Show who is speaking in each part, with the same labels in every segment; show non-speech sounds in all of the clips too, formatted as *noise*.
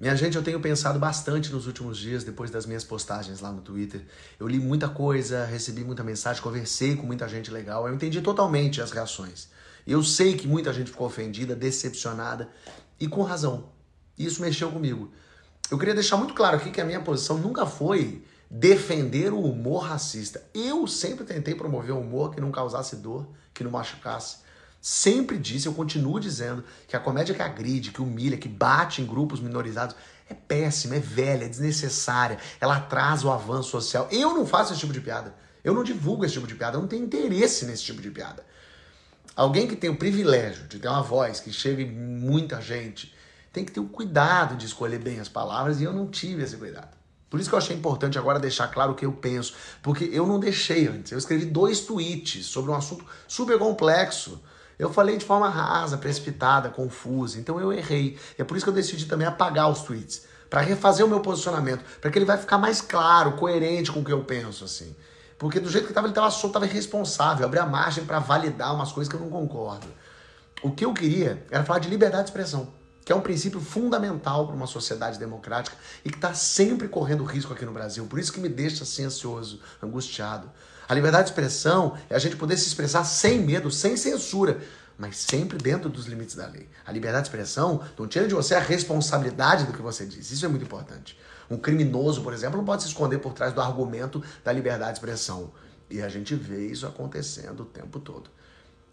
Speaker 1: Minha gente, eu tenho pensado bastante nos últimos dias, depois das minhas postagens lá no Twitter. Eu li muita coisa, recebi muita mensagem, conversei com muita gente legal. Eu entendi totalmente as reações. Eu sei que muita gente ficou ofendida, decepcionada e com razão. Isso mexeu comigo. Eu queria deixar muito claro aqui que a minha posição nunca foi defender o humor racista. Eu sempre tentei promover um humor que não causasse dor, que não machucasse. Sempre disse, eu continuo dizendo, que a comédia que agride, que humilha, que bate em grupos minorizados é péssima, é velha, é desnecessária, ela atrasa o avanço social. Eu não faço esse tipo de piada. Eu não divulgo esse tipo de piada, eu não tenho interesse nesse tipo de piada. Alguém que tem o privilégio de ter uma voz que chega em muita gente tem que ter o cuidado de escolher bem as palavras e eu não tive esse cuidado. Por isso que eu achei importante agora deixar claro o que eu penso, porque eu não deixei antes. Eu escrevi dois tweets sobre um assunto super complexo. Eu falei de forma rasa, precipitada, confusa, então eu errei. E é por isso que eu decidi também apagar os tweets, para refazer o meu posicionamento, para que ele vai ficar mais claro, coerente com o que eu penso, assim. Porque do jeito que estava, ele estava solto, estava irresponsável, abria margem para validar umas coisas que eu não concordo. O que eu queria era falar de liberdade de expressão que é um princípio fundamental para uma sociedade democrática e que está sempre correndo risco aqui no Brasil. Por isso que me deixa assim ansioso, angustiado. A liberdade de expressão é a gente poder se expressar sem medo, sem censura, mas sempre dentro dos limites da lei. A liberdade de expressão não tira de você a responsabilidade do que você diz. Isso é muito importante. Um criminoso, por exemplo, não pode se esconder por trás do argumento da liberdade de expressão. E a gente vê isso acontecendo o tempo todo.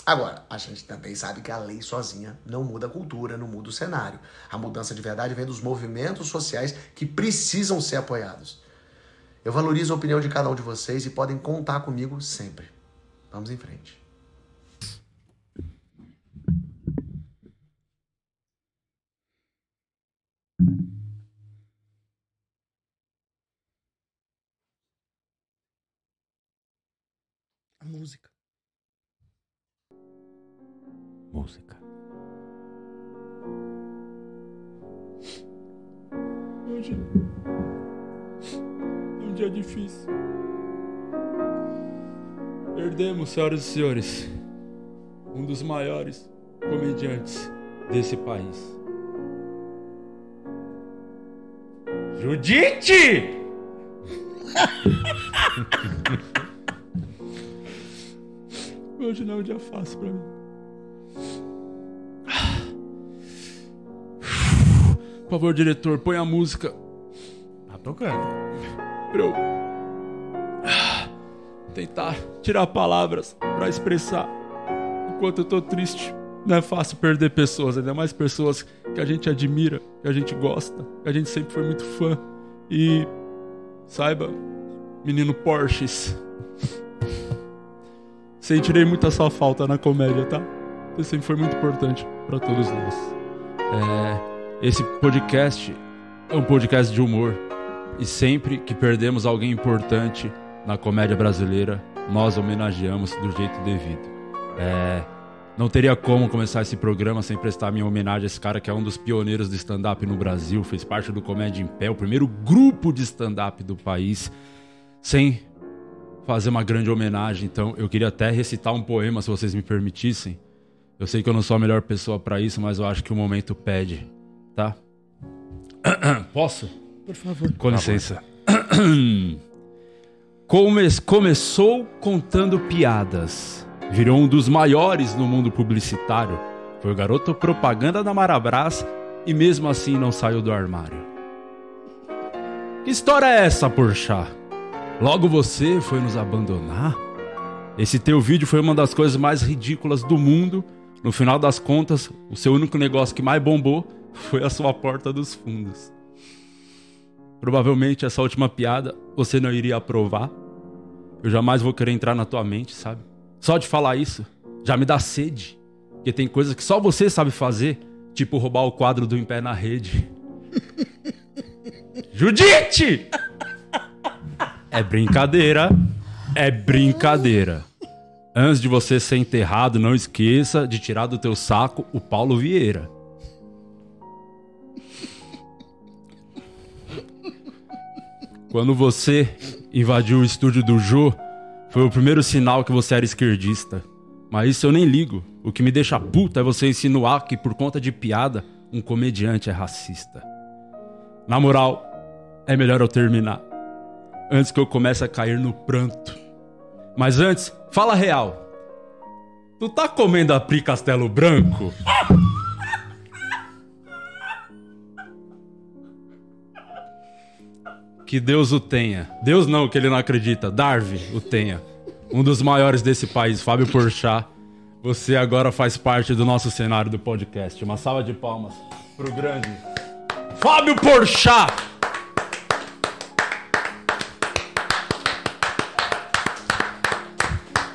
Speaker 1: Agora, a gente também sabe que a lei sozinha não muda a cultura, não muda o cenário. A mudança de verdade vem dos movimentos sociais que precisam ser apoiados. Eu valorizo a opinião de cada um de vocês e podem contar comigo sempre. Vamos em frente.
Speaker 2: A música.
Speaker 3: música.
Speaker 2: É um dia. É um dia difícil. Perdemos, senhoras e senhores, um dos maiores comediantes desse país. Judite! Hoje não é um dia fácil pra mim. Por favor, diretor, põe a música
Speaker 3: Tá tocando.
Speaker 2: pra eu ah, tentar *laughs* tirar palavras pra expressar enquanto eu tô triste. Não é fácil perder pessoas, ainda mais pessoas que a gente admira, que a gente gosta, que a gente sempre foi muito fã. E saiba, menino Porsches, *laughs* sentirei muito a sua falta na comédia, tá? Você sempre foi muito importante pra todos nós. É, esse podcast é um podcast de humor. E sempre que perdemos alguém importante na comédia brasileira, nós homenageamos do jeito devido. É, não teria como começar esse programa sem prestar minha homenagem a esse cara que é um dos pioneiros do stand-up no Brasil, fez parte do Comédia em Pé, o primeiro grupo de stand-up do país, sem fazer uma grande homenagem. Então, eu queria até recitar um poema, se vocês me permitissem. Eu sei que eu não sou a melhor pessoa pra isso, mas eu acho que o momento pede, tá? *clears throat* Posso?
Speaker 3: Por favor.
Speaker 4: Tá
Speaker 2: Com licença. *clears throat* Come- começou contando piadas. Virou um dos maiores no mundo publicitário. Foi o garoto propaganda da Marabras e mesmo assim não saiu do armário. Que história é essa, Porchat? Logo você foi nos abandonar? Esse teu vídeo foi uma das coisas mais ridículas do mundo. No final das contas, o seu único negócio que mais bombou foi a sua porta dos fundos. Provavelmente essa última piada você não iria aprovar. Eu jamais vou querer entrar na tua mente, sabe? Só de falar isso já me dá sede. Porque tem coisas que só você sabe fazer, tipo roubar o quadro do Em Pé na Rede. *laughs* Judite! É brincadeira. É brincadeira. Antes de você ser enterrado, não esqueça de tirar do teu saco o Paulo Vieira. Quando você invadiu o estúdio do Jô, foi o primeiro sinal que você era esquerdista. Mas isso eu nem ligo. O que me deixa puta é você insinuar que por conta de piada, um comediante é racista. Na moral, é melhor eu terminar. Antes que eu comece a cair no pranto. Mas antes, fala real. Tu tá comendo a Pri Castelo Branco? Que Deus o tenha. Deus não, que ele não acredita. Darwin o tenha. Um dos maiores desse país, Fábio Porchat. Você agora faz parte do nosso cenário do podcast. Uma salva de palmas pro grande Fábio Porchat.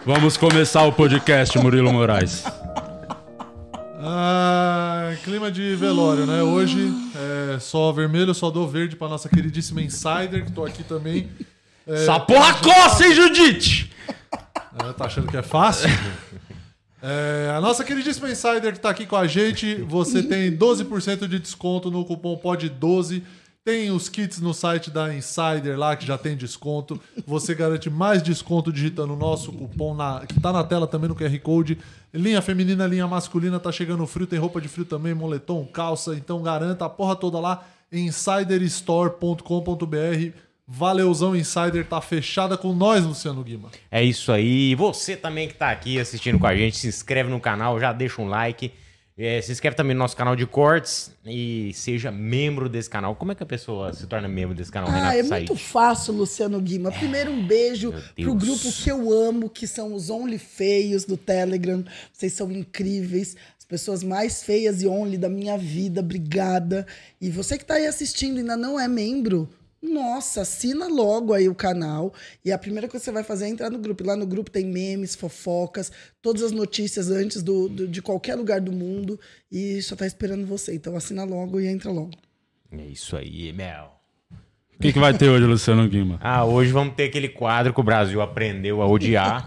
Speaker 2: Vamos começar o podcast, Murilo Moraes.
Speaker 5: Ah, clima de velório, né? Hoje é só vermelho, só dou verde pra nossa queridíssima Insider, que tô aqui também. É,
Speaker 2: Essa porra coça, hein, Judite?
Speaker 5: Ah, tá achando que é fácil? É, a nossa queridíssima Insider que tá aqui com a gente, você tem 12% de desconto no cupom POD12. Tem os kits no site da Insider lá que já tem desconto. Você garante mais desconto digitando o nosso cupom na, que tá na tela também no QR Code. Linha feminina, linha masculina, tá chegando frio, tem roupa de frio também, moletom, calça. Então garanta a porra toda lá em insiderstore.com.br. Valeuzão Insider tá fechada com nós, Luciano Guima.
Speaker 6: É isso aí. E Você também que tá aqui assistindo com a gente, se inscreve no canal, já deixa um like. É, se inscreve também no nosso canal de cortes e seja membro desse canal. Como é que a pessoa se torna membro desse canal,
Speaker 7: Ah,
Speaker 6: Renato
Speaker 7: é
Speaker 6: Said?
Speaker 7: muito fácil, Luciano Guima. Primeiro, um beijo pro
Speaker 6: Deus.
Speaker 7: grupo que eu amo, que são os Only Feios do Telegram. Vocês são incríveis. As pessoas mais feias e only da minha vida. Obrigada. E você que tá aí assistindo e ainda não é membro, nossa, assina logo aí o canal. E a primeira coisa que você vai fazer é entrar no grupo. E lá no grupo tem memes, fofocas, todas as notícias antes do, do- de qualquer lugar do mundo. E só tá esperando você. Então assina logo e entra logo.
Speaker 6: É isso aí, Mel.
Speaker 2: O que, que vai ter hoje, Luciano Guima?
Speaker 6: Ah, hoje vamos ter aquele quadro que o Brasil aprendeu
Speaker 7: *laughs*
Speaker 6: a odiar,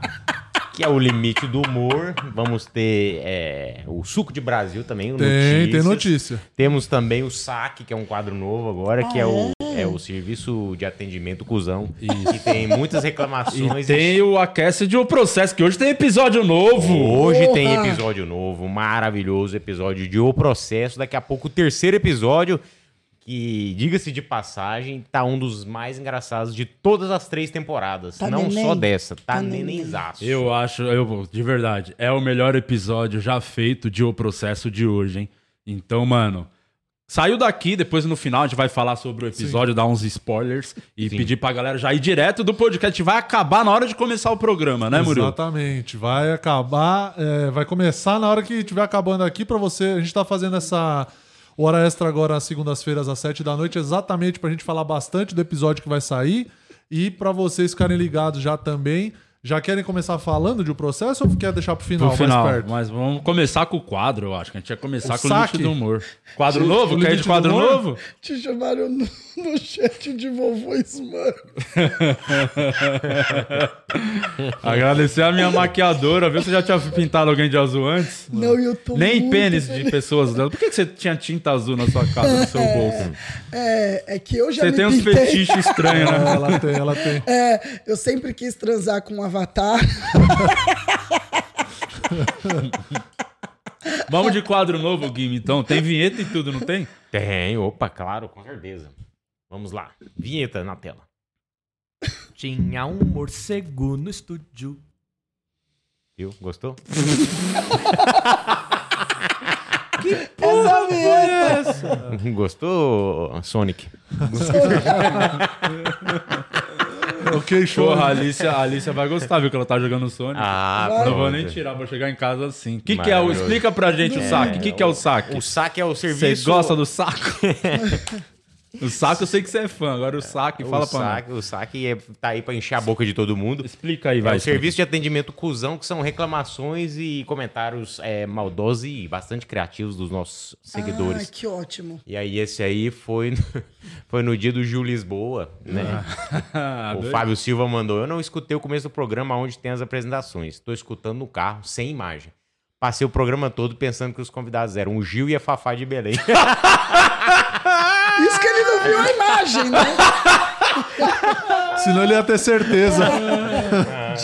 Speaker 6: que é o limite do humor. Vamos ter é, o suco de Brasil também. o
Speaker 5: Tem, tem
Speaker 6: Notícias.
Speaker 5: notícia.
Speaker 6: Temos também o saque, que é um quadro novo agora, que é, o,
Speaker 7: Ah,
Speaker 6: é o serviço de atendimento cuzão. Que tem muitas
Speaker 2: E
Speaker 6: reclamações.
Speaker 2: tem o Aquece de um Processo, que hoje tem episódio novo.
Speaker 6: Hoje
Speaker 7: Porra!
Speaker 6: tem episódio novo, maravilhoso episódio de O Processo. Daqui a pouco o terceiro episódio, que, diga-se de passagem, tá um dos mais engraçados de todas as três temporadas.
Speaker 7: Tá
Speaker 6: não
Speaker 7: neném.
Speaker 6: só dessa, tá,
Speaker 7: Tá neném.
Speaker 6: nenenzaço.
Speaker 2: Eu acho, eu, de verdade, é o melhor episódio já feito de O Processo de hoje, hein? Então, mano, saiu daqui, depois no final a gente vai falar sobre o episódio, dar uns spoilers e pedir pra galera já ir direto do podcast. Vai acabar na hora de começar o programa, né, Murilo?
Speaker 5: Exatamente. Vai acabar, é, vai começar na hora que estiver acabando aqui pra você. A gente tá fazendo essa hora extra agora às segundas-feiras às sete da noite, exatamente pra gente falar bastante do episódio que vai sair e pra vocês ficarem ligados já também. Já querem começar falando de um processo ou quer deixar pro final,
Speaker 2: No final,
Speaker 5: mais perto?
Speaker 2: mas vamos começar com o quadro, eu acho. Que a gente ia começar
Speaker 5: O
Speaker 2: com o limite
Speaker 5: saque.
Speaker 2: do humor. Quadro
Speaker 5: Gente,
Speaker 2: novo?
Speaker 5: o
Speaker 2: Quer ir
Speaker 5: limite
Speaker 2: de
Speaker 5: do
Speaker 2: quadro
Speaker 5: humor?
Speaker 2: novo? *laughs*
Speaker 7: *laughs* Te chamaram no, no chat de vovô Smurf.
Speaker 2: Agradecer a minha maquiadora, viu? Você já tinha pintado alguém de azul antes?
Speaker 7: Não, eu tô
Speaker 2: Nem
Speaker 7: muito
Speaker 2: pênis
Speaker 7: feliz.
Speaker 2: de pessoas dela. Por que, que você tinha tinta azul na sua
Speaker 7: *laughs*
Speaker 2: casa, no seu bolso?
Speaker 7: É, é que eu já
Speaker 2: Você
Speaker 7: me
Speaker 2: tem uns
Speaker 7: pintei.
Speaker 2: fetiches
Speaker 5: *laughs*
Speaker 2: estranhos,
Speaker 5: É,
Speaker 2: né?
Speaker 5: Ela tem, ela tem.
Speaker 7: É, eu sempre quis transar com um
Speaker 2: *laughs*
Speaker 7: avatar.
Speaker 2: Vamos de quadro novo, Guim, então. Tem vinheta e tudo, não tem?
Speaker 6: Tem, opa, claro, com certeza. Vamos lá. Vinheta na tela.
Speaker 3: Tinha um morcego
Speaker 5: *laughs*
Speaker 3: no estúdio.
Speaker 6: Viu? Gostou?
Speaker 7: Essa vinheta.
Speaker 6: É. Gostou, Sonic?
Speaker 5: *laughs* *laughs* Ok, show.
Speaker 2: Porra, a Alicia, a Alicia vai gostar, viu? Que ela tá jogando Sonic.
Speaker 6: Ah,
Speaker 2: não
Speaker 6: pronto.
Speaker 2: vou nem tirar, vou chegar em casa assim. O que, que é o. Explica pra gente o saque. O que, que é o saque?
Speaker 6: O saque é o
Speaker 2: Você
Speaker 6: serviço.
Speaker 2: gosta do saco?
Speaker 6: *laughs*
Speaker 2: o saco eu sei que você é fã. Agora o saque, fala
Speaker 6: o
Speaker 2: pra mim.
Speaker 6: saque, O saque é, tá aí pra encher a boca de todo mundo.
Speaker 2: Explica aí,
Speaker 6: É
Speaker 2: vai.
Speaker 6: o serviço de atendimento cuzão, que são reclamações e comentários é, maldosos e bastante criativos dos nossos
Speaker 7: Ai,
Speaker 6: seguidores.
Speaker 7: Ah, que ótimo.
Speaker 6: E aí, esse aí foi no, *laughs* foi no dia do Gil Lisboa, né?
Speaker 2: Ah,
Speaker 6: *laughs* o
Speaker 2: doido.
Speaker 6: Fábio Silva mandou. Eu não escutei o começo do programa onde tem as apresentações. Estou escutando no carro, sem imagem. Passei o programa todo pensando que os convidados eram o Gil e a Fafá de Belém.
Speaker 7: Isso que ele não viu a imagem, né?
Speaker 5: *laughs* Senão ele ia ter certeza.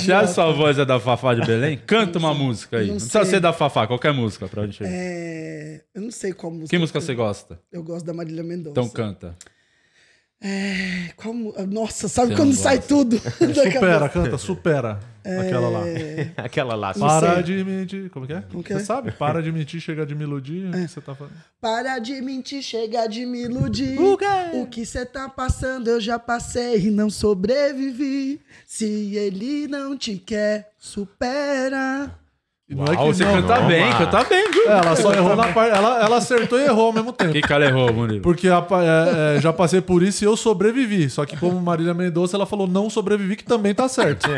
Speaker 2: Já sua voz é da Fafá de
Speaker 7: *laughs*
Speaker 2: Belém? Canta uma música aí.
Speaker 7: Ah.
Speaker 2: Não,
Speaker 7: Não
Speaker 2: precisa
Speaker 7: sei.
Speaker 2: ser da Fafá, qualquer música pra gente.
Speaker 7: É, eu não sei qual música.
Speaker 2: Que música você gosta?
Speaker 7: Eu gosto da Marília Mendonça.
Speaker 2: Então canta.
Speaker 7: É, qual mu- Nossa, sabe
Speaker 2: Você
Speaker 7: quando
Speaker 2: não
Speaker 7: sai
Speaker 2: gosta.
Speaker 7: tudo? É. da
Speaker 5: *laughs* Supera,
Speaker 7: cabeça?
Speaker 5: canta, supera.
Speaker 7: *laughs*
Speaker 5: Aquela
Speaker 6: *laughs*
Speaker 5: lá.
Speaker 2: É. *laughs*
Speaker 6: Aquela lá.
Speaker 5: Para de mentir. Como que é?
Speaker 7: que
Speaker 5: Você
Speaker 7: é?
Speaker 5: sabe? Para de mentir, chega de me iludir. O que você tá falando?
Speaker 7: Para de mentir, chega de me iludir. O que você tá passando eu já passei e não sobrevivi. Se ele não te quer, supera.
Speaker 5: E
Speaker 6: Uau, você
Speaker 2: Canta
Speaker 6: Não,
Speaker 2: bem,
Speaker 6: mano.
Speaker 2: canta bem, viu?
Speaker 5: É, Ela só errou na parte. Ela, ela acertou e errou ao mesmo tempo.
Speaker 2: Que cara errou, Murilo?
Speaker 5: Porque a pa- é, é, já passei por isso e eu sobrevivi. Só que como Marília Mendonça, ela falou não sobrevivi, que também tá
Speaker 2: *laughs*
Speaker 5: certo.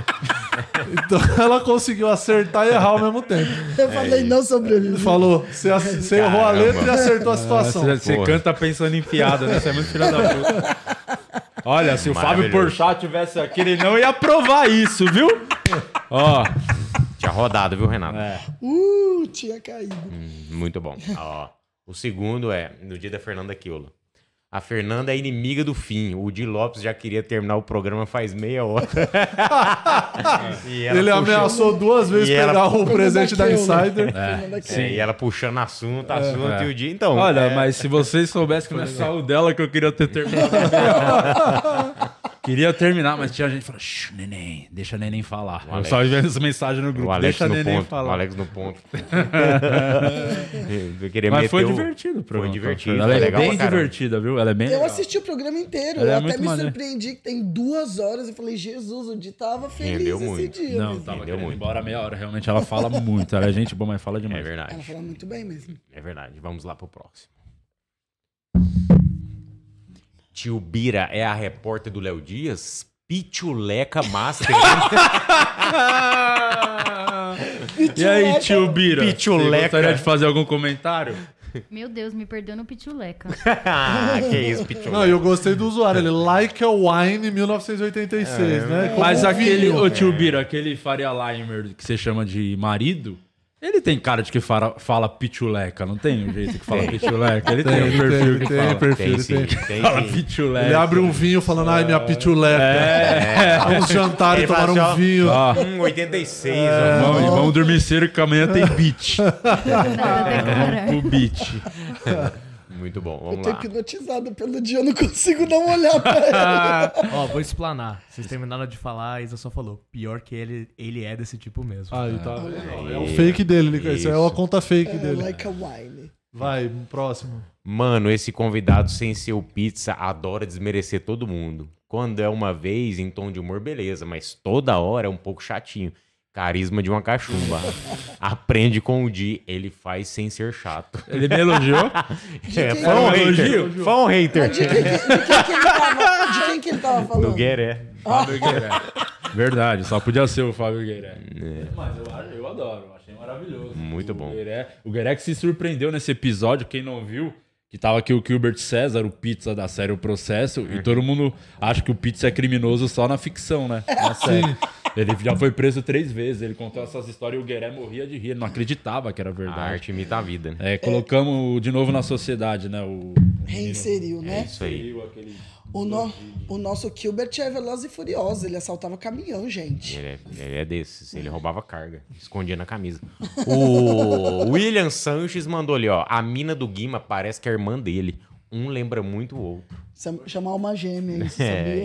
Speaker 5: Então ela conseguiu acertar e errar ao mesmo tempo.
Speaker 7: Eu
Speaker 6: É
Speaker 2: É
Speaker 7: falei, não sobrevivi.
Speaker 5: Falou, você ac- você errou a
Speaker 6: Caramba.
Speaker 5: letra e acertou a situação.
Speaker 2: Você, você
Speaker 6: Porra.
Speaker 2: canta pensando em piada, né? Você é muito filha da puta. Olha, se o Fábio
Speaker 6: Maravilhoso.
Speaker 2: Porchat tivesse aqui, ele não ia aprovar isso, viu? Ó, É.
Speaker 6: Tinha rodado, viu, Renato?
Speaker 7: Uh, tinha caído.
Speaker 5: *laughs*
Speaker 6: Muito bom. Ó, o segundo é no dia da Fernanda Quiola. A Fernanda é inimiga do fim. O Di Lopes já queria terminar o programa faz
Speaker 5: *laughs*
Speaker 6: meia hora. Ah, E ela
Speaker 5: Ele
Speaker 6: puxando-
Speaker 5: ameaçou duas vezes
Speaker 6: E
Speaker 5: pegar
Speaker 6: ela-
Speaker 5: o presente da
Speaker 7: um,
Speaker 5: Insider.
Speaker 7: É,
Speaker 6: É, e ela puxando assunto, assunto e o dia. Então,
Speaker 2: olha,
Speaker 6: é,
Speaker 2: mas se vocês soubessem que não é só o dela que eu queria ter terminado. *laughs* queria terminar, mas tinha gente que falou, "Shh, neném, deixa a neném falar. Eu
Speaker 6: Alex.
Speaker 2: só vendo essa mensagem no
Speaker 6: o
Speaker 2: grupo,
Speaker 6: Alex
Speaker 2: deixa a
Speaker 6: no
Speaker 2: neném
Speaker 6: ponto. O
Speaker 2: falar.
Speaker 6: Alex no
Speaker 2: *laughs*
Speaker 6: ponto. Eu queria meter
Speaker 2: Mas foi
Speaker 6: o-
Speaker 2: divertido o programa.
Speaker 6: Foi divertido.
Speaker 2: Ela
Speaker 6: foi
Speaker 2: é
Speaker 6: legal
Speaker 2: bem
Speaker 6: pra caramba.
Speaker 2: divertida, viu? Ela é bem
Speaker 7: Eu
Speaker 2: legal.
Speaker 7: assisti o programa inteiro.
Speaker 2: Ela é
Speaker 7: eu até
Speaker 2: muito
Speaker 7: me
Speaker 2: maneira.
Speaker 7: surpreendi que tem duas horas. Eu falei, Jesus, o Di tava feliz
Speaker 6: Rendeu
Speaker 7: esse
Speaker 6: muito.
Speaker 7: dia.
Speaker 2: Não,
Speaker 7: mesmo.
Speaker 6: Entendeu
Speaker 2: tava querendo ir
Speaker 6: muito.
Speaker 2: embora a meia hora. Realmente, ela
Speaker 6: *laughs*
Speaker 2: fala muito. Ela é gente boa, mas fala
Speaker 6: É
Speaker 2: demais.
Speaker 7: Ela
Speaker 6: verdade.
Speaker 7: fala muito bem mesmo.
Speaker 6: É verdade. Vamos lá pro próximo. Tio Bira é a repórter do Léo Dias? Pituleca
Speaker 5: *laughs*
Speaker 6: Master. *laughs*
Speaker 2: E aí, tio Bira? Você
Speaker 6: Pituleca.
Speaker 2: gostaria de fazer algum comentário?
Speaker 8: Meu Deus, me perdeu no pituleca.
Speaker 6: ah, *laughs* que isso, Pituleca.
Speaker 5: Não, e eu gostei do usuário, ele Like a Wine 1986, né?
Speaker 6: É,
Speaker 5: Como
Speaker 2: É. Mas
Speaker 5: um
Speaker 2: aquele,
Speaker 5: vinho.
Speaker 2: ô tio Bira, aquele Faria Limer que você chama de marido, ele tem cara de que fala, fala pituleca, não tem um jeito
Speaker 5: *laughs*
Speaker 2: que fala pituleca? Ele tem,
Speaker 5: Tem,
Speaker 2: um perfil
Speaker 5: tem,
Speaker 2: que
Speaker 5: tem,
Speaker 2: fala,
Speaker 5: perfil.
Speaker 6: Tem sim,
Speaker 5: Ele
Speaker 6: tem
Speaker 2: fala
Speaker 6: sim.
Speaker 2: pituleca.
Speaker 5: Ele abre um vinho falando, ai, minha pituleca. Vamos jantar e
Speaker 6: Ele
Speaker 5: tomar
Speaker 6: fala
Speaker 5: um
Speaker 6: assim, ó,
Speaker 5: vinho.
Speaker 2: É.
Speaker 5: É.
Speaker 2: Ah, É.
Speaker 6: Hum, 86. ó.
Speaker 2: vamos, vamos dormir cedo que amanhã tem
Speaker 5: *laughs*
Speaker 2: É, beat.
Speaker 8: Nada a decorar.
Speaker 2: O beat.
Speaker 6: Muito bom,
Speaker 7: Eu
Speaker 6: vamos
Speaker 7: tô
Speaker 6: lá.
Speaker 7: hipnotizado pelo dia, eu não consigo não olhar pra ela.
Speaker 3: *laughs* Ó,
Speaker 7: *laughs*
Speaker 3: vou explanar. Vocês terminaram de falar, a Isa só falou. Pior que ele, ele é desse tipo mesmo.
Speaker 5: Aí tá.
Speaker 6: Ah,
Speaker 5: É o fake dele, ele- isso é uma conta fake
Speaker 7: É,
Speaker 5: dele.
Speaker 7: like a wine.
Speaker 5: Vai, um próximo.
Speaker 6: Mano, esse convidado sem ser o pizza adora desmerecer todo mundo. Quando é uma vez, em tom de humor, beleza, mas toda hora é um pouco chatinho. Carisma de uma
Speaker 2: *laughs*
Speaker 6: cachumba. Aprende com o Di, ele faz sem ser chato.
Speaker 2: Ele me elogiou?
Speaker 6: *laughs* É,
Speaker 7: quem?
Speaker 6: foi um
Speaker 2: É um
Speaker 6: hater.
Speaker 2: elogio?
Speaker 6: Foi um hater.
Speaker 7: De quem, que, de quem que ele
Speaker 2: *laughs*
Speaker 7: tava, de quem que ele tava falando?
Speaker 6: Do Gueré.
Speaker 2: Fábio Gueré. Verdade, só podia ser o Fábio Gueré. Mas eu, eu adoro, eu achei maravilhoso.
Speaker 6: É.
Speaker 2: é
Speaker 6: Muito
Speaker 2: o
Speaker 6: bom.
Speaker 2: Gueré, o Gueré que se surpreendeu nesse episódio, quem não viu, que tava aqui o Gilbert César, o pizza da série O Processo, e todo mundo acha que o pizza é criminoso só na ficção, né? Na série. Ele já foi preso três vezes, ele contou essas histórias e o Gueré morria de rir, ele não acreditava que era
Speaker 6: A
Speaker 2: verdade.
Speaker 6: arte imita a vida, né?
Speaker 2: É, colocamos de novo na sociedade, né? O,
Speaker 7: Reinseriu,
Speaker 6: É
Speaker 7: né?
Speaker 6: isso aí.
Speaker 2: aquele
Speaker 7: O, no- o nosso Gilbert é veloz e furioso, ele assaltava caminhão, gente.
Speaker 6: Ele é, ele é desses, ele roubava carga, escondia na camisa. O
Speaker 7: *laughs*
Speaker 6: William Sanches mandou ali, ó. A mina do Guima parece que é a irmã dele. Um lembra muito o outro.
Speaker 7: Cham- Chamar uma
Speaker 6: *laughs*
Speaker 7: gêmea, isso,
Speaker 6: É,
Speaker 7: sabia?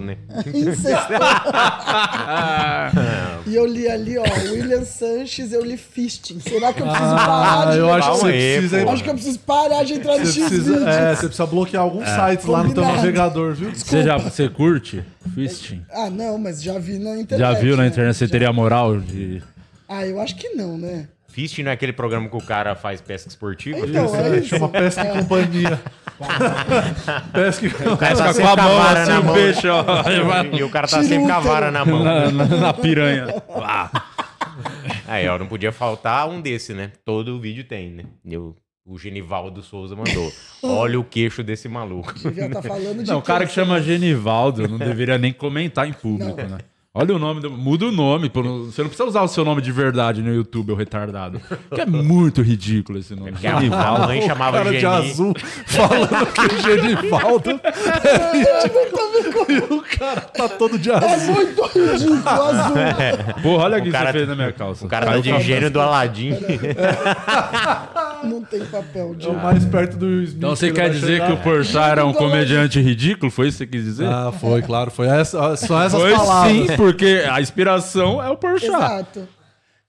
Speaker 7: *laughs*
Speaker 6: né? *laughs*
Speaker 7: Incesto. e eu li ali, ó, William Sanches, eu li Fisting. Será que eu preciso parar
Speaker 5: Ah,
Speaker 7: de
Speaker 5: eu acho que
Speaker 6: Calma
Speaker 5: você
Speaker 6: aí,
Speaker 5: precisa.
Speaker 6: pô.
Speaker 7: Acho que eu preciso parar de entrar no
Speaker 5: Você
Speaker 7: um X
Speaker 5: precisa, é, você precisa bloquear alguns sites lá no teu
Speaker 7: Combinado.
Speaker 5: navegador, viu?
Speaker 2: Você, já, você curte? Fisting?
Speaker 7: Ah, não, mas já vi na internet.
Speaker 2: Já viu na
Speaker 7: né?
Speaker 2: internet? Você teria moral de.
Speaker 7: Ah, eu acho que não, né?
Speaker 6: Fist não é aquele programa que o cara faz pesca esportiva?
Speaker 7: Então, é isso.
Speaker 5: Chama Pesca e
Speaker 7: *laughs*
Speaker 5: Companhia. Pesca e Companhia.
Speaker 6: Tá
Speaker 2: Fica
Speaker 6: sempre com a vara na mão.
Speaker 2: um peixe, ó. Ele vai
Speaker 6: E o cara tá sempre com a vara na mão.
Speaker 2: Na, na- na piranha.
Speaker 6: Aí, ó, não podia faltar um desse, né? Todo vídeo tem, né? Eu, o Genivaldo Souza
Speaker 7: *laughs*
Speaker 6: mandou. Olha o queixo desse maluco.
Speaker 7: *laughs* Devia estar tá falando de.
Speaker 2: Não, o cara que chama Genivaldo
Speaker 6: *laughs*
Speaker 2: não deveria nem comentar em público, né? Olha o nome, do, muda o nome. pô, não- Você não precisa usar o seu nome de verdade no YouTube, o retardado. Que é muito ridículo esse nome.
Speaker 6: Que a, a
Speaker 2: Genivaldo.
Speaker 6: mãe é chamava
Speaker 5: cara
Speaker 6: Geni.
Speaker 5: de azul
Speaker 7: *laughs*
Speaker 5: falando que o Genivaldo é ridículo. *laughs* E o cara tá todo de
Speaker 7: É
Speaker 5: azul.
Speaker 7: muito ridículo, azul.
Speaker 2: Porra, olha o que
Speaker 6: cara-
Speaker 2: você fez na minha calça.
Speaker 7: É,
Speaker 6: O cara tá de gênio do Aladim.
Speaker 7: Não tem papel de.
Speaker 5: É o mais perto do Will Smith.
Speaker 2: Então você
Speaker 5: ele
Speaker 2: quer
Speaker 5: vai
Speaker 2: dizer
Speaker 5: chegar.
Speaker 2: que o Porchat era um comediante ridículo? Foi isso que você quis dizer?
Speaker 5: Ah, foi, claro, foi. Essa, só essas
Speaker 2: foi
Speaker 5: palavras.
Speaker 2: sim, porque a inspiração é o Porchat.
Speaker 7: Exato.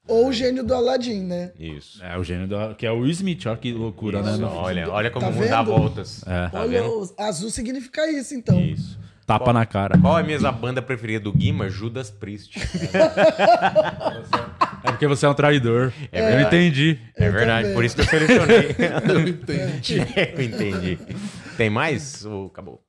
Speaker 7: Ou o gênio do Aladdin, né?
Speaker 6: Isso.
Speaker 2: É o gênio da... que é o Will Smith, olha que loucura, né?
Speaker 6: Isso,
Speaker 2: meu?
Speaker 6: Olha, olha como
Speaker 7: Tá
Speaker 6: o mundo dá
Speaker 7: vendo?
Speaker 6: voltas.
Speaker 2: É.
Speaker 6: Tá
Speaker 7: Olha,
Speaker 6: vendo?
Speaker 7: o azul significa isso, então.
Speaker 2: Isso. Tapa na cara.
Speaker 6: Qual é a minha banda preferida do Guima? Judas Priest.
Speaker 2: É porque você é um traidor.
Speaker 6: É
Speaker 2: Eu
Speaker 6: verdade.
Speaker 2: entendi.
Speaker 6: É
Speaker 7: Eu
Speaker 6: verdade,
Speaker 7: também.
Speaker 6: por isso que
Speaker 7: *laughs*
Speaker 6: eu
Speaker 2: *laughs*
Speaker 6: selecionei.
Speaker 5: Eu entendi.
Speaker 6: Eu entendi. Tem mais? Ou acabou?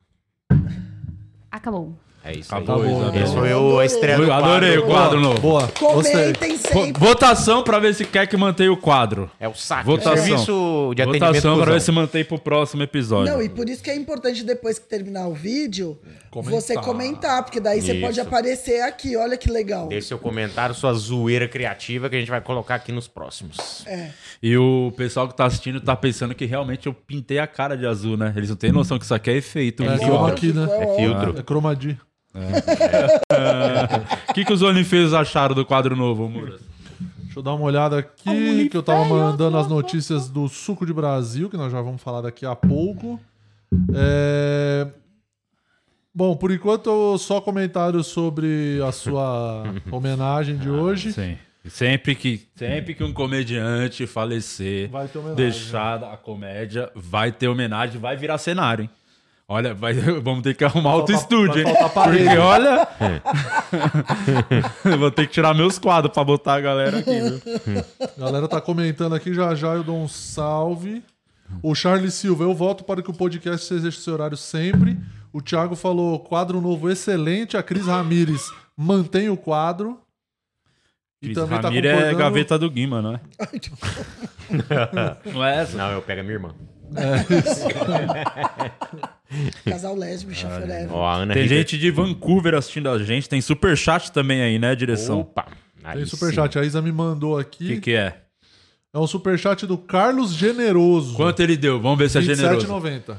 Speaker 8: Acabou.
Speaker 6: É isso.
Speaker 2: Acabou,
Speaker 6: aí.
Speaker 2: Isabel.
Speaker 6: Esse foi o a estreia do
Speaker 2: Tá então. Eu adorei o
Speaker 6: quadro.
Speaker 2: quadro novo.
Speaker 5: Boa. Gostei.
Speaker 7: Comentem
Speaker 2: Vo-
Speaker 7: sempre.
Speaker 2: Votação pra ver se quer que mantenha o quadro.
Speaker 6: É o saco.
Speaker 2: Votação.
Speaker 6: Serviço de atendimento.
Speaker 2: Votação pra
Speaker 6: cuzão.
Speaker 2: ver se mantém pro próximo episódio.
Speaker 7: Não, e por isso que é importante depois que terminar o vídeo,
Speaker 5: Comentar.
Speaker 7: você comentar, porque daí você
Speaker 6: Isso.
Speaker 7: pode aparecer aqui, olha que legal.
Speaker 6: Deixe seu comentário, sua zoeira criativa que a gente vai colocar aqui nos próximos.
Speaker 7: É.
Speaker 2: E o pessoal que tá assistindo tá pensando que realmente eu pintei a cara de azul, né? Eles não têm noção que isso aqui é efeito.
Speaker 5: Hum. É
Speaker 2: visual.
Speaker 5: chroma aqui, né?
Speaker 6: É filtro.
Speaker 5: É cromadia.
Speaker 2: É.
Speaker 5: *laughs* É.
Speaker 2: *laughs* O que, que os OnlyFans acharam do quadro novo, Muras?
Speaker 5: Deixa eu dar uma olhada aqui, que eu tava mandando as notícias do Suco de Brasil, que nós já vamos falar daqui a pouco. É, Bom, por enquanto, só comentário sobre a
Speaker 2: *laughs*
Speaker 5: sua homenagem de hoje.
Speaker 2: Ah, Sim. Sempre que, sempre que um comediante falecer,
Speaker 5: Vai ter homenagem.
Speaker 2: deixar a comédia, vai ter homenagem, vai virar cenário, hein? Olha, vai- *laughs* vamos ter que arrumar outro
Speaker 5: faltar-
Speaker 2: estúdio, hein?
Speaker 5: vai faltar parede.
Speaker 2: Porque
Speaker 6: *laughs*
Speaker 2: olha. Eu Vou ter que tirar meus quadros pra botar a galera aqui, viu?
Speaker 5: A galera tá comentando aqui, já já eu dou um salve. O Charles Silva, eu voto para que o podcast seja esse horário sempre. O Thiago falou, quadro novo excelente. A Cris Ramires mantém o quadro.
Speaker 2: Cris
Speaker 6: tá
Speaker 2: Ramiro é gaveta do
Speaker 6: *laughs*
Speaker 2: Guima, não é? não é essa?
Speaker 6: Não, eu pego a minha irmã.
Speaker 5: É
Speaker 6: *laughs*
Speaker 7: Casal lésbico, bicha forever.
Speaker 6: Ó, a Ana
Speaker 2: Tem
Speaker 6: Ritter-
Speaker 2: gente de Vancouver assistindo a gente, tem superchat também aí, né, direção?
Speaker 6: Opa. aí
Speaker 5: Tem
Speaker 6: sim.
Speaker 5: superchat. A Isa me mandou
Speaker 2: O
Speaker 5: aqui.
Speaker 2: que, que é?
Speaker 5: É um superchat do Carlos Generoso.
Speaker 2: Quanto ele deu? Vamos ver se é generoso. Ah, é
Speaker 5: 27,90.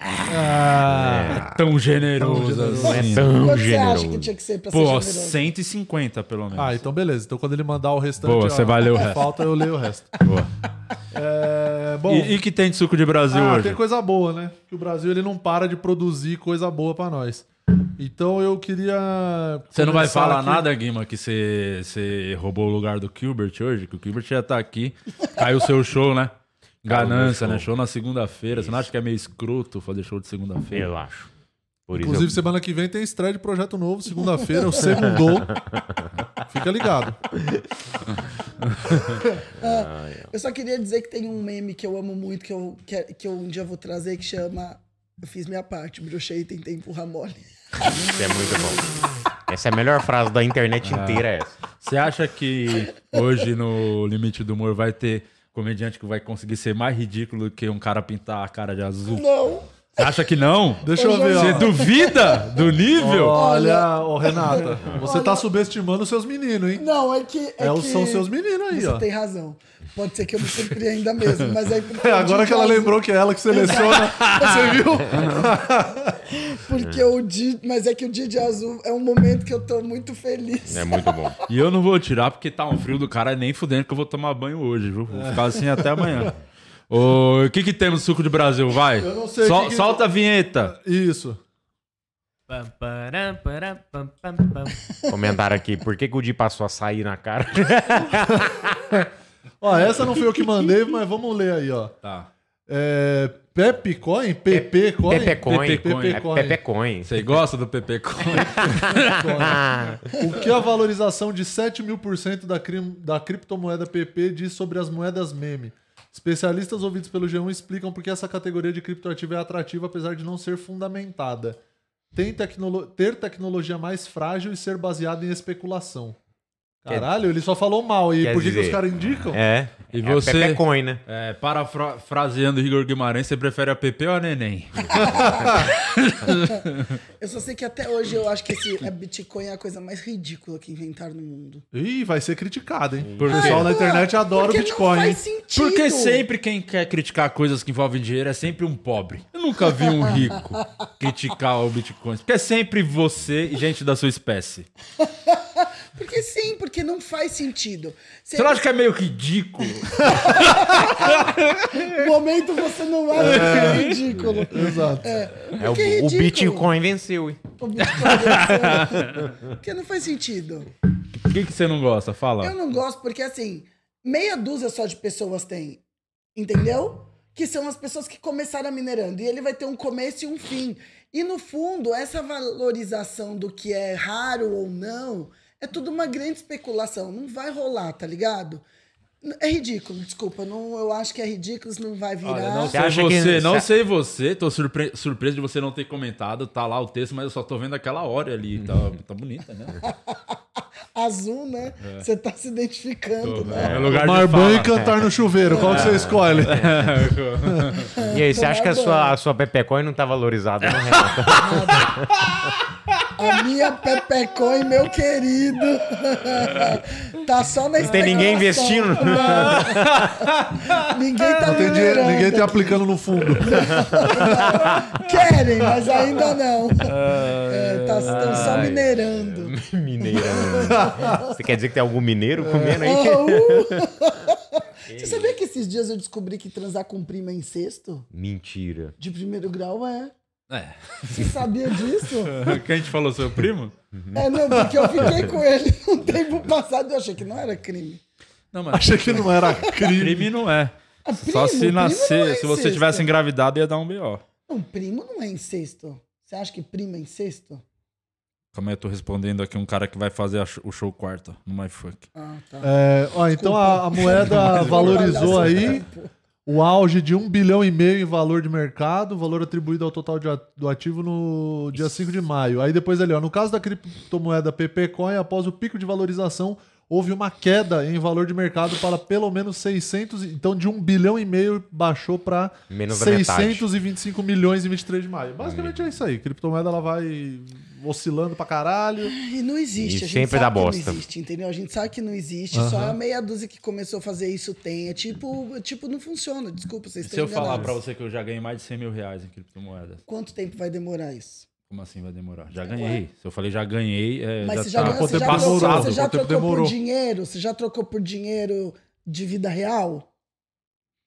Speaker 6: É.
Speaker 2: Tão generoso
Speaker 5: generoso.
Speaker 2: assim.
Speaker 6: Tão
Speaker 7: Quanto você acha que
Speaker 6: generoso.
Speaker 7: tinha que ser pra ser
Speaker 2: Pô,
Speaker 7: generoso?
Speaker 2: 150 pelo menos.
Speaker 5: Ah, então beleza. Então quando ele mandar o restante...
Speaker 2: Boa,
Speaker 5: a-
Speaker 2: você vai ler o
Speaker 5: a
Speaker 2: resto.
Speaker 5: Falta, eu leio o resto.
Speaker 2: *laughs* Boa.
Speaker 5: É, bom...
Speaker 2: E, e que tem de suco de Brasil
Speaker 5: Ah,
Speaker 2: hoje?
Speaker 5: tem coisa boa, né? Que o Brasil ele não para de produzir coisa boa pra nós. Então eu queria.
Speaker 2: Você não vai
Speaker 5: começar
Speaker 2: falar
Speaker 5: aqui-
Speaker 2: nada, Guima, que você, você roubou o lugar do Gilbert hoje? Que o Gilbert já tá aqui. Caiu o seu show, né? Ganância,
Speaker 6: Caiu meu
Speaker 2: né?
Speaker 6: show.
Speaker 2: Show na segunda-feira. Você não acha que é meio escroto fazer show de segunda-feira?
Speaker 6: Eu acho. Por isso
Speaker 5: Inclusive,
Speaker 6: eu-
Speaker 5: semana que vem tem estreia de projeto novo, segunda-feira, o segundo. Fica ligado.
Speaker 7: Ah, Eu só queria dizer que tem um meme que eu amo muito, que eu, que, que eu um dia vou trazer, que chama Eu fiz minha parte, brochei, tem tempo ramole.
Speaker 6: isso é muito bom. Essa é a melhor frase da internet
Speaker 2: Ah.
Speaker 6: inteira, é essa.
Speaker 2: Você acha que hoje no Limite do Humor vai ter comediante que vai conseguir ser mais ridículo que um cara pintar a cara de azul?
Speaker 7: Não!
Speaker 2: Você acha que não?
Speaker 5: Deixa eu
Speaker 7: Ô,
Speaker 5: ver,
Speaker 2: Você
Speaker 5: ó.
Speaker 2: duvida *laughs* do nível?
Speaker 5: Olha,
Speaker 7: *laughs*
Speaker 5: ô Renata, você tá subestimando os seus meninos, hein?
Speaker 7: Não, é que. É
Speaker 5: É,
Speaker 7: que
Speaker 5: são seus meninos aí,
Speaker 7: Você
Speaker 5: ó.
Speaker 7: tem razão. Pode ser que eu me surpreenda mesmo, mas
Speaker 5: *laughs*
Speaker 7: aí.
Speaker 5: É, agora que
Speaker 7: um
Speaker 5: ela lembrou que é ela
Speaker 7: *laughs*
Speaker 5: que seleciona, você viu?
Speaker 7: Porque o Di, mas é que o dia de azul é um momento que eu tô muito feliz.
Speaker 6: É muito bom.
Speaker 2: E eu não vou tirar porque tá um frio do cara nem fudendo que eu vou tomar banho hoje, viu? Vou ficar assim até amanhã. Ô, O que que tem no suco de Brasil, vai?
Speaker 5: Eu não sei o que que-
Speaker 2: Solta a vinheta.
Speaker 5: Isso.
Speaker 3: Pam, param, param, pam, pam, pam.
Speaker 6: Comentaram aqui, por que, que o Di passou a sair na
Speaker 2: *laughs*
Speaker 6: cara?
Speaker 5: Ó, essa não foi eu que mandei, mas vamos ler aí, ó.
Speaker 2: Tá.
Speaker 5: É, Pepe Coin? PP Coin?
Speaker 6: Pepecoin.
Speaker 2: Pepecoin.
Speaker 6: É Pepecoin.
Speaker 2: Você gosta do
Speaker 6: *laughs*
Speaker 2: PP Coin?
Speaker 5: *laughs*
Speaker 2: *laughs*
Speaker 5: O que a valorização de 7 mil por cento da, cri- da criptomoeda PP diz sobre as moedas meme? Especialistas ouvidos pelo G1 explicam por que essa categoria de criptoativo é atrativa, apesar de não ser fundamentada. Tem tecnolo- ter tecnologia mais frágil e ser baseada em especulação. Caralho, ele só falou mal. E
Speaker 6: Quer
Speaker 5: por que, que
Speaker 6: dizer-
Speaker 5: os caras indicam?
Speaker 6: É.
Speaker 2: E
Speaker 6: é
Speaker 2: você-
Speaker 6: Pepecoin, né?
Speaker 2: É, parafraseando Igor Guimarães, você prefere a PP ou a Neném?
Speaker 7: *laughs* Eu só sei que até hoje eu acho que esse a Bitcoin é a coisa mais ridícula que inventaram no mundo. *laughs*
Speaker 5: Ih, vai ser criticado, hein?
Speaker 2: Por
Speaker 5: o pessoal
Speaker 2: quê?
Speaker 5: na internet adora o
Speaker 7: Porque
Speaker 5: Bitcoin.
Speaker 7: Não
Speaker 5: hein?
Speaker 7: faz sentido.
Speaker 2: Porque sempre quem quer criticar coisas que envolvem dinheiro é sempre um pobre. Eu nunca vi um
Speaker 4: *laughs*
Speaker 2: rico criticar o Bitcoin. Porque é sempre você e gente da sua espécie.
Speaker 7: Porque sim, porque não faz sentido. Você-
Speaker 9: Você não acha que é meio ridículo?
Speaker 7: *laughs* No momento você não acha que é ridículo.
Speaker 5: Exato.
Speaker 6: É, o,
Speaker 7: que é
Speaker 6: o
Speaker 7: ridículo.
Speaker 6: Bitcoin venceu, hein?
Speaker 7: O Bitcoin, porque não faz sentido.
Speaker 2: Por que, que você não gosta? Fala.
Speaker 7: Eu não gosto porque, assim, meia dúzia só de pessoas tem. Entendeu? Que são as pessoas que começaram minerando. E ele vai ter um começo e um fim. E, no fundo, essa valorização do que é raro ou não é tudo uma grande especulação. Não vai rolar, tá ligado? N- É ridículo, desculpa. Não, eu acho que é ridículo, isso não vai virar.
Speaker 2: Olha, não
Speaker 6: Você
Speaker 2: sei
Speaker 6: acha que-
Speaker 2: você, não
Speaker 6: você-
Speaker 2: sei você. Tô surpre- surpreso de você não ter comentado. Tá lá o texto, mas eu só tô vendo aquela hora ali. Tá, tá bonita, né?
Speaker 7: Azul, né? Você tá se identificando, né?
Speaker 2: É lugar
Speaker 5: Tomar banho e
Speaker 2: fala. É.
Speaker 5: cantar no chuveiro, qual que você
Speaker 2: *laughs*
Speaker 5: escolhe?
Speaker 6: *laughs* E aí,
Speaker 7: Então
Speaker 6: você acha que a
Speaker 7: tomar
Speaker 6: sua,
Speaker 7: banho.
Speaker 6: a sua Pepecoin não tá
Speaker 7: *laughs*
Speaker 6: valorizada, não, Renata?
Speaker 7: A minha Pepecon e meu querido.
Speaker 5: *laughs*
Speaker 7: tá só na
Speaker 6: Não tem ninguém
Speaker 7: especulação.
Speaker 6: investindo?
Speaker 5: *laughs*
Speaker 7: Ninguém tá
Speaker 5: Não tem dinheiro,
Speaker 7: minerando.
Speaker 5: ninguém tem aplicando no fundo.
Speaker 7: *laughs* Querem, mas ainda não. É, tá, estão só
Speaker 6: ai.
Speaker 5: *laughs*
Speaker 7: minerando.
Speaker 6: Mineiro. né? Você quer dizer que tem algum mineiro comendo aí?
Speaker 7: É. Oh, uh. Você sabia que esses dias eu descobri que transar com prima é incesto?
Speaker 6: Mentira.
Speaker 7: De primeiro grau é.
Speaker 2: É. *laughs*
Speaker 7: Você sabia
Speaker 5: *laughs*
Speaker 7: disso?
Speaker 2: Que a gente falou, seu primo?
Speaker 7: É, não, porque eu fiquei com
Speaker 2: *laughs*
Speaker 7: ele um tempo passado e eu achei que não era crime.
Speaker 2: Não, mas
Speaker 5: Achei que não era crime.
Speaker 2: *laughs* crime não é. Só
Speaker 7: Ah, primo,
Speaker 2: se
Speaker 7: primo não
Speaker 2: nascer,
Speaker 7: é
Speaker 2: se você
Speaker 7: incesto.
Speaker 2: tivesse engravidado, ia dar um B.O.
Speaker 7: Não, primo não é incesto. Você acha que primo é incesto?
Speaker 2: Calma aí, eu tô respondendo aqui um cara que vai fazer a sh- o show quarta no MyFunk.
Speaker 7: Ah, tá.
Speaker 5: *laughs* É, ó, então a, a moeda valorizou aí o auge de um bilhão e meio em valor de mercado, valor atribuído ao total de a- do ativo no dia 5 de maio. Aí depois ali, ó, no caso da criptomoeda PPcoin, após o pico de valorização, houve uma queda em valor de mercado para pelo menos 600, e- então de um bilhão e meio baixou para
Speaker 6: Menos da metade.
Speaker 5: 625 milhões em 23 de maio. Basicamente é isso aí, criptomoeda ela vai oscilando pra caralho.
Speaker 7: E não existe.
Speaker 6: E
Speaker 7: a gente
Speaker 6: sempre
Speaker 7: sabe
Speaker 6: dá
Speaker 7: que Não
Speaker 6: bosta.
Speaker 7: existe, entendeu? A gente sabe que não existe. Só a meia dúzia que começou a fazer isso tem. É tipo, tipo não funciona. Desculpa, vocês
Speaker 2: E se
Speaker 7: estão
Speaker 2: eu falar
Speaker 7: enganados.
Speaker 2: pra você que eu já ganhei mais de 100 mil reais em criptomoedas,
Speaker 7: Quanto tempo vai demorar isso?
Speaker 2: como assim vai demorar? Já ganhei. Se eu falei já ganhei, é,
Speaker 7: Mas
Speaker 2: já
Speaker 7: você já,
Speaker 2: tá
Speaker 7: ganhou, você já
Speaker 5: tempo
Speaker 7: trocou,
Speaker 5: demorou?
Speaker 7: você já
Speaker 5: Quanto tempo
Speaker 7: trocou
Speaker 5: demorou?
Speaker 7: por dinheiro? Você já trocou por dinheiro de vida real?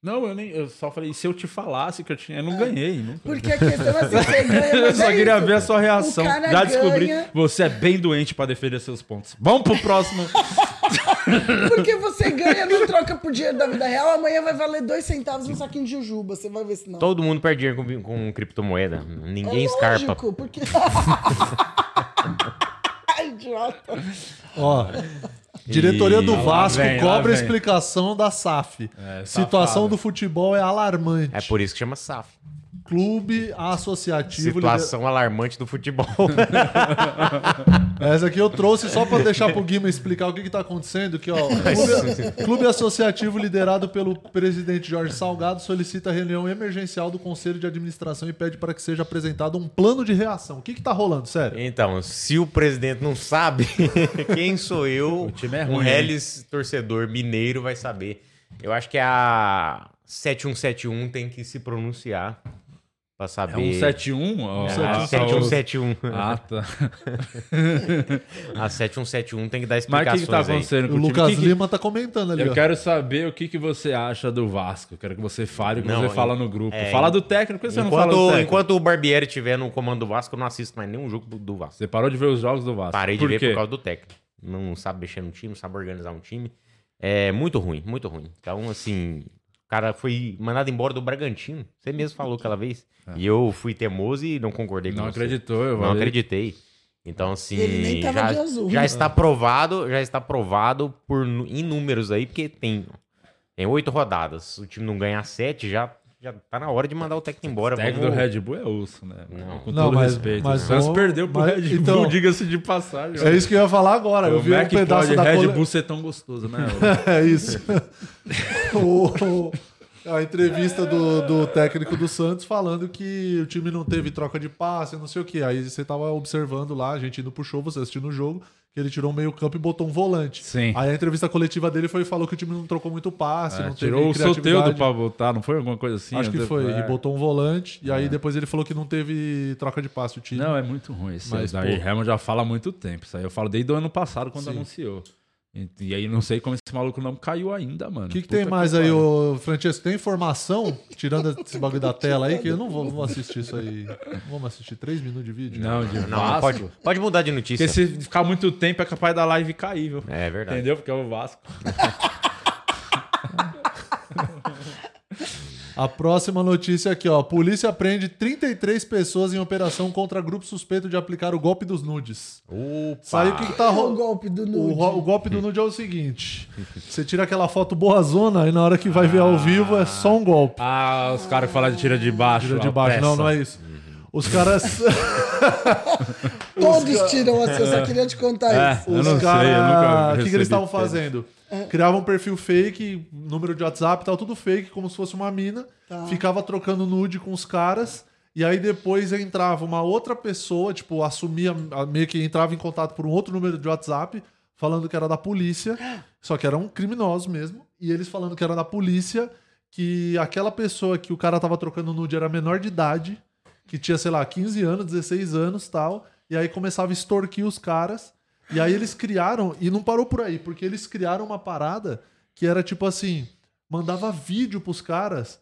Speaker 2: Não, eu nem. Eu só falei, se eu te falasse que eu tinha. Eu não ganhei, nunca.
Speaker 7: Porque a questão é assim, você ganha,
Speaker 2: *laughs* Eu
Speaker 7: mas
Speaker 2: só
Speaker 7: é
Speaker 2: queria
Speaker 7: isso.
Speaker 2: ver a sua reação.
Speaker 7: O cara
Speaker 2: Já descobri.
Speaker 7: ganha-
Speaker 2: Você é bem doente pra defender seus pontos. Vamos pro próximo.
Speaker 7: Porque você ganha, não troca por dinheiro da vida real, amanhã vai valer dois centavos um saquinho de jujuba, você vai ver se não.
Speaker 6: *laughs* Todo mundo perde dinheiro com, com criptomoeda. Ninguém escarpa.
Speaker 7: É Lógico,
Speaker 5: *laughs*
Speaker 7: porque... Idiota.
Speaker 5: Ó, diretoria do
Speaker 2: lá
Speaker 5: Vasco
Speaker 2: vem, lá
Speaker 5: cobra
Speaker 2: vem. É,
Speaker 5: explicação da SAF. Situação
Speaker 2: safado.
Speaker 5: do futebol é alarmante.
Speaker 6: É por isso que chama SAF.
Speaker 5: Clube associativo.
Speaker 6: Situação alarmante do futebol.
Speaker 5: *laughs* lider- Essa aqui eu trouxe só pra deixar pro Guima explicar o que, que tá acontecendo. Que,
Speaker 2: *laughs*
Speaker 5: ó, clube, clube associativo liderado pelo presidente Jorge Salgado solicita reunião emergencial do Conselho de Administração e pede para que seja apresentado um plano de reação. O que, que tá rolando, sério?
Speaker 6: então, se o presidente não sabe, *laughs* quem sou eu? O
Speaker 2: time é
Speaker 6: Um
Speaker 2: ruim,
Speaker 6: Hellis torcedor mineiro vai saber. Eu acho que é a 7171 tem que se pronunciar pra
Speaker 2: É
Speaker 6: saber.
Speaker 2: um 71? ó.
Speaker 6: Ah,
Speaker 2: Ah,
Speaker 6: 7171.
Speaker 2: Ah, tá.
Speaker 6: *laughs* A 7171 tem que dar
Speaker 2: Mas o que
Speaker 6: explicações
Speaker 2: que tá
Speaker 6: aí.
Speaker 2: acontecendo
Speaker 5: O
Speaker 2: com o time?
Speaker 5: Lucas
Speaker 2: Que que-
Speaker 5: Lima tá comentando ali,
Speaker 2: Eu
Speaker 5: ó.
Speaker 2: quero saber o que, que você acha do Vasco. Quero que você fale, o que
Speaker 6: Não,
Speaker 2: você fala
Speaker 6: en-
Speaker 2: no grupo.
Speaker 6: é,
Speaker 2: fala do técnico, por que você não fala do
Speaker 6: Enquanto,
Speaker 2: técnico?
Speaker 6: enquanto o Barbieri estiver no comando do Vasco, eu não assisto mais nenhum jogo do Vasco.
Speaker 2: Você parou de ver os jogos do Vasco.
Speaker 6: Parei de
Speaker 2: por
Speaker 6: ver
Speaker 2: quê?
Speaker 6: por causa do técnico. Não sabe mexer no time, não sabe organizar um time. É muito ruim, muito ruim. Então, assim, o cara foi mandado embora do Bragantino. Você mesmo falou aquela vez. E eu fui teimoso e não concordei com
Speaker 2: É. Não
Speaker 6: você.
Speaker 2: acreditou, eu
Speaker 6: Não
Speaker 2: falei.
Speaker 6: acreditei. Então, assim.
Speaker 7: Ele nem tava
Speaker 6: já,
Speaker 7: de azul. É.
Speaker 6: já está provado, já está provado por nu- em números aí, porque tem, tem oito rodadas. Se O time não ganhar sete, já, já tá na hora de mandar o técnico embora.
Speaker 2: O técnico do
Speaker 6: Vamos-
Speaker 2: Red Bull é osso, né?
Speaker 6: Não.
Speaker 2: Com
Speaker 5: Não,
Speaker 2: todo
Speaker 5: mas-
Speaker 2: respeito.
Speaker 5: mas
Speaker 2: o Santos
Speaker 5: o-
Speaker 2: perdeu pro
Speaker 5: mas-
Speaker 2: Red Bull,
Speaker 5: então-
Speaker 2: *laughs* diga-se de passagem.
Speaker 5: É isso que eu ia falar agora. eu vi
Speaker 2: Como é
Speaker 5: um
Speaker 2: que
Speaker 5: pedaço
Speaker 2: pode
Speaker 5: da
Speaker 2: Red
Speaker 5: cole-
Speaker 2: Bull ser tão gostoso,
Speaker 5: *laughs*
Speaker 2: né?
Speaker 5: É
Speaker 2: *laughs*
Speaker 5: isso. *laughs* O- o- a entrevista do, do técnico do Santos falando que o time não teve troca de passe, não sei o quê. Aí você tava observando lá, a gente indo pro show, você assistindo o jogo, que ele tirou um meio campo e botou um volante.
Speaker 2: Sim.
Speaker 5: Aí a entrevista coletiva dele foi falou que o time não trocou muito passe,
Speaker 2: É,
Speaker 5: Ah, não teve
Speaker 2: tirou o
Speaker 5: criatividade.
Speaker 2: Soteudo pra botar, não foi alguma coisa assim?
Speaker 5: Acho que
Speaker 2: Eu-
Speaker 5: foi.
Speaker 2: É.
Speaker 5: E botou um volante. E aí depois ele falou que não teve troca de passe o time.
Speaker 2: Não, é muito ruim. Esse
Speaker 5: Mas,
Speaker 2: Mas, Darby
Speaker 5: pô.
Speaker 2: Hammond já fala há muito tempo. Isso aí eu falo desde o ano passado, quando
Speaker 5: Sim.
Speaker 2: anunciou. E, e aí não sei como esse maluco não caiu ainda, mano.
Speaker 5: O que, que
Speaker 2: Puta
Speaker 5: tem mais aí,
Speaker 2: pariu.
Speaker 5: ô Francesco? Tem informação?
Speaker 6: *laughs*
Speaker 5: Tirando esse bagulho da tela aí, que eu não vou, vou assistir isso aí. Vamos assistir três minutos de vídeo?
Speaker 2: Não, de
Speaker 6: Não,
Speaker 2: Vasco.
Speaker 6: pode, pode mudar de notícia.
Speaker 2: Porque se ficar muito tempo é capaz da live cair, viu?
Speaker 6: É verdade.
Speaker 2: Entendeu? Porque é o Vasco.
Speaker 5: A próxima notícia aqui, ó. Polícia prende 33 pessoas em operação contra grupo suspeito de aplicar o golpe dos nudes.
Speaker 6: Opa.
Speaker 5: Sabe o que, que tá
Speaker 7: É o
Speaker 5: rolando?
Speaker 7: golpe do
Speaker 5: O,
Speaker 7: nude.
Speaker 5: ro- o golpe do nude é o seguinte: você tira aquela foto boa zona e na hora que vai ver ao vivo é só um golpe.
Speaker 2: Ah, os caras falam de tira de baixo.
Speaker 5: Tira de
Speaker 2: a
Speaker 5: baixo. Não,
Speaker 2: peça.
Speaker 5: não é isso.
Speaker 7: *laughs*
Speaker 5: Os caras.
Speaker 7: Todos tiram assim,
Speaker 5: É.
Speaker 7: eu só queria te contar isso. É.
Speaker 2: Eu
Speaker 5: Os
Speaker 2: não sei,
Speaker 5: cara-
Speaker 2: eu nunca
Speaker 5: O que que,
Speaker 2: recebi
Speaker 5: eles estavam
Speaker 2: pedido.
Speaker 5: fazendo? Criavam um perfil fake, número de WhatsApp e tal, tudo fake, como se fosse uma mina.
Speaker 7: Tá.
Speaker 5: Ficava trocando nude com os caras. E aí depois entrava uma outra pessoa, tipo, assumia, a- meio que entrava em contato por um outro número de WhatsApp, falando que era da polícia.
Speaker 7: Ah.
Speaker 5: Só que eram criminosos mesmo. E eles falando que era da polícia, que aquela pessoa que o cara tava trocando nude era menor de idade, que tinha, sei lá, 15 anos, 16 anos tal. E aí começava a extorquir os caras. E aí eles criaram, e não parou por aí, porque eles criaram uma parada que era tipo assim: mandava vídeo pros caras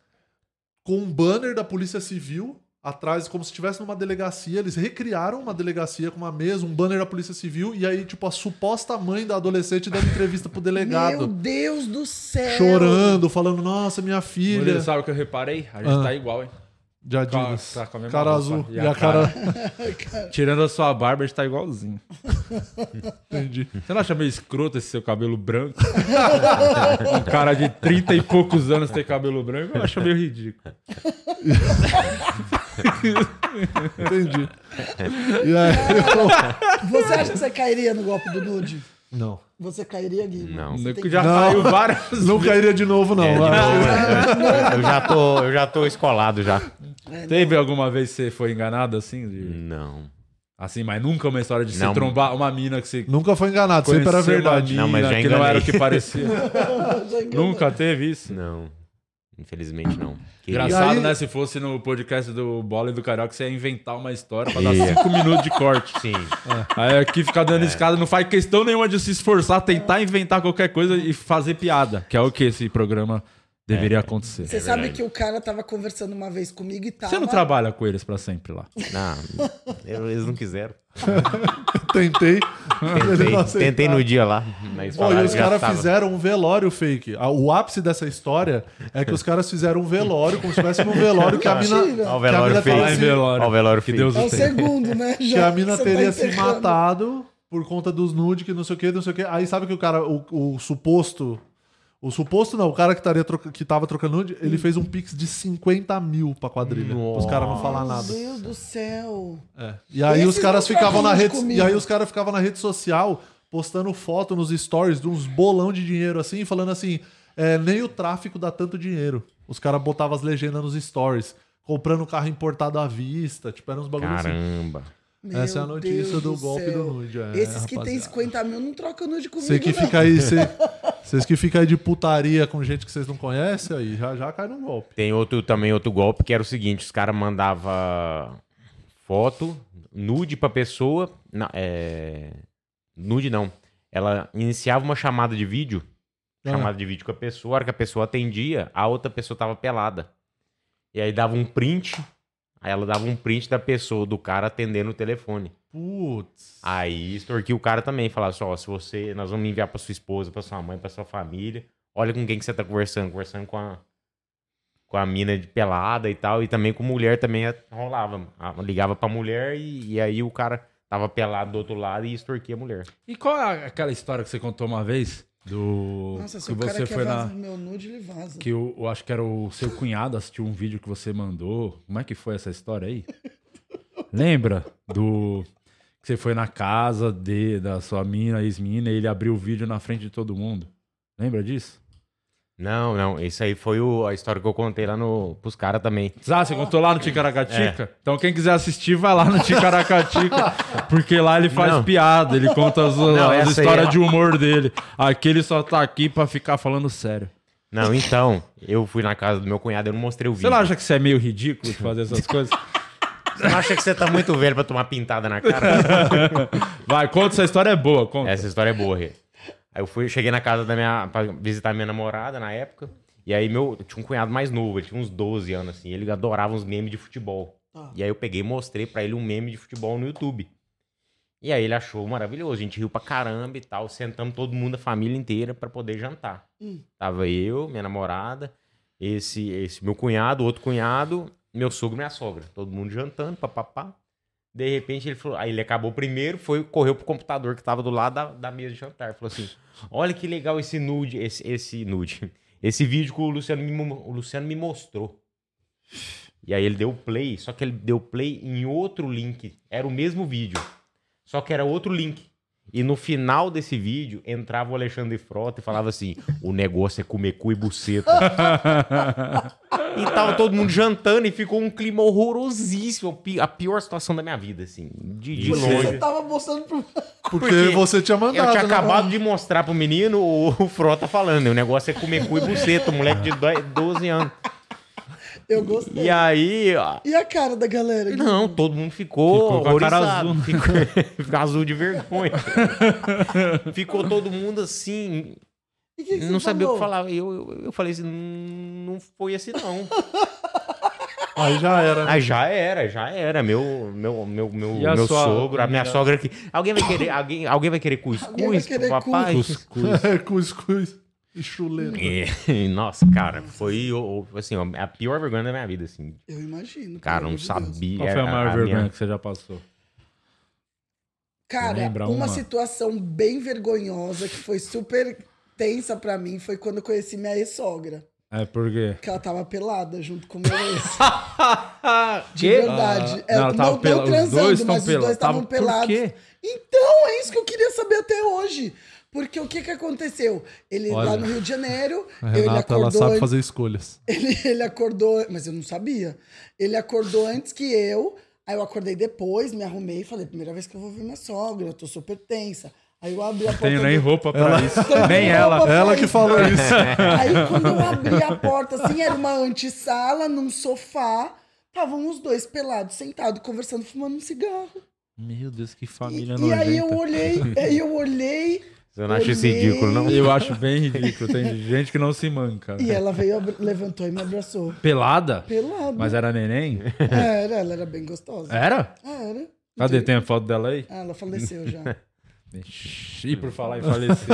Speaker 5: com um banner da Polícia Civil atrás, como se estivesse numa delegacia. Eles recriaram uma delegacia com uma mesa, um banner da Polícia Civil, e aí, tipo, a suposta mãe da adolescente dando entrevista pro
Speaker 7: Meu
Speaker 5: delegado.
Speaker 7: Deus do céu. *laughs*
Speaker 5: Chorando, falando, nossa, minha
Speaker 2: Murilo,
Speaker 5: filha.
Speaker 2: sabe o que eu reparei? A gente
Speaker 5: Ah.
Speaker 2: tá igual, hein?
Speaker 5: De Adidas.
Speaker 2: Nossa, com a mesma
Speaker 5: Cara
Speaker 2: roupa.
Speaker 5: azul. E a cara.
Speaker 2: *laughs* Tirando a sua barba, a gente tá igualzinho.
Speaker 5: *laughs* Entendi.
Speaker 2: Você não acha meio escroto esse seu cabelo branco? *laughs* um cara de 30 e poucos anos ter cabelo branco, eu acho meio
Speaker 5: *laughs*
Speaker 2: ridículo.
Speaker 5: Entendi. E aí,
Speaker 7: *laughs* Você acha que você cairia no golpe do nude?
Speaker 5: eu... Não.
Speaker 7: Você cairia, Gui?
Speaker 6: Não.
Speaker 7: Você tem que-
Speaker 2: Já
Speaker 5: Não.
Speaker 2: saiu
Speaker 5: *laughs*
Speaker 2: várias
Speaker 5: Não cairia de novo, não. Ah,
Speaker 6: É, de
Speaker 5: vai.
Speaker 6: novo, né? eu, já tô, eu já tô escolado já.
Speaker 2: Teve alguma vez que você foi enganado assim? de-
Speaker 6: Não.
Speaker 2: Assim, mas nunca uma história de se
Speaker 6: Não.
Speaker 2: trombar uma mina que você
Speaker 5: Nunca foi enganado, sempre era
Speaker 2: conheceu
Speaker 5: verdade.
Speaker 2: Uma mina
Speaker 6: Não, mas já
Speaker 2: que não era
Speaker 6: enganei.
Speaker 2: o
Speaker 7: *laughs*
Speaker 6: *laughs*
Speaker 2: que parecia.
Speaker 7: Já enganou.
Speaker 2: nunca teve isso.
Speaker 6: Não. Infelizmente não. Queria.
Speaker 2: Engraçado,
Speaker 5: aí-
Speaker 2: né? Se fosse no podcast do Bola e do Carioca, você ia inventar uma história pra dar
Speaker 6: Ia.
Speaker 2: cinco minutos de corte.
Speaker 6: Sim.
Speaker 2: Aí aqui fica dando
Speaker 10: É.
Speaker 2: escada, não faz questão nenhuma de se esforçar, tentar inventar qualquer coisa e fazer piada, que é o que esse programa deveria acontecer.
Speaker 7: Você
Speaker 2: Você
Speaker 7: sabe
Speaker 6: É. verdade.
Speaker 7: que o cara tava conversando uma vez comigo e tava...
Speaker 2: não trabalha com eles pra sempre lá.
Speaker 7: *laughs*
Speaker 6: Não, eu- É eles não quiseram.
Speaker 2: *laughs*
Speaker 5: Tentei.
Speaker 6: Tentei,
Speaker 5: não aceitaram.
Speaker 6: tentei no dia lá, mas
Speaker 5: Pô, e
Speaker 6: falaram
Speaker 5: os
Speaker 6: que já
Speaker 5: caras
Speaker 6: tava.
Speaker 5: fizeram um velório fake. Ah, O ápice dessa história é que os caras fizeram um velório, como se fosse um velório
Speaker 6: *laughs*
Speaker 5: que a mina.
Speaker 7: Mentira.
Speaker 6: Ó o
Speaker 5: que a
Speaker 6: velório
Speaker 5: mina tá
Speaker 6: fake.
Speaker 5: tava
Speaker 2: Lá em
Speaker 5: se-
Speaker 2: velório.
Speaker 6: Ó o velório
Speaker 2: que
Speaker 6: fake.
Speaker 2: Deus
Speaker 7: É o
Speaker 2: o tenha.
Speaker 7: segundo, né?
Speaker 5: *laughs* que
Speaker 7: Já
Speaker 5: a mina
Speaker 7: você tá
Speaker 5: teria se
Speaker 7: enterrando.
Speaker 5: matado por conta dos nudes, que não sei o que, não sei o que. Aí sabe que o cara, o, o suposto. O suposto não, o cara que, taria troca- que tava trocando nude,
Speaker 7: Hum.
Speaker 5: ele fez um pix de 50 mil pra quadrilha. Os caras não falar nada. É.
Speaker 7: Meu Deus do céu.
Speaker 5: E aí
Speaker 7: Esses
Speaker 5: os caras
Speaker 7: não
Speaker 5: ficavam na
Speaker 7: fazem
Speaker 5: rede,
Speaker 7: tá comigo.
Speaker 5: e aí os caras ficavam na rede social postando foto nos stories de uns bolão de dinheiro assim, falando assim, é, nem o tráfico dá tanto dinheiro. Os caras botavam as legendas nos stories, comprando carro importado à vista, tipo, eram uns bagulhos assim.
Speaker 6: Caramba.
Speaker 7: Meu
Speaker 5: Essa é a notícia
Speaker 7: Deus
Speaker 5: do golpe
Speaker 7: céu.
Speaker 5: do nude, é,
Speaker 7: Esses que tem
Speaker 5: rapaziada.
Speaker 7: 50 mil não trocam nude comigo,
Speaker 5: Você que
Speaker 7: não.
Speaker 5: fica
Speaker 7: *laughs*
Speaker 5: aí, cê- vocês que ficam aí de putaria com gente que vocês não conhecem, aí já, já cai num golpe.
Speaker 6: Tem outro também, outro golpe que era o seguinte: os caras mandavam foto, nude pra pessoa. na- é, nude não. Ela iniciava uma chamada de vídeo.
Speaker 5: Ah.
Speaker 6: Chamada de vídeo com a pessoa. A hora que a pessoa atendia, a outra pessoa tava pelada. E aí dava um print. Aí ela dava um print da pessoa, do cara atendendo o telefone.
Speaker 5: Putz.
Speaker 6: Aí extorquiu o cara também, falava assim, ó, se você, nós vamos enviar pra sua esposa, pra sua mãe, pra sua família. Olha com quem que você tá conversando, conversando com a com a mina de pelada e tal, e também com mulher também é- rolava, Ah, ligava pra mulher e, e aí o cara tava pelado do outro lado e extorquia a mulher.
Speaker 2: *laughs* E qual é aquela história que você contou uma vez? Do.
Speaker 7: Nossa, se
Speaker 2: que
Speaker 7: o cara
Speaker 2: você
Speaker 7: quer
Speaker 2: foi
Speaker 7: vazar
Speaker 2: na.
Speaker 7: no meu nude, ele vaza.
Speaker 2: Que eu, eu acho que era o seu cunhado assistiu um vídeo que você mandou. Como é que foi essa
Speaker 7: *laughs*
Speaker 2: história aí? Lembra do que você foi na casa de, da sua mina, ex-mina, e ele abriu o vídeo na frente de todo mundo? Lembra disso?
Speaker 6: Não, não. Isso aí foi o- a história que eu contei lá no, pros caras também.
Speaker 2: Ah, você contou lá no Ticaracatica?
Speaker 6: É.
Speaker 2: Então quem quiser assistir,
Speaker 7: *laughs*
Speaker 2: vai lá no Ticaracatica, porque lá ele faz
Speaker 6: Não.
Speaker 2: piada, ele conta as, as
Speaker 6: essa aí
Speaker 2: histórias
Speaker 6: é-
Speaker 2: de humor dele. Aqui ele só tá aqui pra ficar falando sério.
Speaker 6: Não, então, eu fui na casa do meu cunhado, eu não mostrei o
Speaker 2: Você
Speaker 6: vídeo.
Speaker 2: não acha que você é meio ridículo de fazer essas coisas?
Speaker 6: Você não acha que você tá muito velho pra tomar pintada na cara?
Speaker 2: Vai, conta essa história, é boa, conta.
Speaker 6: Essa história é boa, Rê. Aí eu fui, cheguei na casa da minha. pra visitar minha namorada na época. E aí meu. Tinha um cunhado mais novo, ele tinha uns 12 anos, assim. Ele adorava uns memes de futebol. E aí eu peguei e mostrei pra ele um meme de futebol no YouTube. E aí ele achou maravilhoso. A gente riu pra caramba e tal. Sentamos todo mundo, a família inteira, pra poder jantar.
Speaker 5: Hum,
Speaker 6: Tava eu, minha namorada, esse, esse meu cunhado, outro cunhado, meu sogro e minha sogra. Todo mundo jantando, papapá. De repente ele falou, aí ele acabou primeiro, foi correu pro computador que tava do lado da, da mesa de jantar, falou assim: "Olha que legal esse nude, esse esse nude, esse vídeo que o Luciano me, mo- o Luciano me mostrou". E aí ele deu play, só que ele deu play em outro link, era o mesmo vídeo, só que era outro link. E no final desse vídeo entrava o Alexandre Frota e falava assim: "O negócio é comer cu e buceta". E tava todo mundo jantando e ficou um clima horrorosíssimo. pi- A pior situação da minha vida, assim. De, de
Speaker 7: Você
Speaker 6: longe.
Speaker 7: tava mostrando pro.
Speaker 5: Porque,
Speaker 6: Porque
Speaker 5: você tinha mandado.
Speaker 6: Eu tinha
Speaker 5: né?
Speaker 6: acabado *laughs* de mostrar pro menino o, o Frota falando. O negócio é comer cu e buceta, um moleque de doi- 12 anos.
Speaker 7: Eu gostei.
Speaker 6: E aí, ó,
Speaker 7: E a cara da galera? que-
Speaker 6: Não, todo mundo ficou,
Speaker 2: Ficou com a cara
Speaker 6: horrorizado.
Speaker 2: azul. né?
Speaker 6: Ficou, ficou azul de
Speaker 2: *laughs*
Speaker 6: vergonha. ficou todo mundo assim,
Speaker 7: E que que você
Speaker 6: não sabia o que
Speaker 7: falou?
Speaker 6: falar. Eu, eu, eu falei assim, "Não- não foi assim não.
Speaker 5: Aí já era.
Speaker 6: Ah, já era, já era. Meu, meu, meu, meu,
Speaker 2: né? E a
Speaker 6: meu
Speaker 2: sua-
Speaker 6: sogro, a minha sogra aqui. Alguém vai querer, alguém, alguém vai querer
Speaker 7: Alguém vai
Speaker 6: cuscuz
Speaker 7: querer
Speaker 6: pro papai? É.
Speaker 2: Cuscuz.
Speaker 5: *laughs* Cuscuz e chuleta.
Speaker 6: E- Nossa, cara, foi o- o- assim, ó, a pior vergonha da minha vida, assim.
Speaker 7: Eu imagino.
Speaker 6: Cara,
Speaker 7: pelo
Speaker 6: não
Speaker 7: amor de Deus.
Speaker 6: sabia.
Speaker 2: Qual foi a maior
Speaker 6: é minha-
Speaker 2: vergonha que você já passou?
Speaker 7: Cara,
Speaker 2: Lembra
Speaker 7: uma
Speaker 2: uma?
Speaker 7: situação bem vergonhosa que foi super tensa pra mim foi quando eu conheci minha ex-sogra.
Speaker 2: É porque.
Speaker 7: Que ela tava pelada junto com o meu
Speaker 2: *laughs*
Speaker 7: ex. De verdade. É,
Speaker 2: Ah, não, ela tava pela- os dois tão
Speaker 7: mas os
Speaker 2: pela-
Speaker 7: dois estavam
Speaker 2: tava- por
Speaker 7: pelados.
Speaker 2: quê?
Speaker 7: Então, é isso que eu queria saber até hoje. Porque o que que aconteceu? Ele lá
Speaker 2: Olha.
Speaker 7: no Rio de Janeiro,
Speaker 5: A
Speaker 7: ele
Speaker 5: Renata,
Speaker 7: acordou
Speaker 5: ela sabe fazer escolhas.
Speaker 7: ele, ele acordou, mas eu não sabia. Ele acordou antes que eu. Aí eu acordei depois, me arrumei e falei: primeira vez que eu vou ver minha sogra, eu tô super tensa. Aí eu abri a porta.
Speaker 2: Tenho nem
Speaker 7: do-
Speaker 2: roupa
Speaker 5: *laughs*
Speaker 2: pra isso.
Speaker 7: Tenho
Speaker 2: *laughs* Nem
Speaker 7: roupa
Speaker 2: ela.
Speaker 7: pra
Speaker 5: Ela que
Speaker 7: isso.
Speaker 5: falou isso.
Speaker 7: *laughs* Aí quando eu abri a porta, assim, era uma antessala, num sofá. Estavam os dois pelados, sentados, conversando, fumando um cigarro.
Speaker 2: Meu Deus, que
Speaker 7: E,
Speaker 2: família
Speaker 7: e aí eu
Speaker 2: *laughs*
Speaker 7: olhei, aí eu olhei,
Speaker 6: Você não acha isso
Speaker 7: Olhei.
Speaker 6: ridículo, não?
Speaker 2: Eu acho bem ridículo. Tem gente que não se manca. né?
Speaker 7: e ela veio, abra- levantou e me abraçou.
Speaker 2: Pelada?
Speaker 7: Pelado.
Speaker 2: Mas era neném?
Speaker 7: Era, É, ela era bem gostosa. Ah,
Speaker 2: Era?
Speaker 7: Era.
Speaker 2: Cadê? Tem a foto dela aí?
Speaker 7: Ah, ela faleceu
Speaker 2: *laughs*
Speaker 7: já.
Speaker 2: E por falar em
Speaker 7: *laughs*
Speaker 2: falecer.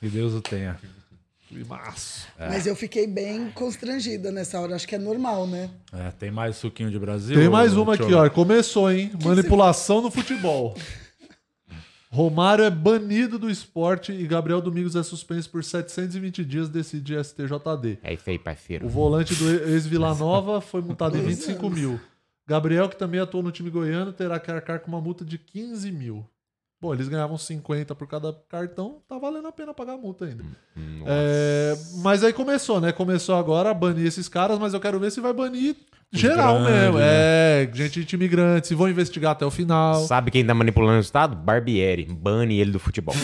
Speaker 2: que Deus o tenha. É,
Speaker 7: Mas eu fiquei bem constrangida nessa hora. Acho que é normal, né?
Speaker 2: É, tem mais suquinho de Brasil?
Speaker 5: Tem mais uma
Speaker 2: Tchau.
Speaker 5: aqui, ó. Começou, hein? Manipulação no futebol. *laughs* Romário é banido do esporte e Gabriel Domingos é suspenso por 720 dias, decide STJD.
Speaker 6: É feio, pai feiro.
Speaker 5: O volante do ex-Vila Nova foi multado em 25 mil. Gabriel, que também atuou no time goiano, terá que arcar com uma multa de 15 mil. Bom, eles ganhavam 50 por cada cartão, tá valendo a pena pagar a multa ainda. É, mas aí começou, né? Começou agora a banir esses caras, mas eu quero ver se vai banir geral
Speaker 2: grandes, né?
Speaker 5: mesmo. É, gente de imigrante, se vão investigar até o final.
Speaker 6: Sabe quem tá manipulando o Estado? Barbieri. Bane ele do futebol.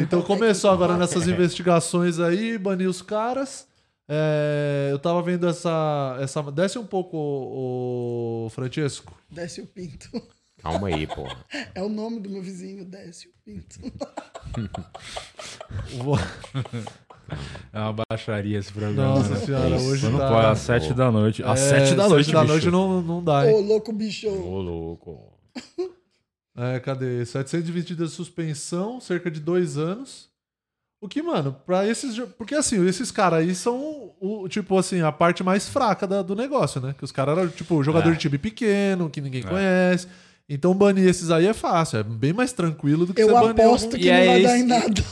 Speaker 5: Então começou agora
Speaker 2: *laughs* É.
Speaker 5: nessas investigações aí, banir os caras. É, eu tava vendo essa, essa. Desce um pouco, o, Francesco.
Speaker 7: Décio
Speaker 5: *laughs*
Speaker 7: Pinto.
Speaker 6: Calma aí, pô.
Speaker 7: É o nome do meu vizinho, Décio Pinto.
Speaker 2: É uma baixaria esse programa.
Speaker 5: Nossa
Speaker 2: né?
Speaker 5: senhora, hoje
Speaker 2: Não
Speaker 5: tá-
Speaker 2: pode, às sete da noite. Às
Speaker 5: É,
Speaker 2: sete da noite,
Speaker 5: da
Speaker 2: bicho.
Speaker 5: noite não, não dá,
Speaker 7: Ô,
Speaker 5: hein?
Speaker 7: louco bicho.
Speaker 6: Ô, louco.
Speaker 5: É, cadê? 720 dias de suspensão, cerca de dois anos. O que, mano, pra esses. jo- Porque assim, esses caras aí são, o, tipo assim, a parte mais fraca da- do negócio, né? Que os caras eram, tipo, jogador
Speaker 2: É.
Speaker 5: de time pequeno, que ninguém conhece. Então banir esses aí é fácil, é bem mais tranquilo do que
Speaker 7: Eu
Speaker 5: você banir. algum-
Speaker 7: aposto que
Speaker 2: E
Speaker 7: não
Speaker 2: é
Speaker 7: vai dar
Speaker 2: esse-
Speaker 7: em nada.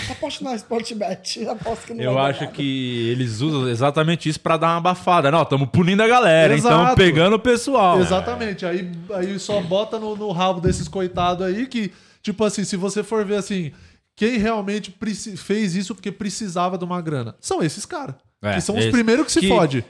Speaker 7: *laughs* aposto na Sportbet. Aposto que não
Speaker 2: Eu
Speaker 7: vai
Speaker 2: acho
Speaker 7: dar nada.
Speaker 2: que eles usam exatamente isso pra dar uma abafada. Não, estamos punindo a galera, então
Speaker 5: Exato.
Speaker 2: pegando o pessoal.
Speaker 5: Exatamente. Aí, aí só bota no, no rabo desses coitados aí que Tipo assim, se você for ver assim, quem realmente preci- fez isso porque precisava de uma grana? São esses caras.
Speaker 2: É,
Speaker 5: que são os
Speaker 2: esse-
Speaker 5: primeiros que se
Speaker 2: que-
Speaker 5: fode.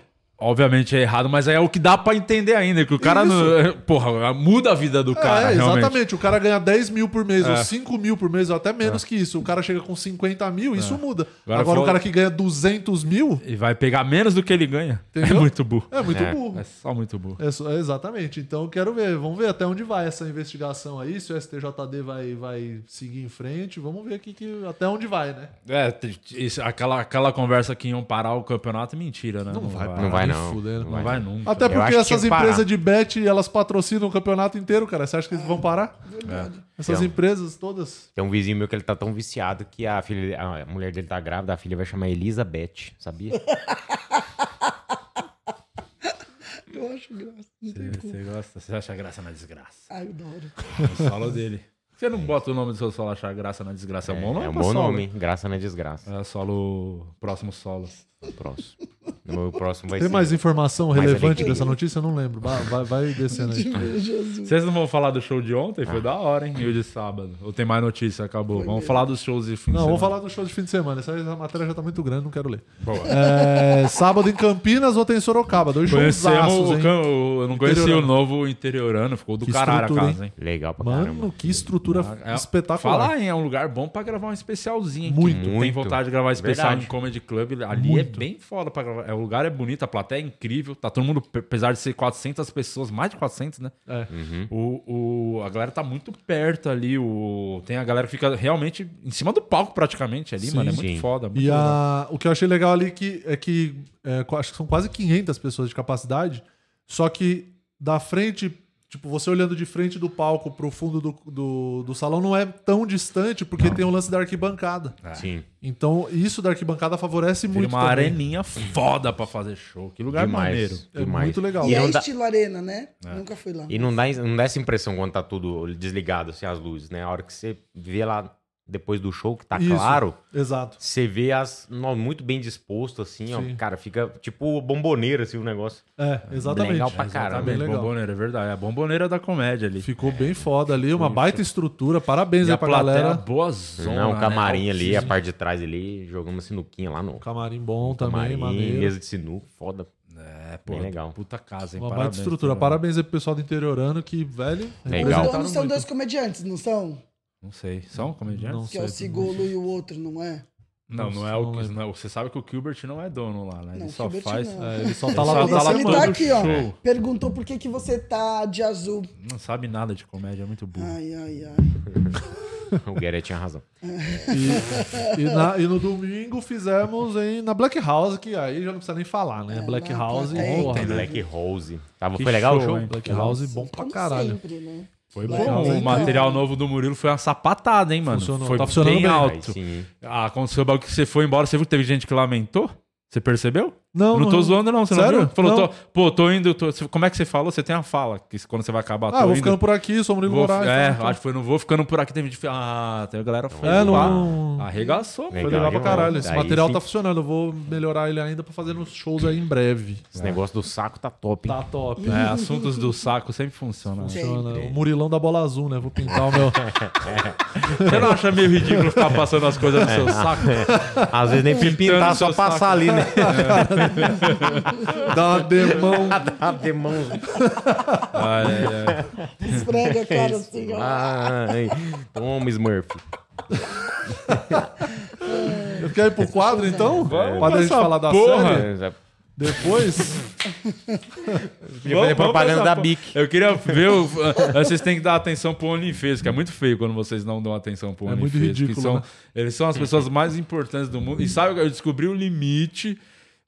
Speaker 2: Obviamente é errado, mas é o que dá pra entender ainda, que o cara
Speaker 5: Isso.
Speaker 2: não. *laughs* Porra, muda a vida do cara,
Speaker 5: é,
Speaker 2: realmente.
Speaker 5: exatamente. O cara ganha 10 mil por mês,
Speaker 2: É.
Speaker 5: ou 5 mil por mês, ou até menos que isso. O cara chega com 50 mil, isso muda.
Speaker 2: É. Agora
Speaker 5: Agora,
Speaker 2: fala-
Speaker 5: o cara que ganha 200 mil
Speaker 2: E vai pegar menos do que ele ganha. É
Speaker 5: Entendeu?
Speaker 2: muito burro.
Speaker 5: é muito
Speaker 6: É.
Speaker 5: burro.
Speaker 2: É só muito burro.
Speaker 5: É só- é, exatamente. Então eu quero ver. Vamos ver até onde vai essa investigação aí, se o STJD vai, vai seguir em frente. Vamos ver aqui que, até onde vai, né?
Speaker 2: É, t- isso- aquela, aquela conversa que iam parar o campeonato é mentira, né?
Speaker 5: Não vai
Speaker 6: Não
Speaker 5: parar
Speaker 6: vai,
Speaker 5: nem
Speaker 6: não.
Speaker 5: fudendo.
Speaker 6: Não
Speaker 2: Não vai nunca.
Speaker 5: Até
Speaker 6: Eu acho
Speaker 5: porque
Speaker 6: que
Speaker 5: essas
Speaker 6: tinha que
Speaker 5: empresas
Speaker 6: parar.
Speaker 5: de bet, elas patrocinam o campeonato inteiro, cara. Você acha que eles vão parar? É. Essas
Speaker 2: É.
Speaker 6: Então.
Speaker 5: empresas todas.
Speaker 6: Tem um vizinho meu que ele tá tão viciado que a, filha, a mulher dele tá grávida, a filha vai chamar Elizabeth, sabia?
Speaker 7: Eu acho graça. Não tem como.
Speaker 2: Você gosta, você acha graça na desgraça.
Speaker 7: Ai, eu adoro.
Speaker 2: O solo dele. Você não bota o nome do seu solo achar *laughs* graça na desgraça. É, um bom nome
Speaker 6: é um
Speaker 2: pra
Speaker 6: bom
Speaker 2: solo.
Speaker 6: nome, hein? graça na desgraça.
Speaker 2: É solo. Próximo solo.
Speaker 6: Próximo. O meu próximo vai
Speaker 5: Tem
Speaker 6: ser.
Speaker 5: mais informação
Speaker 7: *laughs*
Speaker 6: mais
Speaker 5: relevante
Speaker 6: alegria.
Speaker 5: dessa notícia? Eu não lembro. Vai, vai, vai descendo
Speaker 2: *laughs*
Speaker 5: aí.
Speaker 7: Meu Jesus.
Speaker 2: Vocês não vão falar do show de ontem?
Speaker 6: Ah.
Speaker 2: Foi da hora, hein? E o de sábado. Ou tem mais notícia? Acabou. vamos falar dos shows de fim
Speaker 5: Não,
Speaker 2: de
Speaker 5: vou
Speaker 2: semana.
Speaker 5: falar do show de fim de semana. Essa essa matéria já tá muito grande, não quero ler.
Speaker 2: Boa.
Speaker 5: É, sábado em Campinas, outro em Sorocaba. Dois shows
Speaker 2: Conhecemos o,
Speaker 5: hein?
Speaker 2: cam- o- Eu não conheci o
Speaker 5: Interiorano.
Speaker 2: novo interiorano. Ficou do
Speaker 5: Que
Speaker 2: caralho a
Speaker 5: estrutura,
Speaker 2: casa, hein?
Speaker 6: Legal pra caramba.
Speaker 5: Mano, que estrutura
Speaker 2: É,
Speaker 5: espetacular.
Speaker 2: Fala, hein? É um lugar bom pra gravar um especialzinho. hein?
Speaker 5: Tá Muito.
Speaker 2: Quem Tem
Speaker 6: Muito. É
Speaker 2: vontade de gravar um especial
Speaker 6: Verdade.
Speaker 2: em *laughs* Comedy Club. Ali é
Speaker 5: Muito.
Speaker 2: bem foda pra gravar. É, o lugar é bonito, a plateia é incrível. Tá todo mundo, pe- apesar de ser 400 pessoas, mais de 400, né?
Speaker 5: É.
Speaker 6: Uhum.
Speaker 2: O, o- a galera tá muito perto ali. O, tem a galera que fica realmente em cima do palco, praticamente, ali,
Speaker 5: Sim.
Speaker 2: mano. É muito
Speaker 6: Sim.
Speaker 2: foda. Muito
Speaker 5: E
Speaker 2: legal.
Speaker 5: a, o que eu achei legal ali que, é que é, qu- acho que são quase 500 pessoas de capacidade, só que da frente, tipo, você olhando de frente do palco pro fundo do, do, do salão não é tão distante, porque tem o lance da arquibancada.
Speaker 2: É.
Speaker 6: Sim.
Speaker 5: Então, isso da arquibancada favorece
Speaker 2: Vira
Speaker 5: muito
Speaker 2: uma
Speaker 5: também.
Speaker 2: areninha foda pra fazer show. Que lugar maneiro.
Speaker 6: Demais.
Speaker 5: É
Speaker 6: demais.
Speaker 5: muito legal.
Speaker 7: E é
Speaker 6: não dá-
Speaker 7: estilo arena, né? Nunca fui lá.
Speaker 6: E não dá, não dá essa impressão quando tá tudo desligado, assim, as luzes, né? A hora que você vê lá depois do show, que tá
Speaker 5: Isso.
Speaker 6: claro,
Speaker 5: Exato.
Speaker 6: você vê as. nó, muito bem disposto, assim,
Speaker 5: Sim.
Speaker 6: ó. Cara, fica tipo bomboneira, assim, o negócio.
Speaker 5: É, exatamente.
Speaker 6: Legal pra caramba.
Speaker 5: Exatamente,
Speaker 2: Exatamente,
Speaker 5: legal.
Speaker 2: bomboneira, é verdade. É a bomboneira da comédia ali.
Speaker 5: Ficou bem foda ali, uma baita estrutura. Parabéns
Speaker 2: E
Speaker 5: aí
Speaker 2: a
Speaker 5: pra
Speaker 2: plateia
Speaker 5: galera.
Speaker 2: boa zona.
Speaker 6: Não, o camarim
Speaker 2: né?
Speaker 6: ali, a parte de trás ali, jogamos sinuquinha lá no.
Speaker 5: Camarim bom também,
Speaker 6: Camarim,
Speaker 5: maneiro.
Speaker 6: mesa de sinuca, foda.
Speaker 2: É, pô,
Speaker 6: Bem legal.
Speaker 2: puta casa, hein?
Speaker 5: Uma
Speaker 2: Parabéns, É.
Speaker 5: baita estrutura.
Speaker 2: cara.
Speaker 5: Parabéns aí pro pessoal do interiorano que, velho,
Speaker 7: Os
Speaker 6: Legal.
Speaker 5: representaram
Speaker 7: donos são
Speaker 5: muito.
Speaker 7: dois comediantes, não são?
Speaker 2: Não sei. São comediantes?
Speaker 5: Não
Speaker 7: Que é o
Speaker 5: sei.
Speaker 7: Cigolo e o outro, não é?
Speaker 2: Não, não é
Speaker 5: Não
Speaker 2: o que.
Speaker 5: lembro.
Speaker 2: não, você sabe que o Gilbert não é dono lá, né? Ele
Speaker 7: Não,
Speaker 2: só
Speaker 7: Gilbert
Speaker 2: faz.
Speaker 7: não.
Speaker 5: É, ele só
Speaker 2: Ele
Speaker 5: tá lá
Speaker 2: só
Speaker 5: toda
Speaker 2: tá lá
Speaker 7: Ele tá
Speaker 5: semana.
Speaker 2: todo
Speaker 7: aqui, ó.
Speaker 2: show.
Speaker 7: Perguntou por que, que você tá de azul.
Speaker 2: Não sabe nada de comédia, é muito burro.
Speaker 7: Ai, ai, ai.
Speaker 6: *laughs* O Guerreiro tinha razão.
Speaker 5: E, na- e no domingo fizemos em, na Black House, que aí já não precisa nem falar, né? Black
Speaker 7: lá,
Speaker 5: House,
Speaker 7: plateia,
Speaker 5: porra,
Speaker 7: É, tem
Speaker 5: né?
Speaker 2: né?
Speaker 6: Black Rose. Tava,
Speaker 2: Que
Speaker 6: foi legal
Speaker 2: show,
Speaker 6: o
Speaker 2: hein?
Speaker 6: show?
Speaker 5: Black House bom pra
Speaker 7: Como
Speaker 5: caralho.
Speaker 7: sempre, né?
Speaker 2: Foi
Speaker 7: Black
Speaker 2: bom.
Speaker 7: House,
Speaker 2: O
Speaker 7: então.
Speaker 2: material novo do Murilo foi uma sapatada, hein, mano?
Speaker 5: Funcionou.
Speaker 2: Foi
Speaker 5: Tá funcionando
Speaker 2: bem
Speaker 5: bem.
Speaker 6: Aí,
Speaker 2: alto.
Speaker 6: sim, hein?
Speaker 2: Ah, aconteceu o bagulho que você foi embora, você viu que teve gente que lamentou? Você percebeu?
Speaker 5: Não,
Speaker 2: Eu não tô zoando, não. Você
Speaker 5: Sério?
Speaker 2: não viu? Falou,
Speaker 5: Não.
Speaker 2: tô- pô, tô indo. tô- como é que você falou? Você tem uma fala que quando você vai acabar, tô
Speaker 5: Ah, vou
Speaker 2: indo.
Speaker 5: ficando por aqui, sou Murilo
Speaker 2: Vou-
Speaker 5: Moraes.
Speaker 2: é,
Speaker 5: tá?
Speaker 2: acho que foi, não vou ficando por aqui. Teve gente que fala, ah, tem a galera foi.
Speaker 5: É,
Speaker 2: lá.
Speaker 5: não-
Speaker 2: Arregaçou,
Speaker 5: Foi
Speaker 6: Legal
Speaker 2: foi
Speaker 5: legal pra
Speaker 6: demais.
Speaker 5: caralho. Esse
Speaker 6: Daí
Speaker 5: material
Speaker 6: sim.
Speaker 5: tá funcionando. Eu vou melhorar ele ainda pra fazer uns shows aí em breve.
Speaker 6: Esse negócio do saco tá top. hein?
Speaker 5: Tá top.
Speaker 2: É, assuntos do saco sempre funcionam. né?
Speaker 5: Funciona. O Murilão da bola azul, né? Vou pintar o meu.
Speaker 2: *laughs* Você não acha meio ridículo ficar passando as coisas no seu saco?
Speaker 6: É. Às vezes nem precisa pintar, só
Speaker 2: seu
Speaker 6: passar
Speaker 2: saco.
Speaker 6: ali, né?
Speaker 5: Dá uma demão.
Speaker 6: Dá de mão.
Speaker 5: *laughs*
Speaker 2: Ai, ai, ai.
Speaker 7: Esfrega a cara assim, ó.
Speaker 6: É Ai, Toma, Smurf.
Speaker 5: Eu quero ir pro quadro, então?
Speaker 2: É. Vamos
Speaker 5: pra gente
Speaker 2: essa
Speaker 5: falar da
Speaker 2: porra.
Speaker 5: série.
Speaker 6: É, já-
Speaker 5: Depois.
Speaker 6: Podia fazer
Speaker 2: *laughs* Vamos- vamos
Speaker 6: propaganda
Speaker 2: pensar,
Speaker 6: da
Speaker 2: pô.
Speaker 6: Bic.
Speaker 2: Eu queria ver. o- ah, vocês têm que dar atenção pro OnlyFans, que é muito feio quando vocês não dão atenção pro
Speaker 5: É
Speaker 2: OnlyFans.
Speaker 5: muito
Speaker 2: que
Speaker 5: ridículo,
Speaker 2: são-
Speaker 5: né?
Speaker 2: Eles são as pessoas mais importantes do mundo. E sabe, eu descobri o limite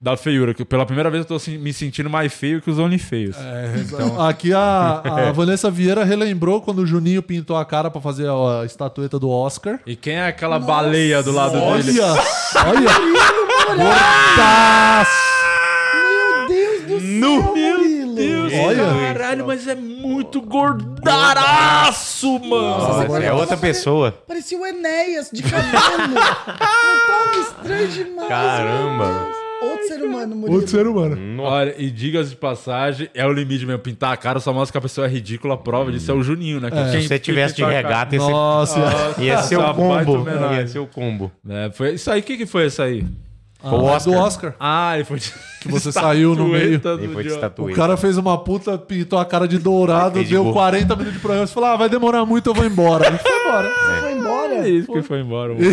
Speaker 2: da feiura. Que pela primeira vez eu tô se- me sentindo mais feio que os Então, OnlyFans.
Speaker 5: É, então, *laughs* Aqui a,
Speaker 2: *laughs*
Speaker 5: a
Speaker 2: É.
Speaker 5: Vanessa Vieira relembrou quando o Juninho pintou a cara pra fazer a, a estatueta do Oscar.
Speaker 2: E quem é aquela baleia do lado dele?
Speaker 5: Olha! Olha! Gordaço!
Speaker 7: Meu Deus do céu, Murilo.
Speaker 2: Deus,
Speaker 5: Olha.
Speaker 2: caralho, mas é muito gordaraço, mano.
Speaker 6: Nossa, é outra pessoa.
Speaker 7: Parecia o Enéas de cabelo. Eu tava estranho demais.
Speaker 6: Caramba.
Speaker 7: Outro ser humano. humano, Murilo.
Speaker 5: Outro ser humano.
Speaker 2: Olha, e digas de passagem, é o limite mesmo. Pintar a cara só mostra que a pessoa é ridícula. A prova disso é o Juninho, né? Que quem-
Speaker 6: Se você
Speaker 2: quem
Speaker 6: tivesse de
Speaker 2: pinta a cara-
Speaker 6: regata, ia ser,
Speaker 5: Nossa.
Speaker 6: ia ser o
Speaker 2: Nossa, baita
Speaker 6: combo.
Speaker 2: homenagem.
Speaker 6: Ia ser o combo.
Speaker 2: É, foi isso aí. O que, que foi isso aí?
Speaker 6: Foi o Oscar.
Speaker 5: Do Oscar.
Speaker 2: Ah, ele foi de...
Speaker 5: Que você saiu no meio.
Speaker 2: estatueta
Speaker 6: Ele
Speaker 2: do
Speaker 6: foi de
Speaker 2: dia-
Speaker 5: O
Speaker 6: estatueta.
Speaker 5: cara fez uma puta, pintou a cara de dourado,
Speaker 6: Fez de
Speaker 5: deu
Speaker 6: burro.
Speaker 5: 40 minutos de programa e falou: ah, vai demorar muito, eu vou embora. Ele foi embora.
Speaker 7: Foi embora?
Speaker 2: É isso que foi embora. mano.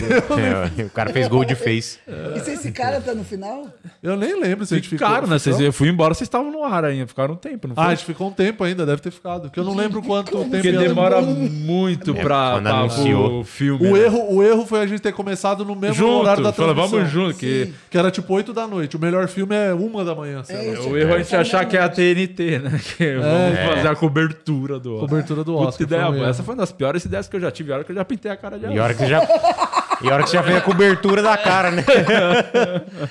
Speaker 6: É, o cara fez gol de face.
Speaker 7: E se esse cara tá no final?
Speaker 5: Eu nem lembro se a gente ficou.
Speaker 2: Ficaram, né? Vocês,
Speaker 5: ficou?
Speaker 2: eu fui embora, vocês estavam no ar ainda. Ficaram um tempo, não foi?
Speaker 5: Ah, a gente ficou um tempo ainda, deve ter ficado. Porque eu não lembro quanto tempo
Speaker 2: Porque
Speaker 5: ia levar.
Speaker 2: demora muito pra,
Speaker 6: É, quando
Speaker 2: pra
Speaker 6: anunciou.
Speaker 2: o filme.
Speaker 5: O
Speaker 2: né?
Speaker 5: erro, o erro foi a gente ter começado no mesmo
Speaker 2: junto,
Speaker 5: horário da
Speaker 2: fala,
Speaker 5: transmissão.
Speaker 2: vamos junto. Que
Speaker 7: Sim.
Speaker 5: Que era tipo 8 da noite. O melhor filme é uma da manhã, sei lá.
Speaker 7: isso.
Speaker 2: o erro é a gente achar que é a TNT, né? *laughs* Que vamos
Speaker 5: É.
Speaker 2: fazer a cobertura do Oscar.
Speaker 5: Cobertura do
Speaker 2: Puta
Speaker 5: Oscar.
Speaker 2: ideia,
Speaker 5: foi um
Speaker 2: boa.
Speaker 5: erro.
Speaker 2: essa foi uma das piores ideias que eu já tive. A hora que eu já pintei a cara de
Speaker 6: E a hora que você já. E a hora que você já fez a cobertura da cara, né?
Speaker 2: *laughs*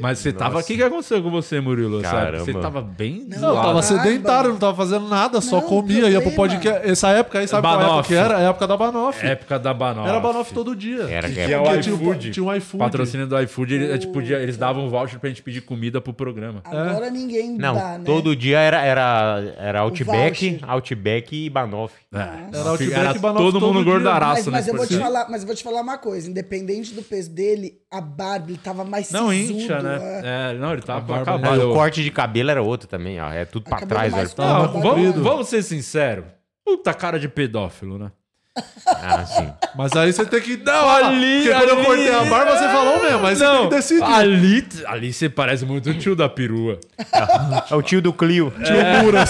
Speaker 2: Mas você tava. O que, que aconteceu com você, Murilo? sabe?
Speaker 6: Caramba.
Speaker 2: Você tava bem.
Speaker 5: Não, eu
Speaker 2: zoado.
Speaker 5: tava
Speaker 7: Barba.
Speaker 5: sedentário, não tava fazendo nada, só
Speaker 7: Não,
Speaker 5: comia, ia pro
Speaker 7: problema.
Speaker 5: podcast. Essa época aí, sabe qual
Speaker 2: Banoff.
Speaker 5: época que era? É a época da Banoff.
Speaker 2: Época da Banoff.
Speaker 5: Era Banoff todo dia.
Speaker 6: Era que
Speaker 2: Que é
Speaker 6: é.
Speaker 2: o
Speaker 5: Porque
Speaker 2: iFood.
Speaker 5: Tinha um iFood.
Speaker 2: Patrocínio do iFood, eles, é, tipo, dia- eles davam um voucher pra gente pedir comida pro programa.
Speaker 5: É.
Speaker 7: Agora ninguém
Speaker 6: Não,
Speaker 7: dá, né?
Speaker 6: todo dia era, era, era Outback,
Speaker 7: voucher.
Speaker 6: Outback e Banoff.
Speaker 5: Era Outback
Speaker 2: É. Era
Speaker 5: e Banoff
Speaker 2: todo
Speaker 5: todo
Speaker 2: mundo
Speaker 5: dia.
Speaker 7: mas,
Speaker 2: gordaraço,
Speaker 7: mas
Speaker 2: né?
Speaker 7: eu
Speaker 6: tipo
Speaker 7: vou te
Speaker 6: assim.
Speaker 2: Sim.
Speaker 7: falar, mas eu vou te falar uma coisa. Independente do peso dele, a barba, ele tava mais
Speaker 2: Não,
Speaker 7: sisudo,
Speaker 2: incha,
Speaker 7: é.
Speaker 2: né? É, não, ele tava
Speaker 5: barba,
Speaker 6: Mas
Speaker 2: acabado.
Speaker 6: o corte de cabelo era outro também, ó. É tudo pra
Speaker 7: Cabelo
Speaker 6: trás,
Speaker 7: mais
Speaker 6: velho.
Speaker 7: curto,
Speaker 5: tá
Speaker 2: Não,
Speaker 7: barba
Speaker 2: vamos,
Speaker 7: grande.
Speaker 2: vamos ser sinceros. Puta cara de pedófilo, né?
Speaker 6: *laughs* Ah, sim.
Speaker 5: Mas aí você tem que.
Speaker 2: Não, ali.
Speaker 5: Porque quando eu cortei a barba, você falou mesmo, mas você
Speaker 2: não,
Speaker 5: tem que decidir.
Speaker 2: Ali, ali você parece muito o tio da perua.
Speaker 6: *laughs*
Speaker 2: É.
Speaker 6: É o tio do Clio.
Speaker 5: Tio Muras.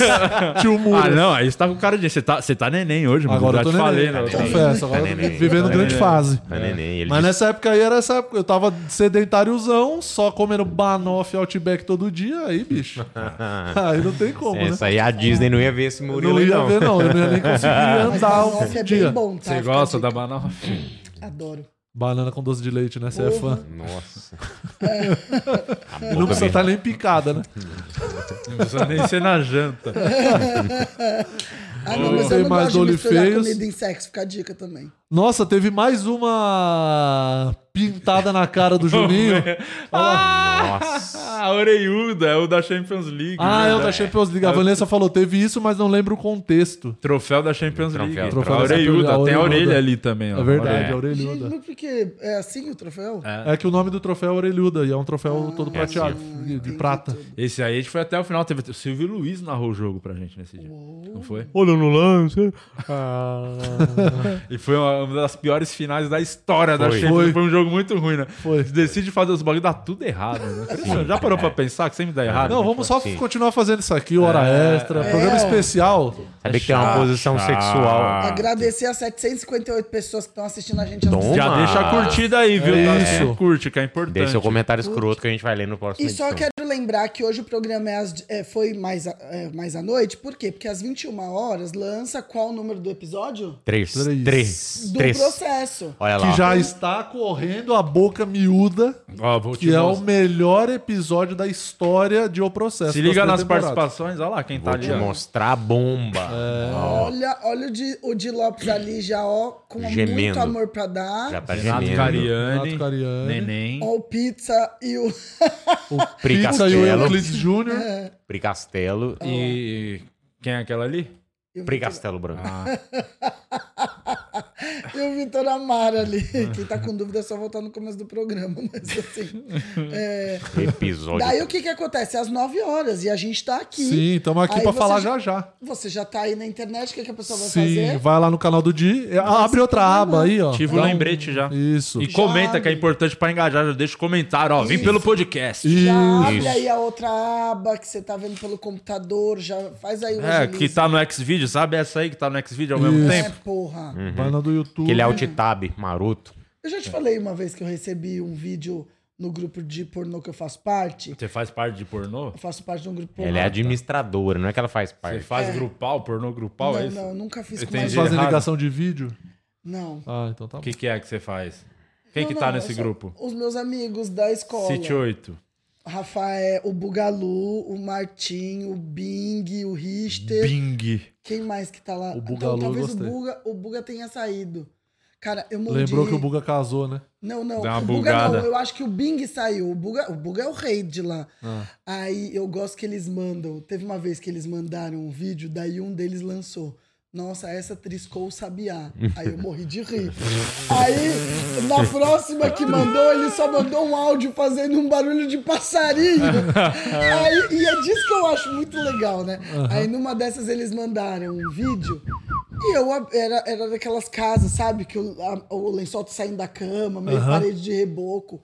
Speaker 5: Tio Muras.
Speaker 2: Ah, não, aí você tá com cara de. Você tá, você tá neném hoje, mano.
Speaker 5: Agora
Speaker 2: já
Speaker 5: eu tô
Speaker 2: te falei,
Speaker 5: neném.
Speaker 2: né?
Speaker 6: Tá
Speaker 5: Confesso, agora
Speaker 6: Tá
Speaker 5: eu tô
Speaker 6: neném.
Speaker 5: vivendo
Speaker 6: Tá
Speaker 5: grande
Speaker 2: neném.
Speaker 5: fase.
Speaker 6: Tá neném, ele
Speaker 5: Mas
Speaker 6: disse-
Speaker 5: nessa época aí era essa época. Eu tava sedentáriozão, só comendo Banoff e Outback todo dia. Aí, bicho. *laughs*
Speaker 6: *laughs*
Speaker 5: aí não tem como, né?
Speaker 6: É, Essa aí a Disney não ia ver esse Murilo
Speaker 5: não
Speaker 6: aí,
Speaker 5: ia
Speaker 6: não.
Speaker 5: ver, não. Eu não ia nem conseguir
Speaker 7: Mas
Speaker 5: andar um
Speaker 7: Banoff é
Speaker 5: dia.
Speaker 7: bem bom, tá?
Speaker 2: Você
Speaker 7: Fica a
Speaker 2: gosta da
Speaker 7: dica.
Speaker 2: banana?
Speaker 7: Adoro.
Speaker 5: Banana com doce de leite, né? Você é fã.
Speaker 6: Nossa.
Speaker 7: É.
Speaker 6: A
Speaker 5: E não
Speaker 6: boca
Speaker 5: precisa
Speaker 6: verde.
Speaker 5: estar nem picada, né?
Speaker 2: Não precisa nem ser na janta.
Speaker 7: *laughs* *laughs* Ah, não, mas
Speaker 5: Tem
Speaker 7: eu não
Speaker 5: mais
Speaker 7: gosto de misturar
Speaker 5: Olifeios.
Speaker 7: comida em sexo. Fica a dica também.
Speaker 5: Nossa, teve mais uma pintada na cara é
Speaker 2: *laughs*
Speaker 5: do Juninho.
Speaker 6: Nossa.
Speaker 2: Ah, a orelhuda, é o da Champions League.
Speaker 5: Ah,
Speaker 2: né?
Speaker 5: eu da Champions League. A Vanessa falou, teve isso, mas não lembro o contexto.
Speaker 2: Troféu da Champions
Speaker 6: Troféu.
Speaker 2: League.
Speaker 6: Troféu
Speaker 2: a
Speaker 5: da
Speaker 2: orelhuda,
Speaker 5: Champions-
Speaker 2: tem a
Speaker 5: a orelhuda.
Speaker 2: orelha ali também. Ó.
Speaker 5: É verdade, a
Speaker 7: Gente,
Speaker 5: orelhuda.
Speaker 7: mas por que é assim o troféu?
Speaker 5: É que o nome do troféu é orelhuda, e é um troféu todo prateado,
Speaker 2: assim.
Speaker 5: de, de
Speaker 7: entendi
Speaker 5: prata.
Speaker 7: tudo.
Speaker 2: Esse aí a gente foi até o final. Teve... O Silvio Luiz narrou o jogo pra gente nesse dia. Não foi?
Speaker 5: Olhando no lance.
Speaker 2: E foi uma, uma das piores finais da história da
Speaker 6: Foi.
Speaker 2: Champions. Foi.
Speaker 5: Oh. Foi.
Speaker 2: um jogo muito ruim, né?
Speaker 5: Foi.
Speaker 2: Decide fazer os bagulho e dá tudo errado. Né? Impressionante. Já parou pra pensar que sempre dá errado? né?
Speaker 5: Não, vamos só
Speaker 6: É. Sim.
Speaker 5: continuar fazendo isso aqui, hora extra, programa especial.
Speaker 6: Sabia que tem uma posição sexual.
Speaker 7: Ah, Agradecer às 758 pessoas que estão assistindo a gente.
Speaker 6: Tom.
Speaker 2: Já
Speaker 6: Uma-
Speaker 2: deixa a curtida aí, viu?
Speaker 5: É
Speaker 2: Tá?
Speaker 5: isso.
Speaker 2: Curte, que é importante.
Speaker 6: Deixa seu comentário escroto que a gente vai ler no próximo
Speaker 7: E só
Speaker 6: edição.
Speaker 7: quero lembrar é que hoje o programa é às- é, foi mais, a- é, mais à noite. Por quê? Porque às 21 horas lança qual o número do episódio?
Speaker 6: Três.
Speaker 5: Três.
Speaker 6: Três.
Speaker 7: Do
Speaker 6: Três.
Speaker 7: processo.
Speaker 6: Olha lá.
Speaker 5: Que já
Speaker 6: ó.
Speaker 5: está correndo a boca miúda,
Speaker 2: Ó, vou te
Speaker 5: que é o
Speaker 2: mostrar.
Speaker 5: melhor episódio da história de O Processo.
Speaker 2: Se liga
Speaker 5: das
Speaker 2: nas
Speaker 5: três temporadas.
Speaker 2: participações, olha lá quem tá
Speaker 6: Vou
Speaker 2: ali.
Speaker 6: te
Speaker 2: ó.
Speaker 6: mostrar a bomba.
Speaker 7: É.
Speaker 6: Ó,
Speaker 7: Olha, olha o, Di, o Di Lopes ali já, ó, com
Speaker 6: Gemendo.
Speaker 7: muito amor pra dar.
Speaker 6: já tá
Speaker 2: Renato
Speaker 6: gemendo.
Speaker 2: Cariani,
Speaker 5: Renato Cariani.
Speaker 2: Neném.
Speaker 7: Ó, o Pizza e o.
Speaker 6: Pri
Speaker 5: Pizza e o
Speaker 6: Castelo.
Speaker 5: Euclides Jr.
Speaker 7: É.
Speaker 6: Pri Castelo. E
Speaker 2: E quem é aquela ali? Ah.
Speaker 6: Pri Castelo Branco.
Speaker 7: *laughs* E o Vitor Amaro ali. Quem tá com dúvida é só voltar no começo do programa, *laughs* mas assim. é,
Speaker 6: Episódio.
Speaker 7: Daí o que que acontece? Às 9 horas e a gente tá aqui.
Speaker 5: Sim, estamos aqui
Speaker 7: Aí
Speaker 5: para
Speaker 7: você
Speaker 5: falar
Speaker 7: já-
Speaker 5: já já.
Speaker 7: Você já tá aí na internet, o que, que a pessoa vai
Speaker 5: Sim,
Speaker 7: fazer?
Speaker 5: vai lá no canal do Di. é, Abre outra aba aí, ó.
Speaker 2: Ativa o
Speaker 5: Dá um-
Speaker 2: lembrete já.
Speaker 5: Isso.
Speaker 2: E comenta que é importante pra engajar. Já deixa o comentário, ó. Vim pelo podcast.
Speaker 7: Já
Speaker 5: Isso.
Speaker 7: abre
Speaker 6: Isso.
Speaker 7: aí a outra aba que você tá vendo pelo computador, já faz aí o
Speaker 2: É,
Speaker 7: release.
Speaker 2: que tá no Xvideo, sabe essa aí que tá no Xvideo ao mesmo
Speaker 5: Isso.
Speaker 7: É,
Speaker 2: tempo?
Speaker 7: porra.
Speaker 2: Uhum.
Speaker 5: Vai na do YouTube.
Speaker 6: Aquele alt tab maroto.
Speaker 7: Eu
Speaker 2: É.
Speaker 7: já te falei uma vez que eu recebi um vídeo no grupo de pornô que eu faço parte.
Speaker 2: Você faz parte de pornô?
Speaker 7: Eu faço parte de um grupo pornô.
Speaker 6: Ela é administradora, não é que ela faz
Speaker 2: Você
Speaker 6: parte.
Speaker 2: faz grupal, pornô grupal?
Speaker 7: Não,
Speaker 2: é isso?
Speaker 7: não, eu nunca fiz com
Speaker 2: Entendi.
Speaker 7: mais...
Speaker 5: Vocês fazem
Speaker 2: errado.
Speaker 5: ligação de vídeo?
Speaker 7: Não.
Speaker 5: Ah, então tá bom.
Speaker 2: O que, que é que você faz? Quem
Speaker 7: Não,
Speaker 2: que tá
Speaker 7: não,
Speaker 2: nesse
Speaker 7: eu sou-
Speaker 2: grupo?
Speaker 7: Os meus amigos da escola.
Speaker 2: City 8.
Speaker 7: Rafael, o Bugalu, o Martim, o Bing, o Richter.
Speaker 2: Bing.
Speaker 7: Quem mais que tá lá?
Speaker 5: O Bugalu, eu
Speaker 7: talvez o
Speaker 5: gostei.
Speaker 7: Buga, o Buga tenha saído. Cara, eu mordi...
Speaker 5: Lembrou que o Buga casou, né?
Speaker 7: Não, não.
Speaker 2: Dá uma
Speaker 7: o Buga
Speaker 2: bugada.
Speaker 7: não. Eu acho que o Bing saiu. O Buga, o Buga é o rei de lá.
Speaker 2: Ah.
Speaker 7: Aí eu gosto que eles mandam. Teve uma vez que eles mandaram um vídeo, daí um deles lançou. Nossa, essa triscou o sabiá. Aí eu morri de rir. Aí, na próxima que mandou, ele só mandou um áudio fazendo um barulho de
Speaker 2: *laughs*
Speaker 7: passarinho. Aí, e é disso que eu acho muito legal, né? Aí numa dessas eles mandaram um vídeo e eu ab- era, era daquelas casas, sabe? Que o, a- o lençol tá saindo da cama, meio parede de reboco.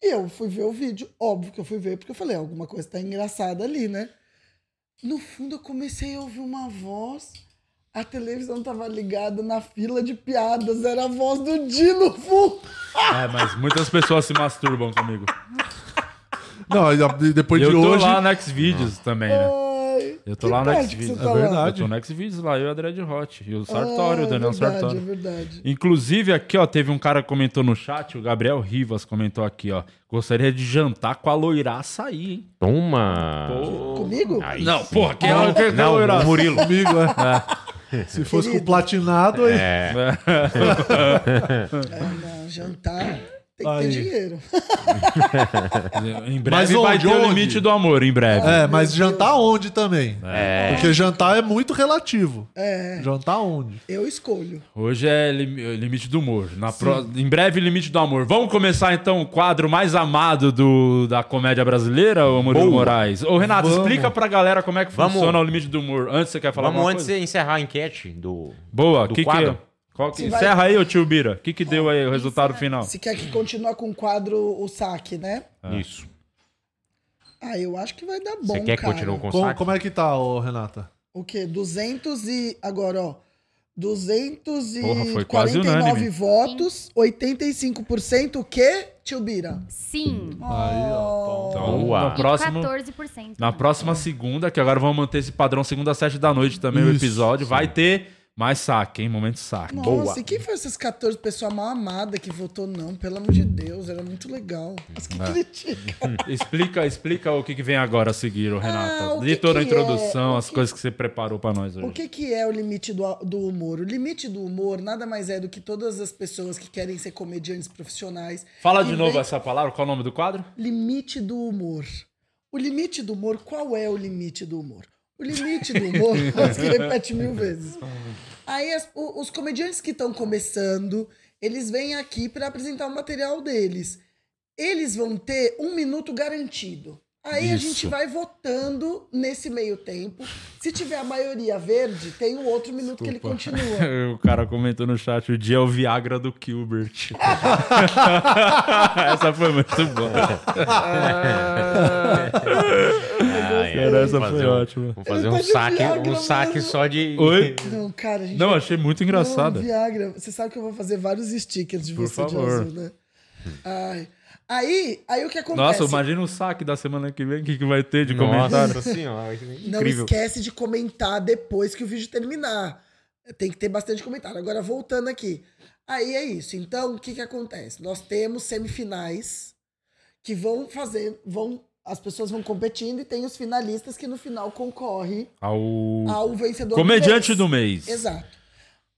Speaker 7: E eu fui ver o vídeo. Óbvio que eu fui ver, porque eu falei, alguma coisa tá engraçada ali, né? No fundo, eu comecei a ouvir uma voz. A televisão tava ligada na fila de piadas. Era a voz do Dino Fu. Ah!
Speaker 2: É, mas muitas pessoas se masturbam comigo.
Speaker 5: Não, e depois
Speaker 2: eu
Speaker 5: de
Speaker 2: tô
Speaker 5: hoje.
Speaker 2: lá no Xvideos também, né?
Speaker 7: Ai,
Speaker 2: Eu tô
Speaker 7: que
Speaker 2: lá no
Speaker 7: tarde que
Speaker 2: Xvideos.
Speaker 7: você tá
Speaker 5: É
Speaker 7: lá.
Speaker 5: verdade.
Speaker 2: Eu tô no Xvideos lá, eu e a Dread Hot. E o Sartório,
Speaker 7: Ah,
Speaker 2: o Daniel
Speaker 7: é verdade,
Speaker 2: Sartório.
Speaker 7: É verdade.
Speaker 2: Inclusive, aqui, ó, teve um cara que comentou no chat, o Gabriel Rivas comentou aqui, ó. Gostaria de jantar com a loiraça aí, hein?
Speaker 6: Toma!
Speaker 7: Comigo?
Speaker 6: Aí
Speaker 2: Não,
Speaker 6: sim.
Speaker 2: porra, quem
Speaker 5: Ah,
Speaker 2: é o que é
Speaker 6: Não,
Speaker 2: loiraça?
Speaker 6: o Murilo.
Speaker 5: Comigo, é. Se fosse com o platinado, aí.
Speaker 2: *laughs*
Speaker 5: *laughs*
Speaker 7: É, não, jantar tem que
Speaker 5: Aí.
Speaker 7: ter dinheiro. *laughs*
Speaker 2: Em breve
Speaker 5: Mas
Speaker 2: vai
Speaker 5: onde,
Speaker 2: ter o
Speaker 5: onde?
Speaker 2: limite do amor, em breve.
Speaker 5: É, mas jantar onde também? Porque jantar é muito relativo.
Speaker 7: É,
Speaker 5: Jantar onde?
Speaker 7: eu escolho.
Speaker 2: Hoje é lim- limite do humor. Na pro- Em breve, limite do amor. Vamos começar então o quadro mais amado do... da comédia brasileira, ô Murilo Moraes? Ô, Renato,
Speaker 5: Vamos.
Speaker 2: explica pra galera como é que
Speaker 6: Vamos.
Speaker 2: funciona o limite do humor. Antes, você quer falar
Speaker 6: Vamos
Speaker 2: alguma
Speaker 6: antes
Speaker 2: coisa?
Speaker 6: de encerrar a enquete do.
Speaker 2: Boa,
Speaker 6: do
Speaker 2: que
Speaker 6: quadro.
Speaker 2: que... Qual que...
Speaker 7: vai-
Speaker 2: Encerra aí, ô tio Bira. O que, que deu aí o resultado final? É.
Speaker 7: Se quer que continue com o quadro o saque, né?
Speaker 6: Isso.
Speaker 7: Ah, eu acho que vai dar bom,
Speaker 6: Você quer que
Speaker 7: cara.
Speaker 6: continue com o
Speaker 5: Como,
Speaker 6: saco?
Speaker 5: como é que tá, ô, Renata?
Speaker 7: O quê? 200 e... Agora, ó.
Speaker 2: Porra, foi quase
Speaker 7: 249
Speaker 2: unânime.
Speaker 7: votos, 85% o quê, tio Bira?
Speaker 8: Sim.
Speaker 2: Então,
Speaker 6: Boa.
Speaker 2: na próxima...
Speaker 8: 14%.
Speaker 2: Na próxima segunda, que agora vamos manter esse padrão, segunda às sete da noite também o
Speaker 5: Isso.
Speaker 2: episódio, vai ter mais saque, hein? Momento saque.
Speaker 7: Nossa,
Speaker 6: Boa.
Speaker 7: e quem foi essas 14 pessoas mal amadas que votou não? Pelo amor de Deus, era muito legal. Mas
Speaker 2: É.
Speaker 7: que critica.
Speaker 2: Hum,
Speaker 7: Ah,
Speaker 2: Explica, explica o que, que vem agora a seguir, ô, Renata.
Speaker 7: o que
Speaker 2: De toda a
Speaker 7: que
Speaker 2: introdução,
Speaker 7: é? O
Speaker 2: as
Speaker 7: que-
Speaker 2: coisas que você preparou pra nós hoje.
Speaker 7: O que, que é o limite do, do humor? O limite do humor nada mais é do que todas as pessoas que querem ser comediantes profissionais.
Speaker 2: Fala
Speaker 7: que
Speaker 2: de novo
Speaker 7: vem-
Speaker 2: essa palavra, qual é o nome do quadro?
Speaker 7: Limite do humor. O limite do humor, qual é o limite do humor? O limite do humor, *laughs* acho que repete mil vezes. Aí as- o- os comediantes que estão começando, eles vêm aqui para apresentar o material deles. Eles vão ter um minuto garantido. Aí a gente vai votando nesse meio tempo. Se tiver a maioria verde, tem o outro minuto que ele
Speaker 2: *laughs*
Speaker 7: continua.
Speaker 2: O cara comentou no chat, o dia é o Viagra do Gilbert. *laughs* essa foi muito boa.
Speaker 6: Ah, é,
Speaker 2: Cara, essa
Speaker 6: vamos
Speaker 2: foi
Speaker 6: fazer um-
Speaker 2: ótima.
Speaker 6: Vamos fazer
Speaker 7: Ele
Speaker 6: um
Speaker 7: tá de
Speaker 6: saque,
Speaker 7: Viagra
Speaker 6: um saque
Speaker 7: mesmo.
Speaker 6: só de.
Speaker 2: Oi?
Speaker 7: Não, cara, a gente
Speaker 2: Não, achei muito engraçada.
Speaker 7: Não, Viagra. Você sabe que eu vou fazer vários stickers de
Speaker 2: Por
Speaker 7: você de
Speaker 2: favor.
Speaker 7: azul, né? Ai. Aí, aí o que acontece?
Speaker 2: Nossa, imagina o saque da semana que vem, o que, que vai ter de comentário.
Speaker 6: Nossa senhora, isso é
Speaker 7: Não
Speaker 6: incrível.
Speaker 7: esquece de comentar depois que o vídeo terminar. Tem que ter bastante comentário. Agora, voltando aqui. Aí é isso. Então, o que, que acontece? Nós temos semifinais que vão fazer. Vão, as pessoas vão competindo e tem os finalistas que no final concorre
Speaker 2: Ao
Speaker 7: ao Ah, vencedor
Speaker 2: comediante
Speaker 7: mês.
Speaker 2: do mês.
Speaker 7: Exato.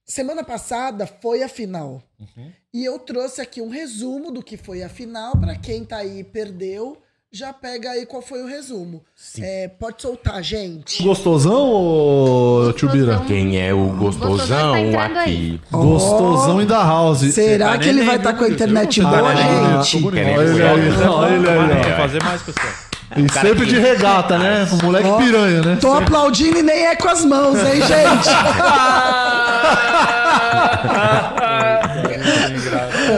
Speaker 7: Semana passada foi a final.
Speaker 2: Uhum.
Speaker 7: E eu trouxe aqui um resumo do que foi a final. Pra quem tá aí e perdeu, já pega aí qual foi o resumo. É, pode soltar, gente.
Speaker 5: Gostosão, ô, tio Bira?
Speaker 6: Quem é o
Speaker 8: Gostosão tá
Speaker 6: gostosão
Speaker 8: entrando
Speaker 6: aqui?
Speaker 8: aí.
Speaker 5: Gostosão in da house.
Speaker 7: Será
Speaker 2: tá
Speaker 7: que ele
Speaker 2: nem
Speaker 7: vai
Speaker 2: lembra
Speaker 7: estar com a
Speaker 2: do
Speaker 7: internet
Speaker 2: seu-
Speaker 7: boa,
Speaker 2: Ah,
Speaker 5: Ah, tô
Speaker 7: gente?
Speaker 5: bonito.
Speaker 6: Queremos
Speaker 5: Olha ele aí,
Speaker 6: olhar.
Speaker 5: olha ele aí, ó.
Speaker 2: Vou fazer mais, pessoal.
Speaker 5: E sempre de regata, né? O moleque piranha, né?
Speaker 7: Tô aplaudindo e nem é com as mãos, hein, gente?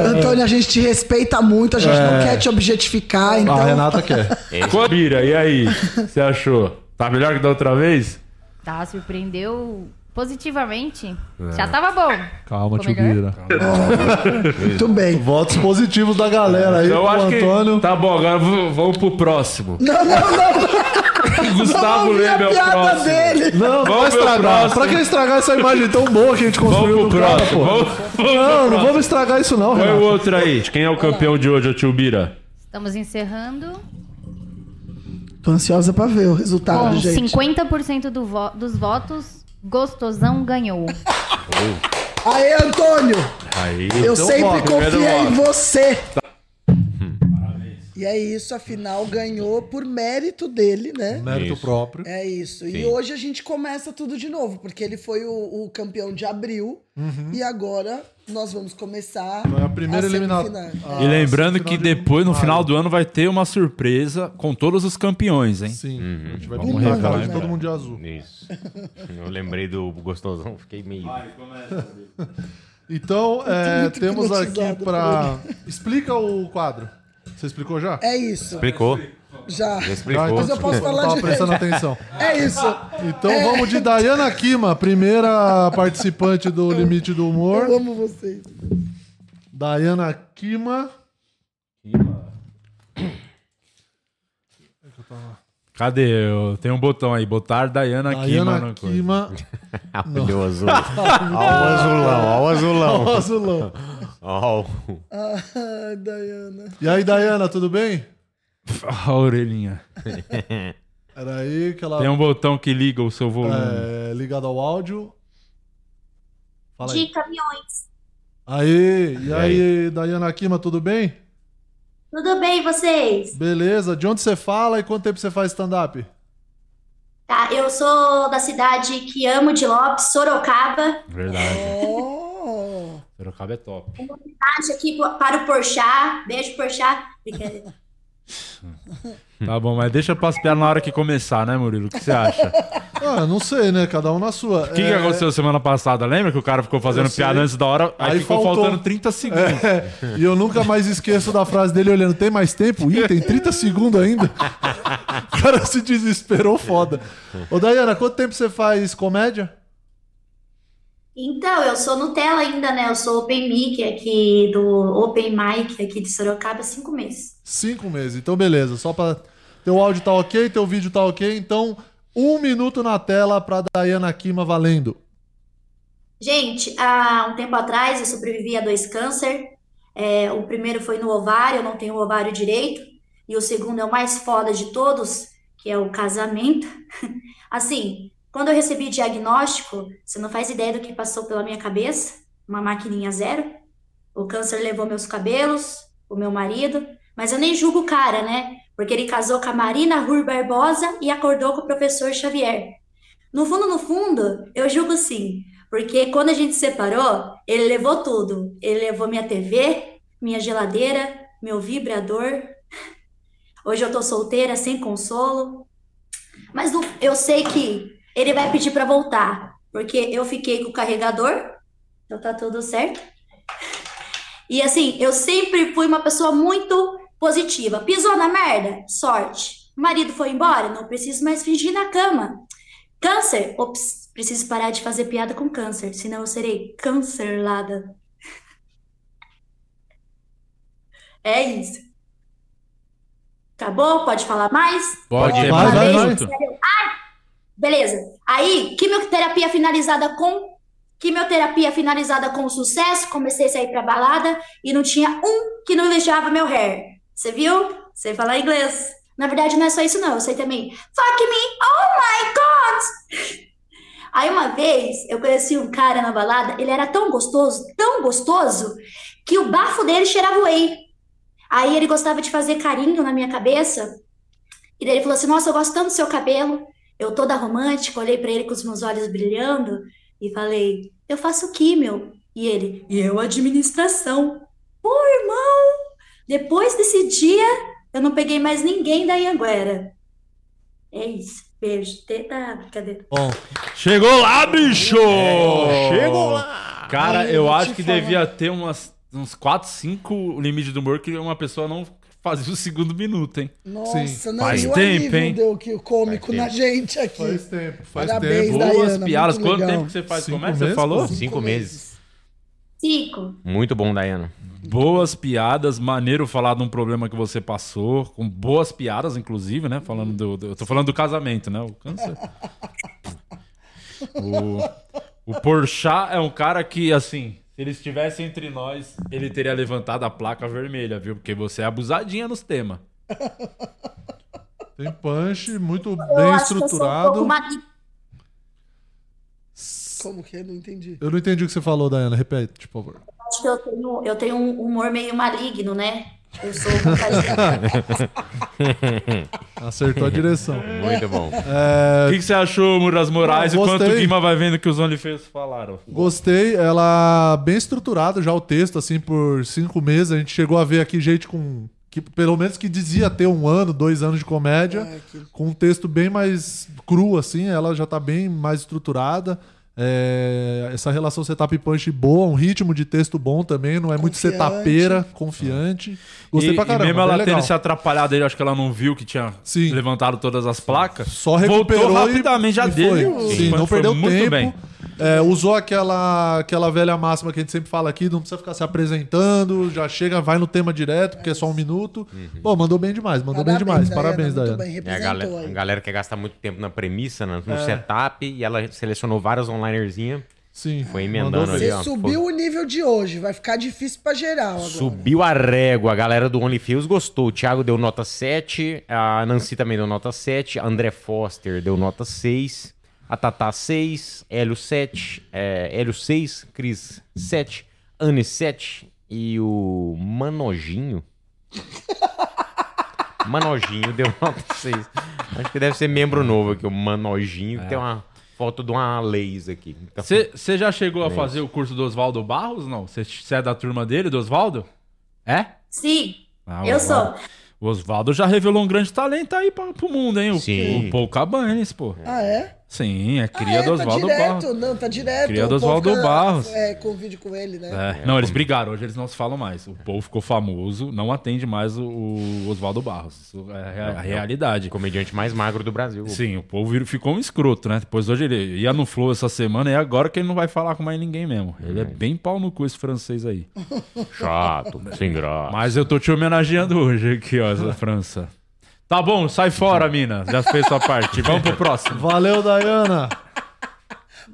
Speaker 7: Antônio, a gente te respeita muito, a gente não quer te objetificar,
Speaker 2: Ah,
Speaker 5: A
Speaker 7: então.
Speaker 5: Renata quer.
Speaker 6: É.
Speaker 2: Bira, e aí? Você achou? Tá melhor que da outra vez?
Speaker 8: Tá, surpreendeu positivamente.
Speaker 5: É.
Speaker 8: Já tá tava bom.
Speaker 7: é
Speaker 5: Calma,
Speaker 8: Ficou
Speaker 5: tio
Speaker 8: melhor?
Speaker 5: Bira.
Speaker 7: Muito bem.
Speaker 5: Votos positivos da galera aí,
Speaker 2: Eu
Speaker 5: pro
Speaker 2: acho
Speaker 5: Antônio.
Speaker 2: que. Tá bom, agora v- vamos pro próximo.
Speaker 7: Não, não, não.
Speaker 5: *laughs*
Speaker 2: *laughs* Gustavo
Speaker 7: Vamos ver
Speaker 2: Leme é
Speaker 7: a
Speaker 2: o
Speaker 7: piada
Speaker 2: próximo.
Speaker 7: dele.
Speaker 5: Não, não
Speaker 2: Vamos
Speaker 5: vai
Speaker 2: ver o
Speaker 5: estragar.
Speaker 2: próximo.
Speaker 5: Pra que estragar essa imagem tão boa que a gente
Speaker 2: Vamos
Speaker 5: construiu
Speaker 2: pro
Speaker 5: do cara,
Speaker 2: próximo.
Speaker 5: pô?
Speaker 2: Vamos, vamos
Speaker 5: Não,
Speaker 2: pro
Speaker 5: não
Speaker 2: próximo.
Speaker 5: vamos estragar isso não,
Speaker 2: Põe o
Speaker 5: Renata.
Speaker 2: outro aí. Quem é o campeão de hoje, ô tio Bira?
Speaker 8: Estamos encerrando
Speaker 7: *laughs* Tô ansiosa pra ver o resultado,
Speaker 8: com
Speaker 7: Tá, gente.
Speaker 8: 50% do vo- dos votos. Gostosão ganhou.
Speaker 7: Aê, Antônio!
Speaker 2: Aí.
Speaker 7: Eu
Speaker 2: então,
Speaker 7: sempre
Speaker 2: ó, primeiro
Speaker 7: confiei em
Speaker 2: voto.
Speaker 7: você. E é isso, afinal ganhou por mérito dele, né?
Speaker 5: Mérito
Speaker 6: Isso.
Speaker 5: próprio.
Speaker 7: É isso.
Speaker 6: Sim.
Speaker 7: E hoje a gente começa tudo de novo, porque ele foi o, o campeão de abril. E agora nós vamos começar.
Speaker 5: Uhum. Foi a primeira
Speaker 7: a
Speaker 5: eliminatória.
Speaker 6: Ah,
Speaker 7: semifinal.
Speaker 2: E lembrando que depois, no final do ano, vai ter uma surpresa com todos os campeões, hein?
Speaker 5: Sim, a gente vai
Speaker 6: Vamos
Speaker 5: ter que
Speaker 2: revelar,
Speaker 5: falar de
Speaker 2: né?
Speaker 5: todo mundo de azul.
Speaker 6: Isso. Eu lembrei do gostosão, fiquei meio.
Speaker 5: Então, é,
Speaker 7: muito
Speaker 5: temos aqui
Speaker 7: hipnotizado
Speaker 5: pra. Explica o quadro. Você explicou já?
Speaker 7: É isso.
Speaker 6: Explicou.
Speaker 7: Já.
Speaker 6: Já
Speaker 5: Ah,
Speaker 6: explicou.
Speaker 7: Mas eu posso
Speaker 5: desculpa,
Speaker 7: falar
Speaker 5: não tava
Speaker 7: de-
Speaker 5: prestando atenção.
Speaker 7: *laughs* É isso.
Speaker 5: Então vamos de Dayana Kima, primeira participante do Limite do Humor.
Speaker 7: Eu amo vocês.
Speaker 5: Dayana Kima.
Speaker 2: Cadê? Eu- Tem um botão aí, botar Dayana aqui,
Speaker 5: Dayana
Speaker 2: mano. coisa.
Speaker 5: Kima.
Speaker 6: Ah, *laughs* Olha o
Speaker 5: *laughs*
Speaker 6: azul. Olha o azulão, olha o azulão.
Speaker 5: Azulão.
Speaker 6: Ó o-
Speaker 7: Ai, Ah, Dayana.
Speaker 5: E aí, Dayana, tudo bem?
Speaker 2: *laughs*
Speaker 5: *laughs*
Speaker 2: A orelhinha.
Speaker 5: Era aí que ela
Speaker 2: Tem um botão que liga o seu volume.
Speaker 5: é ligada ao áudio. Fala aí.
Speaker 11: de caminhões.
Speaker 5: Aê, e
Speaker 6: E
Speaker 5: aí, Dayana Kima, tudo bem?
Speaker 11: Tudo bem, vocês?
Speaker 5: Beleza, de onde você fala e quanto tempo você faz stand-up?
Speaker 11: Tá, eu sou da cidade que amo de Lopes, Sorocaba. É.
Speaker 2: Verdade.
Speaker 7: Oh.
Speaker 2: Sorocaba é top.
Speaker 11: Acho aqui po- para o Porchat. Beijo, Porchat.
Speaker 2: *laughs*
Speaker 11: Brincadeira.
Speaker 2: Tá bom, mas deixa pra piadas na hora que começar, né, Murilo? O que você acha?
Speaker 5: Ah, eu não sei, né? Cada um na sua.
Speaker 2: O que, que aconteceu semana passada? Lembra que o cara ficou fazendo
Speaker 5: Eu sei.
Speaker 2: piada antes da hora? Aí,
Speaker 5: Aí
Speaker 2: ficou
Speaker 5: faltou. É,
Speaker 2: faltando 30 segundos.
Speaker 5: E eu nunca mais esqueço da frase dele olhando, tem mais tempo? Ih, tem 30 segundos ainda. *laughs* O cara se desesperou foda. Ô, Dayana, quanto tempo você faz comédia?
Speaker 11: Então, eu sou Nutella ainda, né? Eu sou Open Mic aqui do Open Mic aqui de Sorocaba há cinco meses.
Speaker 5: Cinco meses. Então, beleza. Só pra... Teu áudio tá ok, teu vídeo tá ok. Então, um minuto na tela pra Dayana Kima valendo.
Speaker 11: Gente, há um tempo atrás eu sobrevivi a dois câncer. É, o primeiro foi no ovário, eu não tenho o ovário direito. E o segundo é o mais foda de todos, que é o casamento. *laughs* Assim, quando eu recebi o diagnóstico, você não faz ideia do que passou pela minha cabeça. Uma maquininha zero. O câncer levou meus cabelos, o meu marido. Mas eu nem julgo o cara, né? Porque ele casou com a Marina Rui Barbosa e acordou com o professor Xavier. No fundo, no fundo, eu julgo sim. Porque quando a gente separou, ele levou tudo. Ele levou minha TV, minha geladeira, meu vibrador. Hoje eu tô solteira, sem consolo. Mas no- eu sei que ele vai pedir pra voltar, porque eu fiquei com o carregador, então tá tudo certo. E assim, eu sempre fui uma pessoa muito positiva. Pisou na merda? Sorte. Marido foi embora? Não preciso mais fingir na cama. Câncer? Ops, preciso parar de fazer piada com câncer, senão eu serei cancelada. É isso. Acabou? Pode falar mais?
Speaker 2: Pode,
Speaker 5: Vai,
Speaker 2: é
Speaker 5: vai,
Speaker 2: mais
Speaker 5: vai.
Speaker 2: um minuto.
Speaker 11: Beleza. Aí, quimioterapia finalizada com quimioterapia finalizada com sucesso, comecei a sair pra balada e não tinha um que não elogiava meu hair. Você viu? Sei falar inglês. Na verdade, não é só isso não, eu sei também. Fuck me. Oh my god. Aí uma vez eu conheci um cara na balada, ele era tão gostoso, tão gostoso, que o bafo dele cheirava whey. Aí ele gostava de fazer carinho na minha cabeça. E daí ele falou assim: "Nossa, eu gosto tanto do seu cabelo". Eu toda romântica, olhei pra ele com os meus olhos brilhando e falei: "Eu faço químio". E ele: "E eu administração". Pô, irmão, depois desse dia eu não peguei mais ninguém da Ianguera. É isso. Beijo. Teta, brincadeira.
Speaker 5: Bom,
Speaker 2: Chegou lá, bicho!
Speaker 6: É, Chegou lá!
Speaker 2: Cara,
Speaker 7: Ai, eu
Speaker 2: eu
Speaker 7: vou
Speaker 2: acho
Speaker 7: te
Speaker 2: que
Speaker 7: falar.
Speaker 2: devia ter umas, uns 4, 5 limite do humor que uma pessoa não fazia o segundo minuto, hein?
Speaker 7: Nossa,
Speaker 5: Sim.
Speaker 7: não,
Speaker 2: Faz
Speaker 7: e o
Speaker 2: tempo,
Speaker 7: alívio
Speaker 2: hein?
Speaker 7: deu que o cômico
Speaker 6: Faz
Speaker 7: na gente aqui.
Speaker 5: faz tempo, faz
Speaker 7: Parabéns,
Speaker 5: tempo.
Speaker 7: Dayana,
Speaker 2: Boas
Speaker 7: muito
Speaker 2: piadas. Quanto
Speaker 7: legal.
Speaker 2: tempo que você faz
Speaker 5: Cinco
Speaker 2: comédia? Você
Speaker 5: meses,
Speaker 2: falou?
Speaker 5: pô.
Speaker 6: Cinco meses.
Speaker 11: Cinco.
Speaker 6: Muito bom, Dayana.
Speaker 2: Boas piadas, maneiro falar de um problema que você passou, com boas piadas, inclusive, né? Falando do, do- eu tô falando do casamento, né? O câncer. o, o Porchat é um cara que, assim, se ele estivesse entre nós, ele teria levantado a placa vermelha, viu? Porque você é abusadinha nos temas.
Speaker 5: Tem punch, muito
Speaker 11: Eu
Speaker 5: bem
Speaker 11: acho que eu sou um pouco
Speaker 5: estruturado.
Speaker 11: mani-
Speaker 7: Como que é? Não entendi.
Speaker 5: Eu não entendi o que você falou, Dayana. Repete, por favor.
Speaker 11: Acho que que eu tenho, eu tenho um humor meio maligno, né? Eu sou
Speaker 6: *laughs*
Speaker 11: contagiada.
Speaker 5: Acertou a direção.
Speaker 6: *laughs* Muito bom.
Speaker 2: O que, que você achou, Muras Moraes,
Speaker 5: Ah,
Speaker 2: enquanto o
Speaker 5: gostei.
Speaker 2: Guima vai vendo que os OnlyFans falaram?
Speaker 5: Gostei, ela bem estruturada já o texto, assim, por cinco meses. A gente chegou a ver aqui gente com. que pelo menos que dizia ter um ano, dois anos de comédia.
Speaker 7: É, que-
Speaker 5: com um texto bem mais cru, assim, ela já tá bem mais estruturada. É, essa relação setup e punch boa, um ritmo de texto bom também, não é muito
Speaker 7: Confiante.
Speaker 5: setapeira, confiante. Gostei
Speaker 2: É. e,
Speaker 5: pra caramba.
Speaker 2: E mesmo
Speaker 5: bem
Speaker 2: ela
Speaker 5: legal.
Speaker 2: tendo se atrapalhado aí, acho que ela não viu que tinha
Speaker 5: Sim.
Speaker 2: levantado todas as placas.
Speaker 5: Só recuperou
Speaker 2: Voltou
Speaker 5: e-
Speaker 2: rapidamente, já
Speaker 5: e
Speaker 2: dele.
Speaker 5: foi. Sim, não perdeu tempo. É, usou aquela, aquela velha máxima que a gente sempre fala aqui, não precisa ficar se apresentando, já chega, vai no tema direto, porque é só um minuto.
Speaker 6: Uhum.
Speaker 5: Pô, mandou bem demais, mandou bem demais. Parabéns, Daiane.
Speaker 7: Muito bem,
Speaker 6: É, a,
Speaker 7: representou
Speaker 6: galera, a
Speaker 7: aí.
Speaker 6: galera que gasta muito tempo na premissa, né,
Speaker 5: É.
Speaker 6: no setup, e ela selecionou várias onlinerzinhas.
Speaker 5: Sim.
Speaker 6: Foi emendando
Speaker 5: mandou bem.
Speaker 6: ali,
Speaker 7: Você
Speaker 6: ó,
Speaker 7: subiu
Speaker 6: foi.
Speaker 7: o nível de hoje, vai ficar difícil pra geral agora.
Speaker 6: Subiu a régua, a galera do OnlyFios gostou. O Thiago deu nota 7, a Nancy também deu nota 7, a André Foster deu nota 6, a Tatá 6, Hélio 7, é, Hélio 6, Cris 7, Anne 7 e o *laughs* Manojinho. Manojinho deu nota 6. Acho que deve ser membro novo aqui, o Manojinho. Tem uma foto de uma laser aqui. Então,
Speaker 2: Você já chegou a fazer o curso do Oswaldo Barros, não? Você é da turma dele, do Oswaldo? É?
Speaker 11: Sim,
Speaker 2: Ah, o
Speaker 11: eu
Speaker 2: Oswaldo-
Speaker 11: sou.
Speaker 2: O Oswaldo já revelou um grande talento aí pra, pro mundo, hein? O,
Speaker 6: Sim.
Speaker 2: o Paul Cabanes, pô.
Speaker 7: Ah, é?
Speaker 2: Sim, é
Speaker 7: ah,
Speaker 2: cria
Speaker 7: é,
Speaker 2: do Oswaldo
Speaker 7: tá direto,
Speaker 2: Barros.
Speaker 7: Não, tá direto.
Speaker 2: Cria do
Speaker 7: O povo
Speaker 2: Oswaldo
Speaker 7: fica,
Speaker 2: Barros.
Speaker 7: É, com o vídeo com ele, né?
Speaker 2: É. Não, eles brigaram, hoje eles não se falam mais. O Paul ficou famoso, não atende mais o, o Oswaldo Barros. Isso é a, rea- a realidade.
Speaker 6: o comediante mais magro do Brasil.
Speaker 2: Sim, o povo virou- ficou um escroto, né? Depois hoje ele ia no Flow essa semana e é agora que ele não vai falar com mais ninguém mesmo. Ele é bem pau no cu esse francês aí.
Speaker 6: Hum. *laughs*
Speaker 2: *laughs*
Speaker 6: Chato, sem graça.
Speaker 2: Mas eu tô te homenageando hoje aqui, ó, essa França. Tá bom, sai fora, mina. Já fez sua parte. Vamos pro próximo.
Speaker 5: Valeu, Dayana.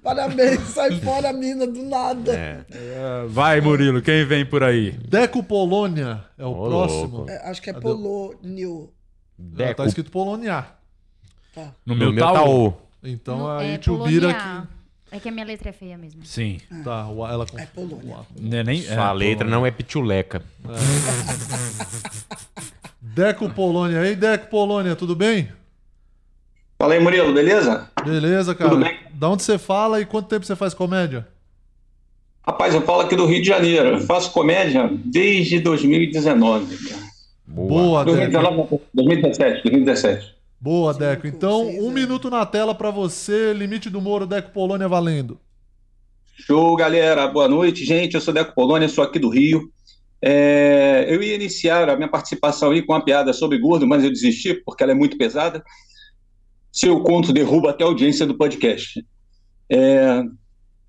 Speaker 7: Parabéns,
Speaker 2: *laughs*
Speaker 7: sai fora a mina do nada.
Speaker 2: É. Vai, Murilo, quem vem por aí?
Speaker 5: Deco Polônia é o
Speaker 6: Ô,
Speaker 5: próximo.
Speaker 6: louco.
Speaker 7: É, acho que é Polônio.
Speaker 5: Ela
Speaker 6: *laughs* Deco,
Speaker 5: tá escrito Polônia.
Speaker 2: No
Speaker 6: meu,
Speaker 2: meu,
Speaker 6: meu
Speaker 2: tal?
Speaker 6: tá o-
Speaker 5: Então
Speaker 8: Não-
Speaker 5: a
Speaker 8: é,
Speaker 5: Itubira
Speaker 8: Polônia- É que a minha letra é feia mesmo.
Speaker 2: Sim.
Speaker 5: que. Tá, o- ela com.
Speaker 7: É Polônia.
Speaker 2: Não é nem, é,
Speaker 6: Sua letra não é pituleca.
Speaker 5: Deco Polônia. Ei, Deco Polônia, tudo bem?
Speaker 10: Fala aí, Murilo, beleza?
Speaker 5: Beleza, cara.
Speaker 10: Tudo bem.
Speaker 5: Da onde você fala e quanto tempo você faz comédia?
Speaker 10: Rapaz, eu falo aqui do Rio de Janeiro. Eu faço comédia desde 2019. cara.
Speaker 5: Boa, Deco.
Speaker 10: 2019, 2017, 2017.
Speaker 5: Boa,
Speaker 7: Cinco,
Speaker 5: Deco. Então,
Speaker 7: seis é.
Speaker 5: um
Speaker 7: anos.
Speaker 5: minuto na tela pra você. Limite do Moro, Deco Polônia valendo.
Speaker 10: Show, galera. Boa noite, gente. Eu sou Deco Polônia, sou aqui do Rio. É, eu ia iniciar a minha participação aí com uma piada sobre gordo, mas eu desisti porque ela é muito pesada. Se eu conto, derruba até a audiência do podcast. É,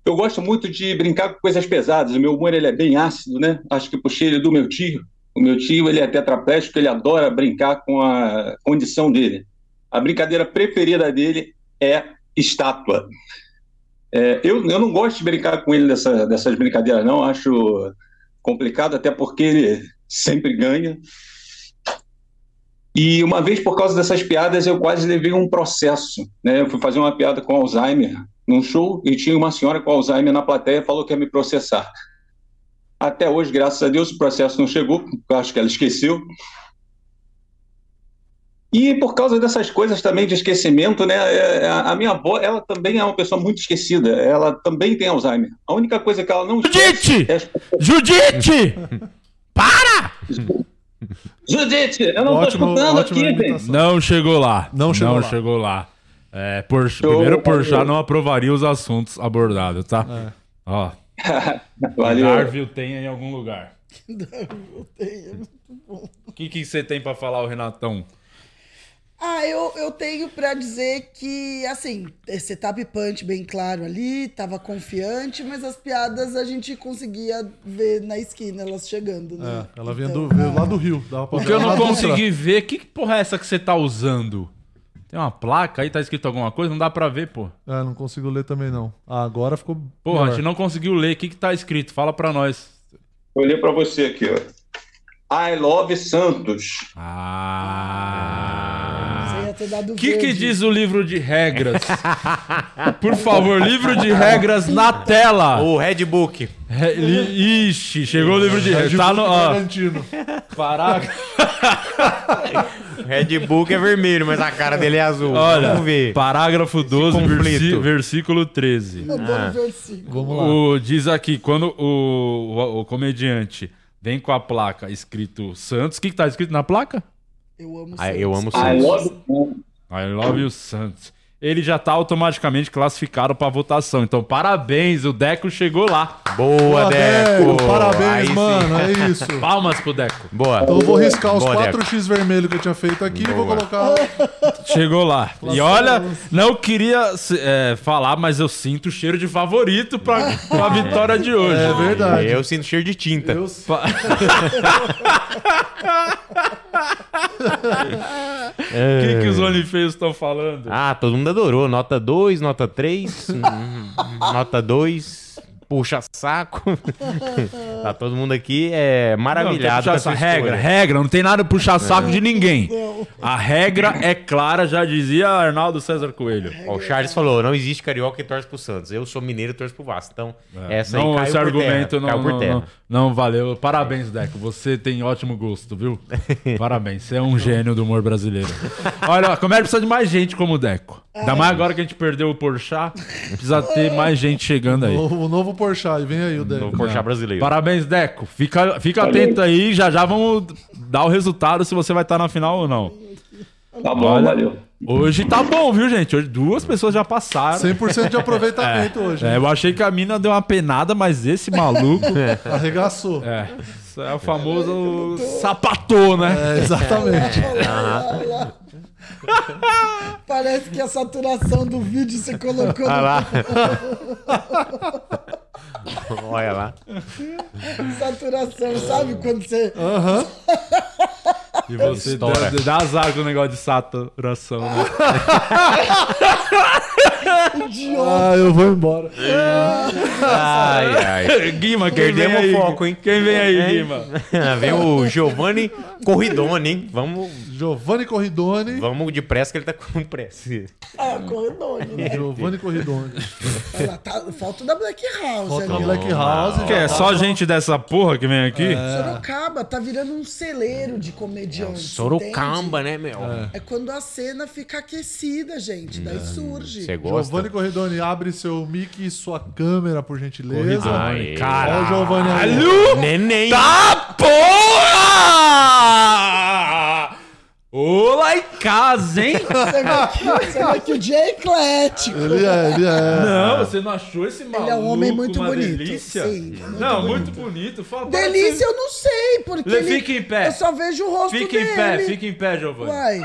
Speaker 10: eu gosto muito de brincar com coisas pesadas. O meu humor ele é bem ácido, né? Acho que puxei ele do meu tio. O meu tio ele é tetraplégico, ele adora brincar com a condição dele. A brincadeira preferida dele é estátua. É, eu, eu não gosto de brincar com ele dessa, dessas brincadeiras, não. Acho complicado, até porque ele *laughs* sempre ganha. E uma vez, por causa dessas piadas, eu quase levei um processo. Né? Eu fui fazer uma piada com Alzheimer num show e tinha uma senhora com Alzheimer na plateia e falou que ia me processar. Até hoje, graças a Deus, o processo não chegou, porque eu acho que ela esqueceu. E por causa dessas coisas também de esquecimento, né? é, A a minha avó, ela também é uma pessoa muito esquecida. Ela também tem Alzheimer. A única coisa que ela não esquece
Speaker 2: Judite!
Speaker 10: é as
Speaker 2: Judite!
Speaker 10: Judite, eu não tô
Speaker 5: Ótimo-
Speaker 10: escutando
Speaker 5: ótima
Speaker 10: aqui, gente.
Speaker 5: imitação.
Speaker 2: Não chegou lá.
Speaker 5: Não chegou lá.
Speaker 2: chegou lá. É, por, primeiro, Porchat não aprovaria os assuntos abordados, tá?
Speaker 5: É.
Speaker 2: Ó,
Speaker 10: Valeu.
Speaker 2: Darville tem em algum lugar. O que que você tem pra falar, o Renatão?
Speaker 7: Ah, eu, eu tenho pra dizer que, assim, esse tap punch bem claro ali, tava confiante, mas as piadas a gente conseguia ver na esquina elas chegando, né?
Speaker 5: É, ela vinha
Speaker 7: Então,
Speaker 5: do, veio lá do Rio. Dava pra
Speaker 2: O
Speaker 5: ver
Speaker 2: que eu
Speaker 5: lá
Speaker 2: não
Speaker 5: do Dutra.
Speaker 2: consegui ver, que que porra é essa que você tá usando? Tem uma placa aí, tá escrito alguma coisa? Não dá pra ver, pô.
Speaker 5: É, não consigo ler também, não. Ah, agora ficou.
Speaker 2: Porra,
Speaker 5: melhor.
Speaker 2: a gente não conseguiu ler. O que que tá escrito? Fala pra nós.
Speaker 10: Eu olhei pra você aqui, ó. I love Santos.
Speaker 2: Ah...
Speaker 7: Você ia ter dado
Speaker 2: O que, que
Speaker 7: verde.
Speaker 2: diz o livro de
Speaker 5: *laughs*
Speaker 2: regras? Por favor, livro de regras na tela. O Red Book. É, Ixi, chegou o livro de regras. Tá no. Ó, *laughs* Caraca.
Speaker 6: Red Bull que é vermelho, mas a cara dele é azul.
Speaker 2: Olha,
Speaker 6: Vamos ver.
Speaker 2: parágrafo 12, versi
Speaker 6: conflito.
Speaker 2: versículo 13.
Speaker 6: Eu adoro
Speaker 7: versículo.
Speaker 6: Vamos lá.
Speaker 2: O, diz aqui, quando o, o, o comediante vem com a placa escrito Santos, o que, que tá escrito na placa?
Speaker 7: Eu amo
Speaker 2: Ah, eu amo
Speaker 10: I
Speaker 2: Santos.
Speaker 10: love you.
Speaker 2: I love you, Santos. Ele já tá automaticamente classificado pra votação. Então, parabéns, o Deco chegou lá.
Speaker 6: Boa, Deco. Deco,
Speaker 5: parabéns, Aí sim. mano, é isso.
Speaker 2: Palmas pro Deco.
Speaker 6: Boa.
Speaker 5: Então eu vou riscar os
Speaker 2: Boa,
Speaker 5: 4x vermelho que eu tinha feito aqui e vou colocar.
Speaker 2: Chegou lá. E olha, não queria se- é, falar, mas eu sinto o cheiro de favorito pra, pra vitória de hoje.
Speaker 6: É verdade. Eu sinto cheiro de tinta.
Speaker 2: *laughs* Pa-
Speaker 6: *laughs*
Speaker 2: O É. que,
Speaker 6: É.
Speaker 2: que os OnlyFans estão falando?
Speaker 6: Ah, todo mundo adorou. Nota 2, nota
Speaker 2: *laughs*
Speaker 6: 3, nota 2, puxa
Speaker 2: *laughs*
Speaker 6: saco. tá todo mundo aqui é maravilhado
Speaker 2: Não,
Speaker 6: com
Speaker 2: tem
Speaker 6: essa
Speaker 2: puxar- regra, regra, não tem nada de
Speaker 5: É.
Speaker 2: puxar saco de ninguém. A regra é clara, já dizia Arnaldo César Coelho.
Speaker 6: o Charles falou, não existe carioca que torce pro Santos. Eu sou mineiro e torço pro Vasco. Então, essa aí
Speaker 2: É. não,
Speaker 6: caiu
Speaker 2: esse
Speaker 6: por
Speaker 2: argumento
Speaker 6: terra,
Speaker 2: não,
Speaker 6: caiu por
Speaker 2: não,
Speaker 6: terra.
Speaker 2: não- não valeu. Parabéns, Deco. Você tem ótimo
Speaker 6: *laughs*
Speaker 2: gosto, viu? Parabéns. Você é um gênio do humor brasileiro. Olha, a comédia precisa de mais gente como o Deco.
Speaker 6: É.
Speaker 2: Ainda mais agora que a gente perdeu o Porchat, precisa ter mais gente chegando aí.
Speaker 5: O novo, o novo Porchat, vem aí o Deco.
Speaker 2: Não. Parabéns, Deco. Fica, fica
Speaker 5: Valeu.
Speaker 2: atento aí. Já já vamos dar o resultado se você vai estar na final ou não.
Speaker 10: Tá bom, valeu.
Speaker 2: Hoje tá bom, viu, gente? Hoje duas pessoas já passaram.
Speaker 5: 100% de aproveitamento
Speaker 2: *laughs* É.
Speaker 5: hoje.
Speaker 2: É, eu achei que a mina deu uma penada, mas
Speaker 5: *laughs*
Speaker 2: esse maluco.
Speaker 5: Arregaçou.
Speaker 2: É. Isso é o famoso sapatô, né?
Speaker 5: É,
Speaker 2: *laughs*
Speaker 5: exatamente.
Speaker 2: É.
Speaker 7: *laughs* Parece que a saturação do vídeo você colocou.
Speaker 6: Ah
Speaker 7: no-
Speaker 6: lá. *laughs* *laughs* Olha lá.
Speaker 7: saturação, sabe quando você. *laughs*
Speaker 2: Aham. E você dá,
Speaker 6: Estoura.
Speaker 2: dá azar com o negócio de saturação, né?
Speaker 5: *laughs*
Speaker 7: Idiota.
Speaker 5: eu vou embora. é
Speaker 6: Ai, *laughs* ai.
Speaker 2: Guima, quem
Speaker 6: Perdemos
Speaker 2: vem aí?
Speaker 6: o foco, hein?
Speaker 2: Quem vem aí,
Speaker 6: Hein?
Speaker 2: Guima?
Speaker 6: *laughs* vem o Giovanni Corridone, hein? Vamos.
Speaker 5: Giovanni Corridone.
Speaker 6: Vamos depressa que ele tá com *laughs* pressa.
Speaker 7: Ah, Corridone, né?
Speaker 5: Giovanni Corridone.
Speaker 7: Olha lá, tá, falta da Black House.
Speaker 5: Falta
Speaker 6: Tá
Speaker 7: ali, ó.
Speaker 5: Black House. tá
Speaker 2: Que é só gente dessa porra que vem aqui?
Speaker 5: É.
Speaker 7: Sorocaba tá virando um celeiro de comediantes.
Speaker 6: Sorocamba,
Speaker 7: entende?
Speaker 6: né, meu?
Speaker 7: É quando a cena fica aquecida, gente. Daí
Speaker 6: Hum,
Speaker 7: surge.
Speaker 5: Giovanni Corridone, abre seu mic e sua câmera, por gentileza.
Speaker 2: Corridone,
Speaker 5: Olha
Speaker 2: caralho.
Speaker 5: o Giovanni aí.
Speaker 6: Neném.
Speaker 2: Tá porra! Ô, lá em casa, hein?
Speaker 7: Você vê que, você vê que o Jay é eclético.
Speaker 2: é- Não, você não achou esse maluco
Speaker 7: Ele é um homem muito
Speaker 2: uma
Speaker 7: bonito,
Speaker 2: delícia?
Speaker 7: sim,
Speaker 2: não,
Speaker 7: muito
Speaker 2: muito bonito. Fala,
Speaker 7: Delícia, eu não sei, porque.
Speaker 2: Lê,
Speaker 7: ele-
Speaker 2: fica em pé.
Speaker 7: Eu só vejo o rosto
Speaker 2: Fica
Speaker 7: dele.
Speaker 2: em pé, fica em pé, Giovanni.
Speaker 7: Uai.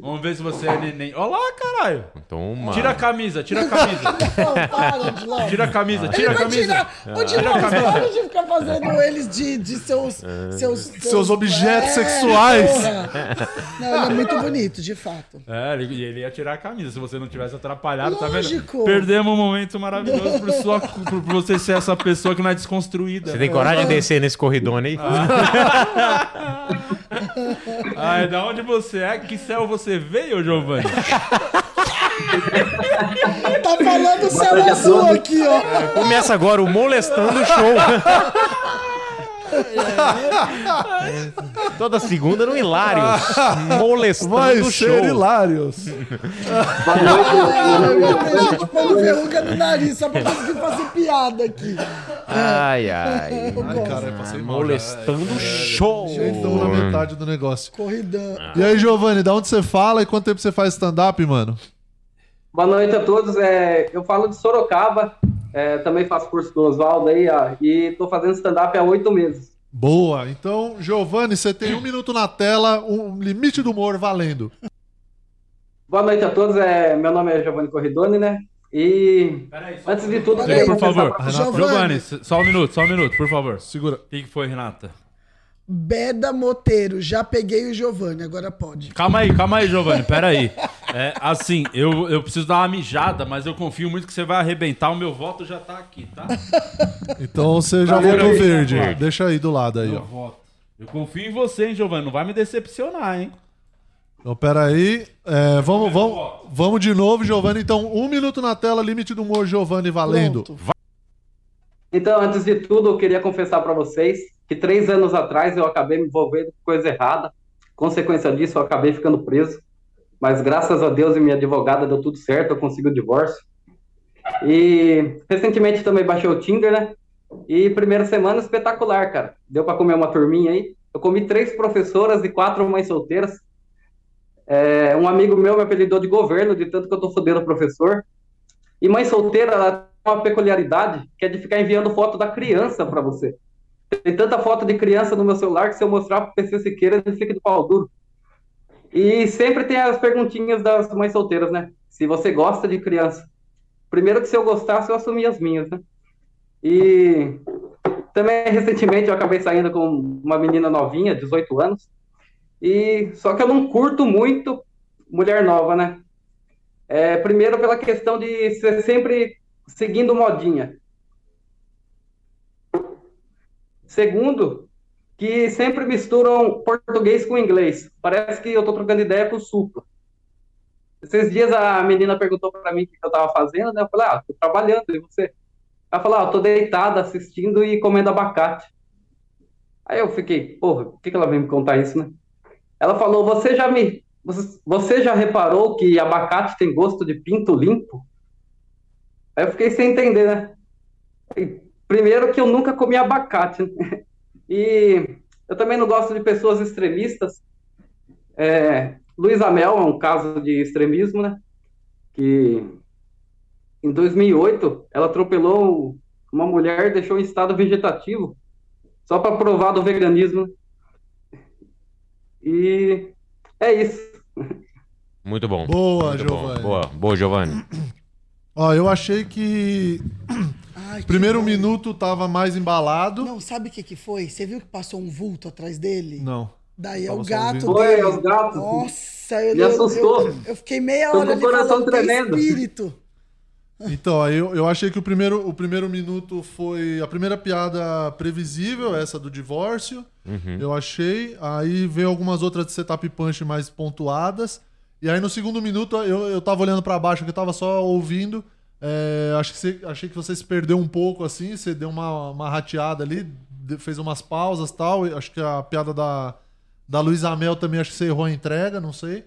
Speaker 2: Vamos ver se você é neném. Olha lá, caralho.
Speaker 6: Toma.
Speaker 2: Tira a camisa, tira a camisa.
Speaker 7: *laughs* Não, para de logo.
Speaker 2: Tira a camisa,
Speaker 7: Ele
Speaker 2: tira a
Speaker 7: vai
Speaker 2: camisa. É,
Speaker 7: tirar. Ô,
Speaker 2: Tira a
Speaker 7: Dinão, para
Speaker 2: camisa.
Speaker 7: de ficar fazendo eles de, de seus, seus.
Speaker 5: Ah.
Speaker 7: É,
Speaker 5: Seus objetos sexuais.
Speaker 7: porra. Não, ele é muito bonito, de fato.
Speaker 2: É, ele, e ele ia tirar a camisa se você não tivesse atrapalhado, tá
Speaker 7: Lógico.
Speaker 2: vendo? Perdemos um momento maravilhoso por,
Speaker 7: *laughs*
Speaker 2: sua, *laughs* cu- por você ser essa pessoa que não é desconstruída.
Speaker 6: Você tem coragem de descer nesse corridone aí?
Speaker 2: Ah. Ai, da onde você é? Que céu você veio, Giovanni?
Speaker 7: Tá falando o céu azul aqui, ó.
Speaker 6: Começa agora o Molestando É, o
Speaker 7: *laughs*
Speaker 6: Show. Toda segunda no Hilários. Molestando
Speaker 5: Vai
Speaker 6: o Show.
Speaker 5: ser hilários.
Speaker 7: Tem gente pondo
Speaker 5: é
Speaker 7: verruga no nariz só pra conseguir fazer piada aqui.
Speaker 6: Ai,
Speaker 12: Ah,
Speaker 6: ai.
Speaker 5: Ai, cara, passei mal.
Speaker 6: Molestando o Show.
Speaker 5: Então, na metade do negócio.
Speaker 7: Corridão.
Speaker 5: E aí, Giovanni, da onde você fala e quanto tempo você faz stand-up, mano?
Speaker 13: Boa noite a todos. É, eu falo de Sorocaba, é, também faço curso do Oswaldo aí, ó, e tô fazendo stand-up há oito meses.
Speaker 5: Boa. Então, Giovanni, você tem um minuto na tela, um limite do humor valendo.
Speaker 13: Boa noite a todos. É, meu nome é Giovanni Corridone, né? E antes de tudo,
Speaker 2: Peraí, por
Speaker 13: confessar
Speaker 2: favor.
Speaker 13: pra-
Speaker 2: Giovanni, só um minuto, só um minuto, por favor.
Speaker 5: Segura.
Speaker 2: O que que foi, Renata?
Speaker 7: Beda Moteiro, já peguei o Giovanni, agora pode.
Speaker 2: Calma aí, calma aí, Giovanni, *laughs* peraí. É, assim, eu, eu preciso dar uma mijada, mas eu confio muito que você vai arrebentar. O meu voto já tá aqui, tá?
Speaker 5: Então você já
Speaker 2: Valeu,
Speaker 5: votou
Speaker 2: aí.
Speaker 5: verde.
Speaker 2: Verde.
Speaker 5: Deixa aí do lado aí,
Speaker 2: Meu
Speaker 5: ó.
Speaker 2: voto. Eu confio em você, hein, Giovanni? Não vai me decepcionar, hein?
Speaker 5: Então, peraí. É, vamos, vamos, vamos de novo, Giovanni. Então, um minuto na tela, limite do humor, Giovanni, valendo.
Speaker 13: Então, antes de tudo, eu queria confessar para vocês que três anos atrás eu acabei me envolvendo com coisa errada. Consequência disso, eu acabei ficando preso. Mas graças a Deus e minha advogada deu tudo certo, eu consegui o divórcio. E recentemente também baixei o Tinder, né? E primeira semana espetacular, cara. Deu para comer uma turminha aí. Eu comi três professoras e quatro mães solteiras. É, um amigo meu me apelidou de governo, de tanto que eu tô fodendo professor. E mãe solteira, ela tem uma peculiaridade, que é de ficar enviando foto da criança para você. Tem tanta foto de criança no meu celular que se eu mostrar pro PC Siqueira, ele fica de pau duro. E sempre tem as perguntinhas das mães solteiras, né? Se você gosta de criança. Primeiro que se eu gostasse, eu assumia as minhas, né? E também recentemente eu acabei saindo com uma menina novinha, 18 anos. E só que eu não curto muito mulher nova, né? É, primeiro pela questão de ser sempre seguindo modinha. Segundo, que sempre misturam português com inglês. Parece que eu tô trocando ideia com o supla. Esses dias a menina perguntou para mim o que eu tava fazendo, né? Eu falei, ah, tô trabalhando, e você? Ela falou, ah, eu tô deitada assistindo e comendo abacate. Aí eu fiquei, porra, por que que ela veio me contar isso, né? Ela falou, você já me... Você, você já reparou que abacate tem gosto de pinto limpo? Aí eu fiquei sem entender, né? E, Primeiro que eu nunca comi abacate. né? E eu também não gosto de pessoas extremistas. É, Luiz Amel é um caso de extremismo, né? Que em 2008 ela atropelou uma mulher e deixou em estado vegetativo só para provar do veganismo. E é isso.
Speaker 6: Muito bom.
Speaker 5: Boa,
Speaker 6: Muito
Speaker 5: Giovanni.
Speaker 6: Bom. Boa, boa, Giovanni.
Speaker 5: Ó, eu achei que. Primeiro minuto tava mais embalado.
Speaker 7: Não, sabe o que que foi? Você viu que passou um vulto atrás dele?
Speaker 5: Não.
Speaker 7: Daí é
Speaker 5: Tava
Speaker 7: o
Speaker 5: só
Speaker 7: gato
Speaker 5: ouvindo.
Speaker 7: dele.
Speaker 5: Foi, é o gato.
Speaker 7: Nossa, eu,
Speaker 5: Me
Speaker 7: eu-
Speaker 5: assustou.
Speaker 7: eu- eu fiquei meia
Speaker 5: Tô
Speaker 7: hora
Speaker 5: com o
Speaker 7: ali
Speaker 5: coração
Speaker 7: falando, "Tem
Speaker 5: tremendo."
Speaker 7: espírito.
Speaker 5: Então, aí eu, eu achei que o primeiro, o primeiro minuto foi a primeira piada previsível, essa do divórcio.
Speaker 6: Uhum.
Speaker 5: Eu achei. Aí veio algumas outras de setup punch mais pontuadas. E aí no segundo minuto eu, eu tava olhando pra baixo, que eu tava só ouvindo. É, acho que você- achei que você se perdeu um pouco assim, você deu uma, uma rateada ali, de- fez umas pausas tal, e tal. Acho que a piada da, da Luísa Mel também acho que você errou a entrega, não sei.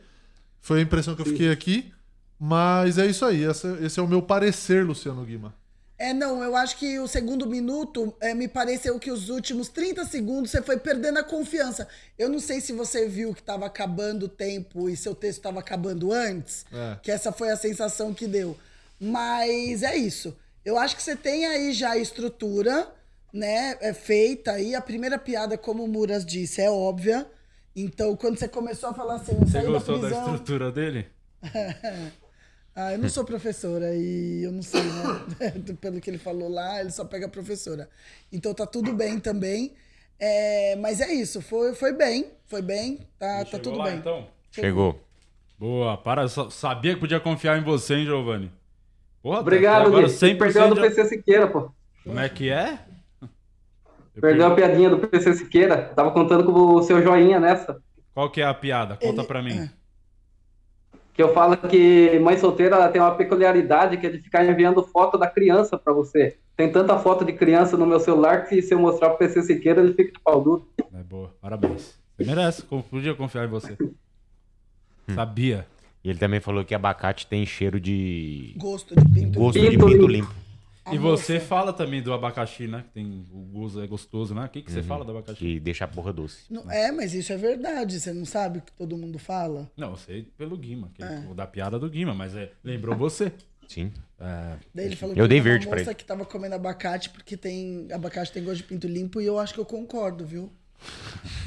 Speaker 5: Foi a impressão que eu fiquei aqui. Mas é isso aí. Essa- Esse, é o meu parecer, Luciano Guima.
Speaker 7: É, não, eu acho que o segundo minuto é, me pareceu que os últimos 30 segundos você foi perdendo a confiança. Eu não sei se você viu que tava acabando o tempo e seu texto tava acabando antes,
Speaker 5: É.
Speaker 7: que essa foi a sensação que deu. Mas é isso. Eu acho que você tem aí já a estrutura, né, é feita aí. A primeira piada, como o Muras disse, é óbvia. Então, quando você começou a falar assim, eu
Speaker 2: Você
Speaker 7: saí da
Speaker 2: gostou da
Speaker 7: prisão...
Speaker 2: estrutura dele?
Speaker 7: *laughs* Ah, eu não sou professora e eu não sei, né? *laughs* Pelo que ele falou lá, ele só pega professora. Então tá tudo bem também. É, mas é isso, foi, foi bem, foi bem, tá, tá
Speaker 2: Chegou
Speaker 7: tudo
Speaker 2: lá,
Speaker 7: bem.
Speaker 2: então?
Speaker 6: Chegou.
Speaker 2: Boa, para. só- Sabia que podia confiar em você, hein, Giovanni? Porra, tá
Speaker 13: Obrigado,
Speaker 2: agora
Speaker 13: Gui. Você Perdeu a do
Speaker 2: 100%
Speaker 13: PC Siqueira, pô.
Speaker 2: Como é que é?
Speaker 13: Perdeu a piadinha do PC Siqueira. Tava contando com o seu joinha nessa.
Speaker 2: Qual que é a piada? Conta pra
Speaker 13: é.
Speaker 2: mim.
Speaker 13: que eu falo que mãe solteira ela tem uma peculiaridade que é de ficar enviando foto da criança pra você. Tem tanta foto de criança no meu celular que se eu mostrar pro PC Siqueira, ele fica de pau duro.
Speaker 2: É boa, parabéns. Você merece, como podia confiar em você. Sabia.
Speaker 6: Hum. E ele também falou que abacate tem cheiro de.
Speaker 7: Gosto de pinto é.
Speaker 6: Gosto de pinto limpo.
Speaker 2: E você fala também do abacaxi, né? Que tem o gozo é gostoso, né? O que, que você
Speaker 6: Uhum.
Speaker 2: fala do abacaxi?
Speaker 6: Que deixa a porra doce.
Speaker 7: Não- é, mas isso é verdade, você não sabe o que todo mundo fala?
Speaker 2: Não, eu sei pelo Guima, que
Speaker 7: É.
Speaker 2: o da piada do Guima, mas é, lembrou você.
Speaker 6: Sim.
Speaker 2: É,
Speaker 7: Daí ele falou
Speaker 6: Eu
Speaker 7: que
Speaker 6: dei
Speaker 7: uma
Speaker 6: verde pra
Speaker 7: moça
Speaker 6: ele.
Speaker 7: que tava comendo abacate porque tem abacate tem gosto de pinto limpo e eu acho que eu concordo, viu?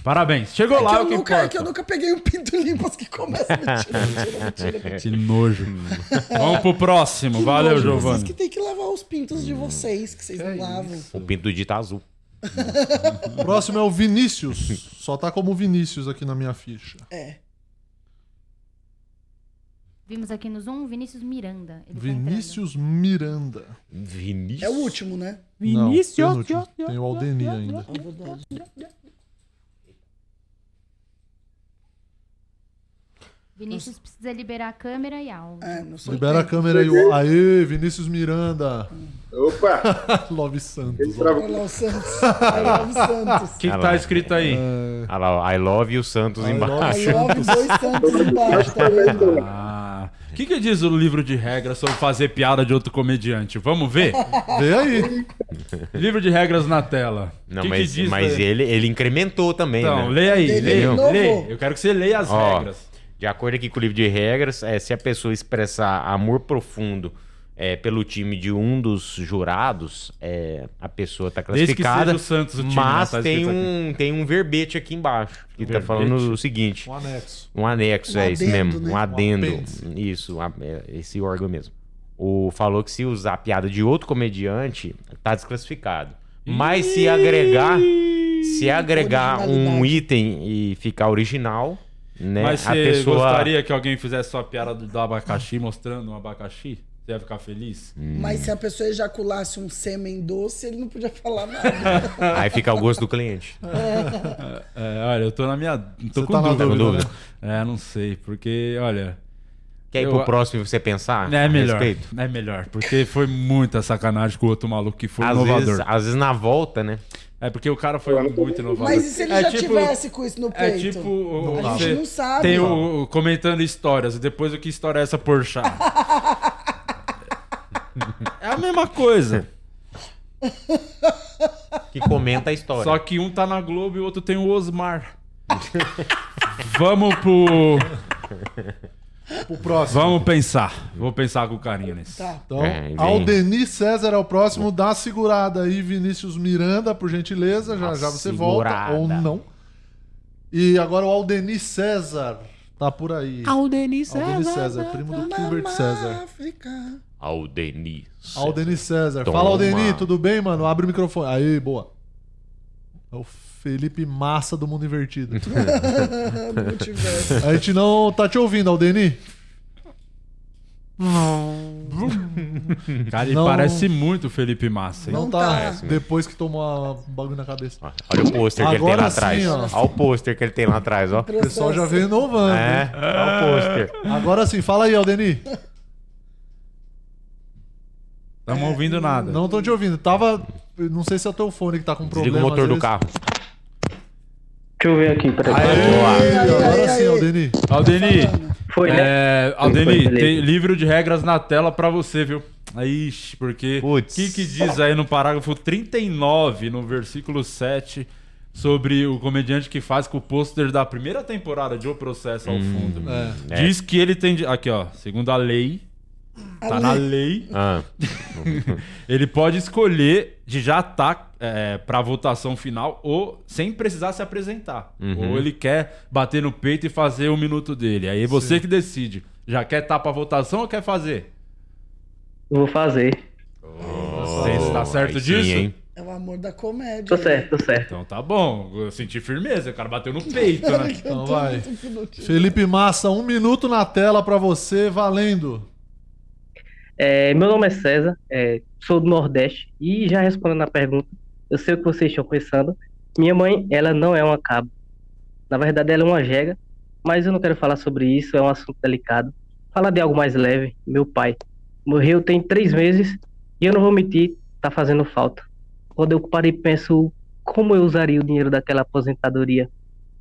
Speaker 2: Parabéns. Chegou
Speaker 7: É
Speaker 2: lá,
Speaker 7: que eu
Speaker 2: o que
Speaker 7: nunca, é
Speaker 2: importa.
Speaker 7: que eu nunca peguei um pinto limpo as que começam a mentira, mentira, mentira.
Speaker 2: Esse nojo. *laughs* Vamos pro próximo.
Speaker 7: Que
Speaker 2: Valeu,
Speaker 7: nojo, Vocês
Speaker 2: Giovanni.
Speaker 7: que tem que lavar os pintos de vocês, que vocês não lavam.
Speaker 6: O pinto de tá azul.
Speaker 5: O próximo é o Vinícius. Só tá como Vinícius aqui na minha ficha.
Speaker 7: É.
Speaker 8: Vimos aqui no Zoom Vinícius Miranda. Ele tá
Speaker 5: Vinícius Miranda.
Speaker 6: Vinícius.
Speaker 7: É o último, né?
Speaker 5: Não, penúltimo. Tem o Aldenir ainda.
Speaker 7: É verdade.
Speaker 8: Vinícius precisa liberar a câmera e áudio.
Speaker 7: É, não
Speaker 8: sei.
Speaker 5: Libera a câmera aí.
Speaker 7: Peguei.
Speaker 5: Aê, Vinícius Miranda.
Speaker 14: Opa!
Speaker 5: *laughs* Love Santos.
Speaker 7: Love Santos. I love Santos.
Speaker 2: O que, que tá escrito aí?
Speaker 6: Olha lá, ó, I love you Santos
Speaker 7: É.
Speaker 6: embaixo.
Speaker 7: I
Speaker 6: *laughs*
Speaker 7: love dois Santos embaixo, tá vendo?
Speaker 2: Ah, o que, que diz o livro de regras sobre fazer piada de outro comediante?
Speaker 7: *laughs*
Speaker 2: Vamos ver?
Speaker 5: Vê aí.
Speaker 2: livro de regras na tela.
Speaker 6: Não,
Speaker 2: O que
Speaker 6: mas,
Speaker 2: que diz,
Speaker 6: mas
Speaker 2: né?
Speaker 6: ele, ele incrementou também.
Speaker 2: Então,
Speaker 6: né?
Speaker 2: lê aí, lê,
Speaker 7: é
Speaker 2: lê. Eu quero que você leia as
Speaker 6: Ó,
Speaker 2: regras.
Speaker 6: De acordo aqui com o livro de regras, é, se a pessoa expressar amor profundo é, pelo time de um dos jurados, é, a pessoa está
Speaker 2: Desde que
Speaker 6: classificada.
Speaker 2: seja o Santos o time,
Speaker 6: mas
Speaker 2: né? Tá
Speaker 6: tem,
Speaker 2: escrito
Speaker 6: um, tem um verbete aqui embaixo que está
Speaker 2: Verbete?
Speaker 6: falando o seguinte.
Speaker 5: Um anexo.
Speaker 6: Um anexo,
Speaker 5: Um
Speaker 6: é isso
Speaker 5: adendo,
Speaker 6: mesmo.
Speaker 5: né?
Speaker 6: Um adendo.
Speaker 5: Um apêndice.
Speaker 6: Isso, um a- é, esse órgão mesmo. O, falou que se usar a piada de outro comediante, tá desclassificado. Mas se agregar, se agregar um
Speaker 2: Originalidade.
Speaker 6: item e ficar original, né?
Speaker 2: Mas
Speaker 6: a
Speaker 2: você
Speaker 6: pessoa.
Speaker 2: gostaria que alguém fizesse sua piada do, do abacaxi mostrando um abacaxi? Você ia ficar feliz?
Speaker 6: Hum.
Speaker 7: Mas se a pessoa ejaculasse um sêmen doce, ele não podia falar nada.
Speaker 6: *laughs* Aí fica ao gosto
Speaker 7: *laughs*
Speaker 6: do cliente.
Speaker 2: É, olha, eu tô na minha. Tô
Speaker 6: Você
Speaker 2: com
Speaker 6: tá na
Speaker 2: dúvida.
Speaker 6: dúvida,
Speaker 2: com dúvida. É, não sei, porque, olha.
Speaker 6: Quer ir
Speaker 2: eu-
Speaker 6: pro próximo e você pensar?
Speaker 2: É
Speaker 6: a
Speaker 2: melhor.
Speaker 6: Ah, respeito?
Speaker 2: É melhor, porque foi muita sacanagem com o outro maluco que foi
Speaker 6: Às
Speaker 2: inovador.
Speaker 6: vezes- às vezes na volta, né?
Speaker 2: É porque o cara foi muito inovador.
Speaker 7: Mas e se ele
Speaker 2: É
Speaker 7: já
Speaker 2: tipo-
Speaker 7: tivesse com isso no
Speaker 2: É
Speaker 7: peito?
Speaker 2: tipo. o-
Speaker 7: a
Speaker 2: você
Speaker 7: gente não sabe.
Speaker 2: Tem o, o comentando histórias, e depois o que história é essa, Porchat? é a mesma coisa.
Speaker 6: Que comenta a história.
Speaker 2: Só que um tá na Globo e o outro tem o Osmar. *laughs* Vamos pro.
Speaker 5: Pro próximo.
Speaker 2: Vamos pensar. Vou pensar com carinho nisso.
Speaker 7: Tá.
Speaker 5: Então,
Speaker 6: É,
Speaker 5: Aldenir César é o próximo. Dá segurada aí, Vinícius Miranda, por gentileza. Já,
Speaker 2: Dá
Speaker 5: já você volta
Speaker 2: segurada.
Speaker 5: ou não. E agora o Aldenir César tá por aí.
Speaker 7: Aldenir César,
Speaker 5: Aldenir César, primo
Speaker 8: tá,
Speaker 5: do Gilbert César.
Speaker 6: Aldeni. César.
Speaker 5: Aldenir César.
Speaker 6: Toma.
Speaker 5: Fala, Aldenir, tudo bem, mano? Abre o microfone. Aí, boa. É o Felipe Massa do Mundo
Speaker 6: *laughs*
Speaker 5: Invertido.
Speaker 7: Multiverso.
Speaker 5: A gente não tá te ouvindo, Aldenir.
Speaker 2: Cara, ele
Speaker 5: Não- tá.
Speaker 2: parece muito o Felipe Massa. hein?
Speaker 5: Não tá. Depois que tomou um bagulho na cabeça.
Speaker 6: Olha o pôster que ele tem
Speaker 5: Agora
Speaker 6: lá
Speaker 5: sim,
Speaker 6: atrás.
Speaker 5: ó.
Speaker 6: Olha o pôster que ele tem lá atrás, ó. O
Speaker 5: O pessoal já vem inovando.
Speaker 6: É,
Speaker 5: hein?
Speaker 6: olha o pôster.
Speaker 5: Agora sim, fala aí, Aldenir.
Speaker 2: Tamo ouvindo nada.
Speaker 5: Não tô te ouvindo. Tava. Não sei se é o teu fone que tá com
Speaker 6: Desliga
Speaker 5: problema.
Speaker 6: o motor
Speaker 5: às
Speaker 6: do
Speaker 5: vezes.
Speaker 6: carro.
Speaker 12: Deixa eu ver aqui, peraí.
Speaker 7: é
Speaker 5: Agora sim, Aldeni.
Speaker 2: Aldeni,
Speaker 12: Foi, né?
Speaker 2: é,
Speaker 12: Foi,
Speaker 2: Aldeni
Speaker 12: beleza.
Speaker 2: tem livro de regras na tela pra você, viu? Aí, Ixi, porque o que, que diz aí no parágrafo 39, no versículo 7, sobre o comediante que faz com o pôster da primeira temporada de O Processo ao
Speaker 6: Hum,
Speaker 2: fundo?
Speaker 6: é.
Speaker 2: Diz que ele tem. de- Aqui, ó, segundo a lei.
Speaker 6: A
Speaker 2: Tá na
Speaker 6: lei.
Speaker 2: lei.
Speaker 6: Ah.
Speaker 2: *laughs* ele pode escolher de já estar é, para votação final ou sem precisar se apresentar.
Speaker 6: Uhum.
Speaker 2: Ou ele quer bater no peito e fazer o minuto dele. Aí é você que decide. Já quer estar para votação ou quer fazer?
Speaker 12: Eu vou fazer.
Speaker 2: você está certo
Speaker 6: aí sim,
Speaker 2: disso?
Speaker 6: hein?
Speaker 7: É o amor da comédia.
Speaker 12: Tô certo, tô certo.
Speaker 2: Então tá bom. Eu senti firmeza. O cara bateu no peito, né?
Speaker 7: Eu
Speaker 5: Então
Speaker 7: tô
Speaker 5: vai.
Speaker 7: muito hipnotizado.
Speaker 5: Felipe Massa, um minuto na tela pra você, valendo.
Speaker 12: É, meu nome é César, é, sou do Nordeste e já respondendo a pergunta, eu sei o que vocês estão pensando. Minha mãe, ela não é uma cabo. Na verdade, ela é uma jega, mas eu não quero falar sobre isso, é um assunto delicado. Falar de algo mais leve, meu pai. Morreu tem três meses e eu não vou mentir, tá fazendo falta. Quando eu paro e penso como eu usaria o dinheiro daquela aposentadoria.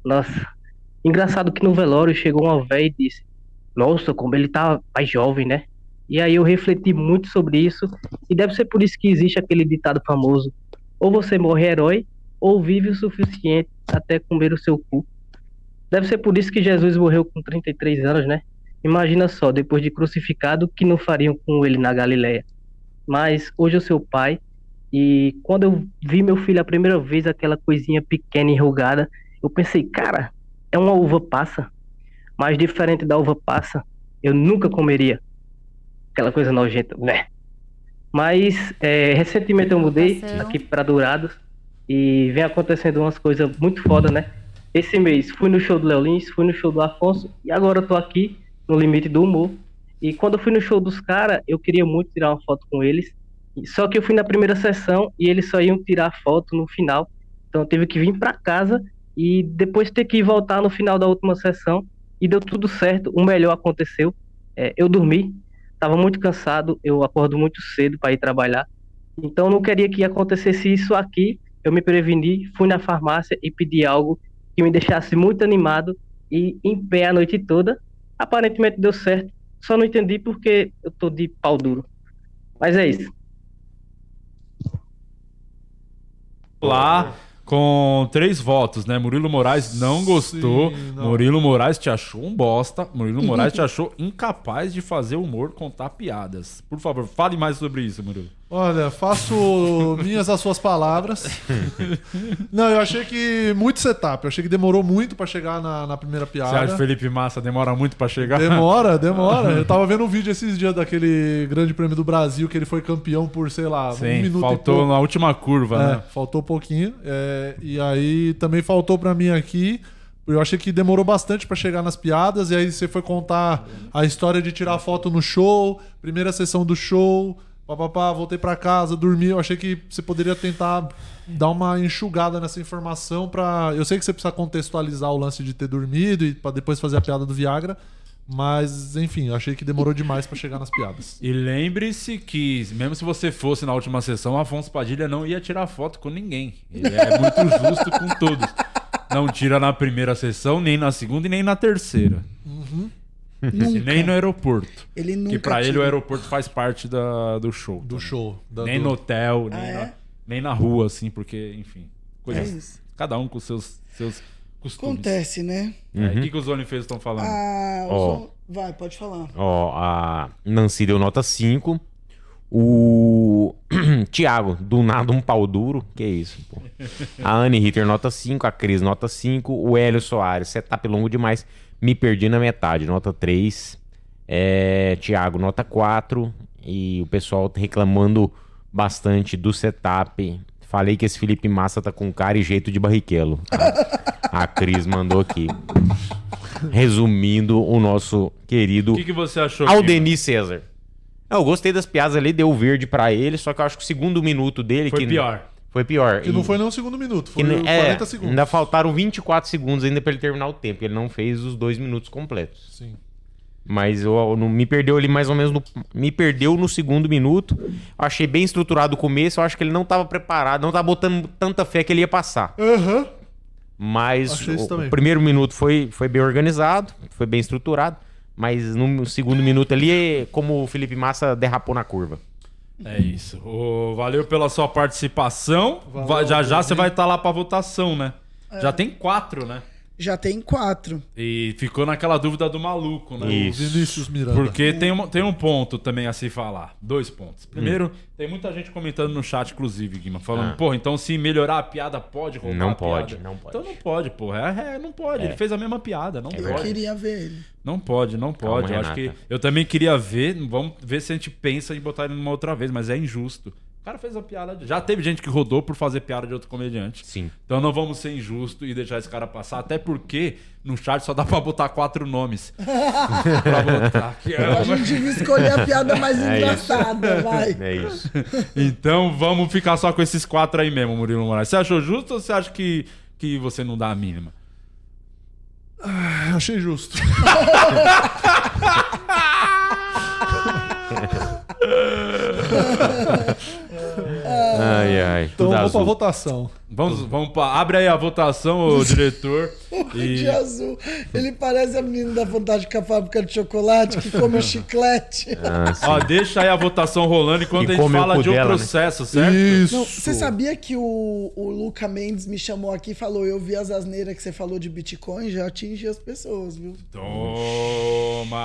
Speaker 12: Nossa, engraçado que no velório chegou uma véia e disse: Nossa, como ele tá mais jovem, né? E aí eu refleti muito sobre isso, e deve ser por isso que existe aquele ditado famoso: ou você morre herói, ou vive o suficiente até comer o seu cu. Deve ser por isso que Jesus morreu com 33 anos, né? Imagina só, depois de crucificado, o que não fariam com ele na Galileia. Mas hoje eu sou pai, e quando eu vi meu filho a primeira vez, aquela coisinha pequena e enrugada, eu pensei, cara, é uma uva passa. Mas diferente da uva passa, eu nunca comeria aquela coisa nojenta, né? Mas é, recentemente eu mudei aqui pra Dourados e vem acontecendo umas coisas muito foda, né? Esse mês fui no show do Léo Lins, fui no show do Afonso e agora eu tô aqui no limite do humor. E quando eu fui no show dos caras, eu queria muito tirar uma foto com eles. E- Só que eu fui na primeira sessão e eles só iam tirar foto no final. Então eu tive que vir pra casa e depois ter que voltar no final da última sessão e deu tudo certo. O melhor aconteceu. É, eu dormi, estava muito cansado, eu acordo muito cedo para ir trabalhar. Então não queria que acontecesse isso aqui. Eu me preveni, fui na farmácia e pedi algo que me deixasse muito animado e em pé a noite toda. Aparentemente deu certo. Só não entendi porque eu tô de pau duro. Mas é isso.
Speaker 2: Lá com três votos, né? Murilo Moraes não gostou. Murilo Moraes te achou um bosta. Murilo Moraes te achou incapaz de fazer humor contar piadas. Por favor, fale mais sobre isso, Murilo.
Speaker 5: Olha, faço minhas as suas
Speaker 6: *laughs*
Speaker 5: palavras. Não, eu achei que muito setup. Eu achei que demorou muito pra chegar na, na primeira
Speaker 2: Você acha
Speaker 5: piada.
Speaker 2: que Felipe Massa demora muito pra chegar? *laughs*
Speaker 5: Demora, demora. Eu tava vendo um vídeo esses dias daquele Grande Prêmio do Brasil que ele foi campeão por, sei lá,
Speaker 2: Sim,
Speaker 5: um minuto
Speaker 2: faltou
Speaker 5: e pouco.
Speaker 2: na última curva,
Speaker 5: É,
Speaker 2: né?
Speaker 5: Faltou um pouquinho. é, e aí também faltou pra mim aqui. Eu achei que demorou bastante pra chegar nas piadas. E aí você foi contar a história de tirar foto no show, primeira sessão do show, papapá, voltei pra casa, dormi. Eu achei que você poderia tentar dar uma enxugada nessa informação pra. Eu sei que você precisa contextualizar o lance de ter dormido e pra depois fazer a piada do Viagra. Mas, enfim, eu achei que demorou demais pra chegar nas piadas.
Speaker 2: E lembre-se que, mesmo se você fosse na última sessão, Afonso Padilha não ia tirar foto com ninguém. Ele é
Speaker 5: *laughs*
Speaker 2: muito justo com todos. Não tira na primeira sessão, nem na segunda e nem na terceira.
Speaker 7: Uhum.
Speaker 2: E nem no aeroporto.
Speaker 7: Ele
Speaker 2: que
Speaker 7: nunca
Speaker 2: pra ele
Speaker 7: tira.
Speaker 2: o aeroporto faz parte da, do show. Do
Speaker 5: show.
Speaker 2: nem
Speaker 5: do-
Speaker 2: no hotel, nem,
Speaker 7: Ah,
Speaker 2: na,
Speaker 7: é?
Speaker 2: nem na rua, assim, porque, enfim. Coisas,
Speaker 7: É isso.
Speaker 2: Cada um com seus, seus costumes.
Speaker 7: Acontece, né?
Speaker 2: É,
Speaker 6: Uhum.
Speaker 2: O que, que os OnlyFans estão falando?
Speaker 7: Ah, os
Speaker 6: Ó.
Speaker 7: on- Vai, pode falar.
Speaker 6: Ó, a Nancy deu nota 5. O *clears throat* Thiago, do nada um pau duro. Que isso, pô. A Anne Ritter, nota 5. A Cris, nota 5. O Hélio Soares, setup longo demais. Me perdi na metade, nota 3. É, Thiago, nota 4. E o pessoal tá reclamando bastante do setup. Falei que esse Felipe Massa tá com cara e jeito de barriquelo. tá? A, a Cris mandou aqui. Resumindo, o nosso querido
Speaker 2: O que, que você achou?
Speaker 6: ao
Speaker 2: Kiko?
Speaker 6: Denis César. Eu gostei das piadas ali, deu verde pra ele, só que eu acho que o segundo minuto dele.
Speaker 2: Foi
Speaker 6: que-
Speaker 2: pior.
Speaker 6: Foi pior.
Speaker 5: Que não foi nem o segundo minuto, foi
Speaker 6: que não-
Speaker 5: 40
Speaker 6: é,
Speaker 5: segundos.
Speaker 6: Ainda faltaram 24 segundos ainda pra ele terminar o tempo. Ele não fez os dois minutos completos.
Speaker 5: Sim.
Speaker 6: Mas eu, eu não- me perdeu ali mais ou menos no. Me perdeu no segundo minuto. Eu achei bem estruturado o começo. Eu acho que ele não tava preparado, não tava botando tanta fé que ele ia passar.
Speaker 5: Aham.
Speaker 6: Mas
Speaker 5: Achei
Speaker 6: o,
Speaker 5: isso também.
Speaker 6: o primeiro minuto foi, foi bem organizado, foi bem estruturado. Mas no segundo minuto ali é como o Felipe Massa derrapou na curva.
Speaker 2: É isso. Ô, valeu pela sua participação.
Speaker 7: Valeu,
Speaker 2: Vai- já já
Speaker 7: valeu. É.
Speaker 2: você vai estar lá pra votação, né? Já tem quatro, né?
Speaker 7: Já tem quatro.
Speaker 2: E ficou naquela dúvida do maluco, né?
Speaker 5: Isso. O Vinícius Miranda.
Speaker 2: Porque
Speaker 7: Hum.
Speaker 2: tem, uma- tem um ponto também a se falar. Dois pontos.
Speaker 6: Hum.
Speaker 2: Primeiro, tem muita gente comentando no chat, inclusive, Guima, falando,
Speaker 6: Ah.
Speaker 2: pô, então se melhorar a piada, pode roubar
Speaker 6: Não
Speaker 2: a
Speaker 6: pode,
Speaker 2: piada.
Speaker 6: não pode.
Speaker 2: Então não pode, porra. É, é, não pode.
Speaker 6: É.
Speaker 2: Ele fez a mesma piada, não
Speaker 7: Eu
Speaker 2: pode.
Speaker 7: queria ver
Speaker 12: *laughs*
Speaker 7: ele.
Speaker 2: Não pode, não
Speaker 6: Calma,
Speaker 2: pode. eu acho que
Speaker 6: Renata.
Speaker 2: eu também queria ver, vamos ver se a gente pensa em botar ele numa outra vez, mas é injusto. O cara fez a piada. de- Já teve gente que rodou por fazer piada de outro comediante.
Speaker 6: Sim.
Speaker 2: Então não vamos ser injusto e deixar esse cara passar, até porque no chat só dá pra botar quatro
Speaker 7: *laughs*
Speaker 2: nomes. pra botar. é aqui.
Speaker 7: A gente devia escolher a piada
Speaker 6: *laughs*
Speaker 7: mais
Speaker 2: É isso.
Speaker 7: engraçada, vai.
Speaker 6: É isso.
Speaker 2: *laughs* Então vamos ficar só com esses quatro aí mesmo, Murilo Moraes. Você achou justo ou você acha que, que você não dá a mínima?
Speaker 5: Ah, achei justo.
Speaker 2: *laughs*
Speaker 7: Ah,
Speaker 6: ai, ai.
Speaker 5: Então
Speaker 2: tudo
Speaker 5: vamos pra
Speaker 2: azul.
Speaker 5: votação.
Speaker 2: Vamos, vamos pra, abre aí a votação, ô diretor.
Speaker 7: O
Speaker 2: E-
Speaker 7: de azul, ele parece a menina da fantástica fábrica de chocolate que
Speaker 2: *laughs*
Speaker 7: come chiclete.
Speaker 2: É Ah, Ó, deixa aí a votação rolando enquanto
Speaker 6: E
Speaker 2: a gente
Speaker 6: come o
Speaker 2: fala
Speaker 6: cu
Speaker 2: de um
Speaker 6: dela, né?
Speaker 2: processo, certo?
Speaker 7: Não, você sabia que o, o Luca Mendes me chamou aqui e falou: Eu vi as asneiras que você falou de Bitcoin, já atingi as pessoas, viu?
Speaker 2: Toma!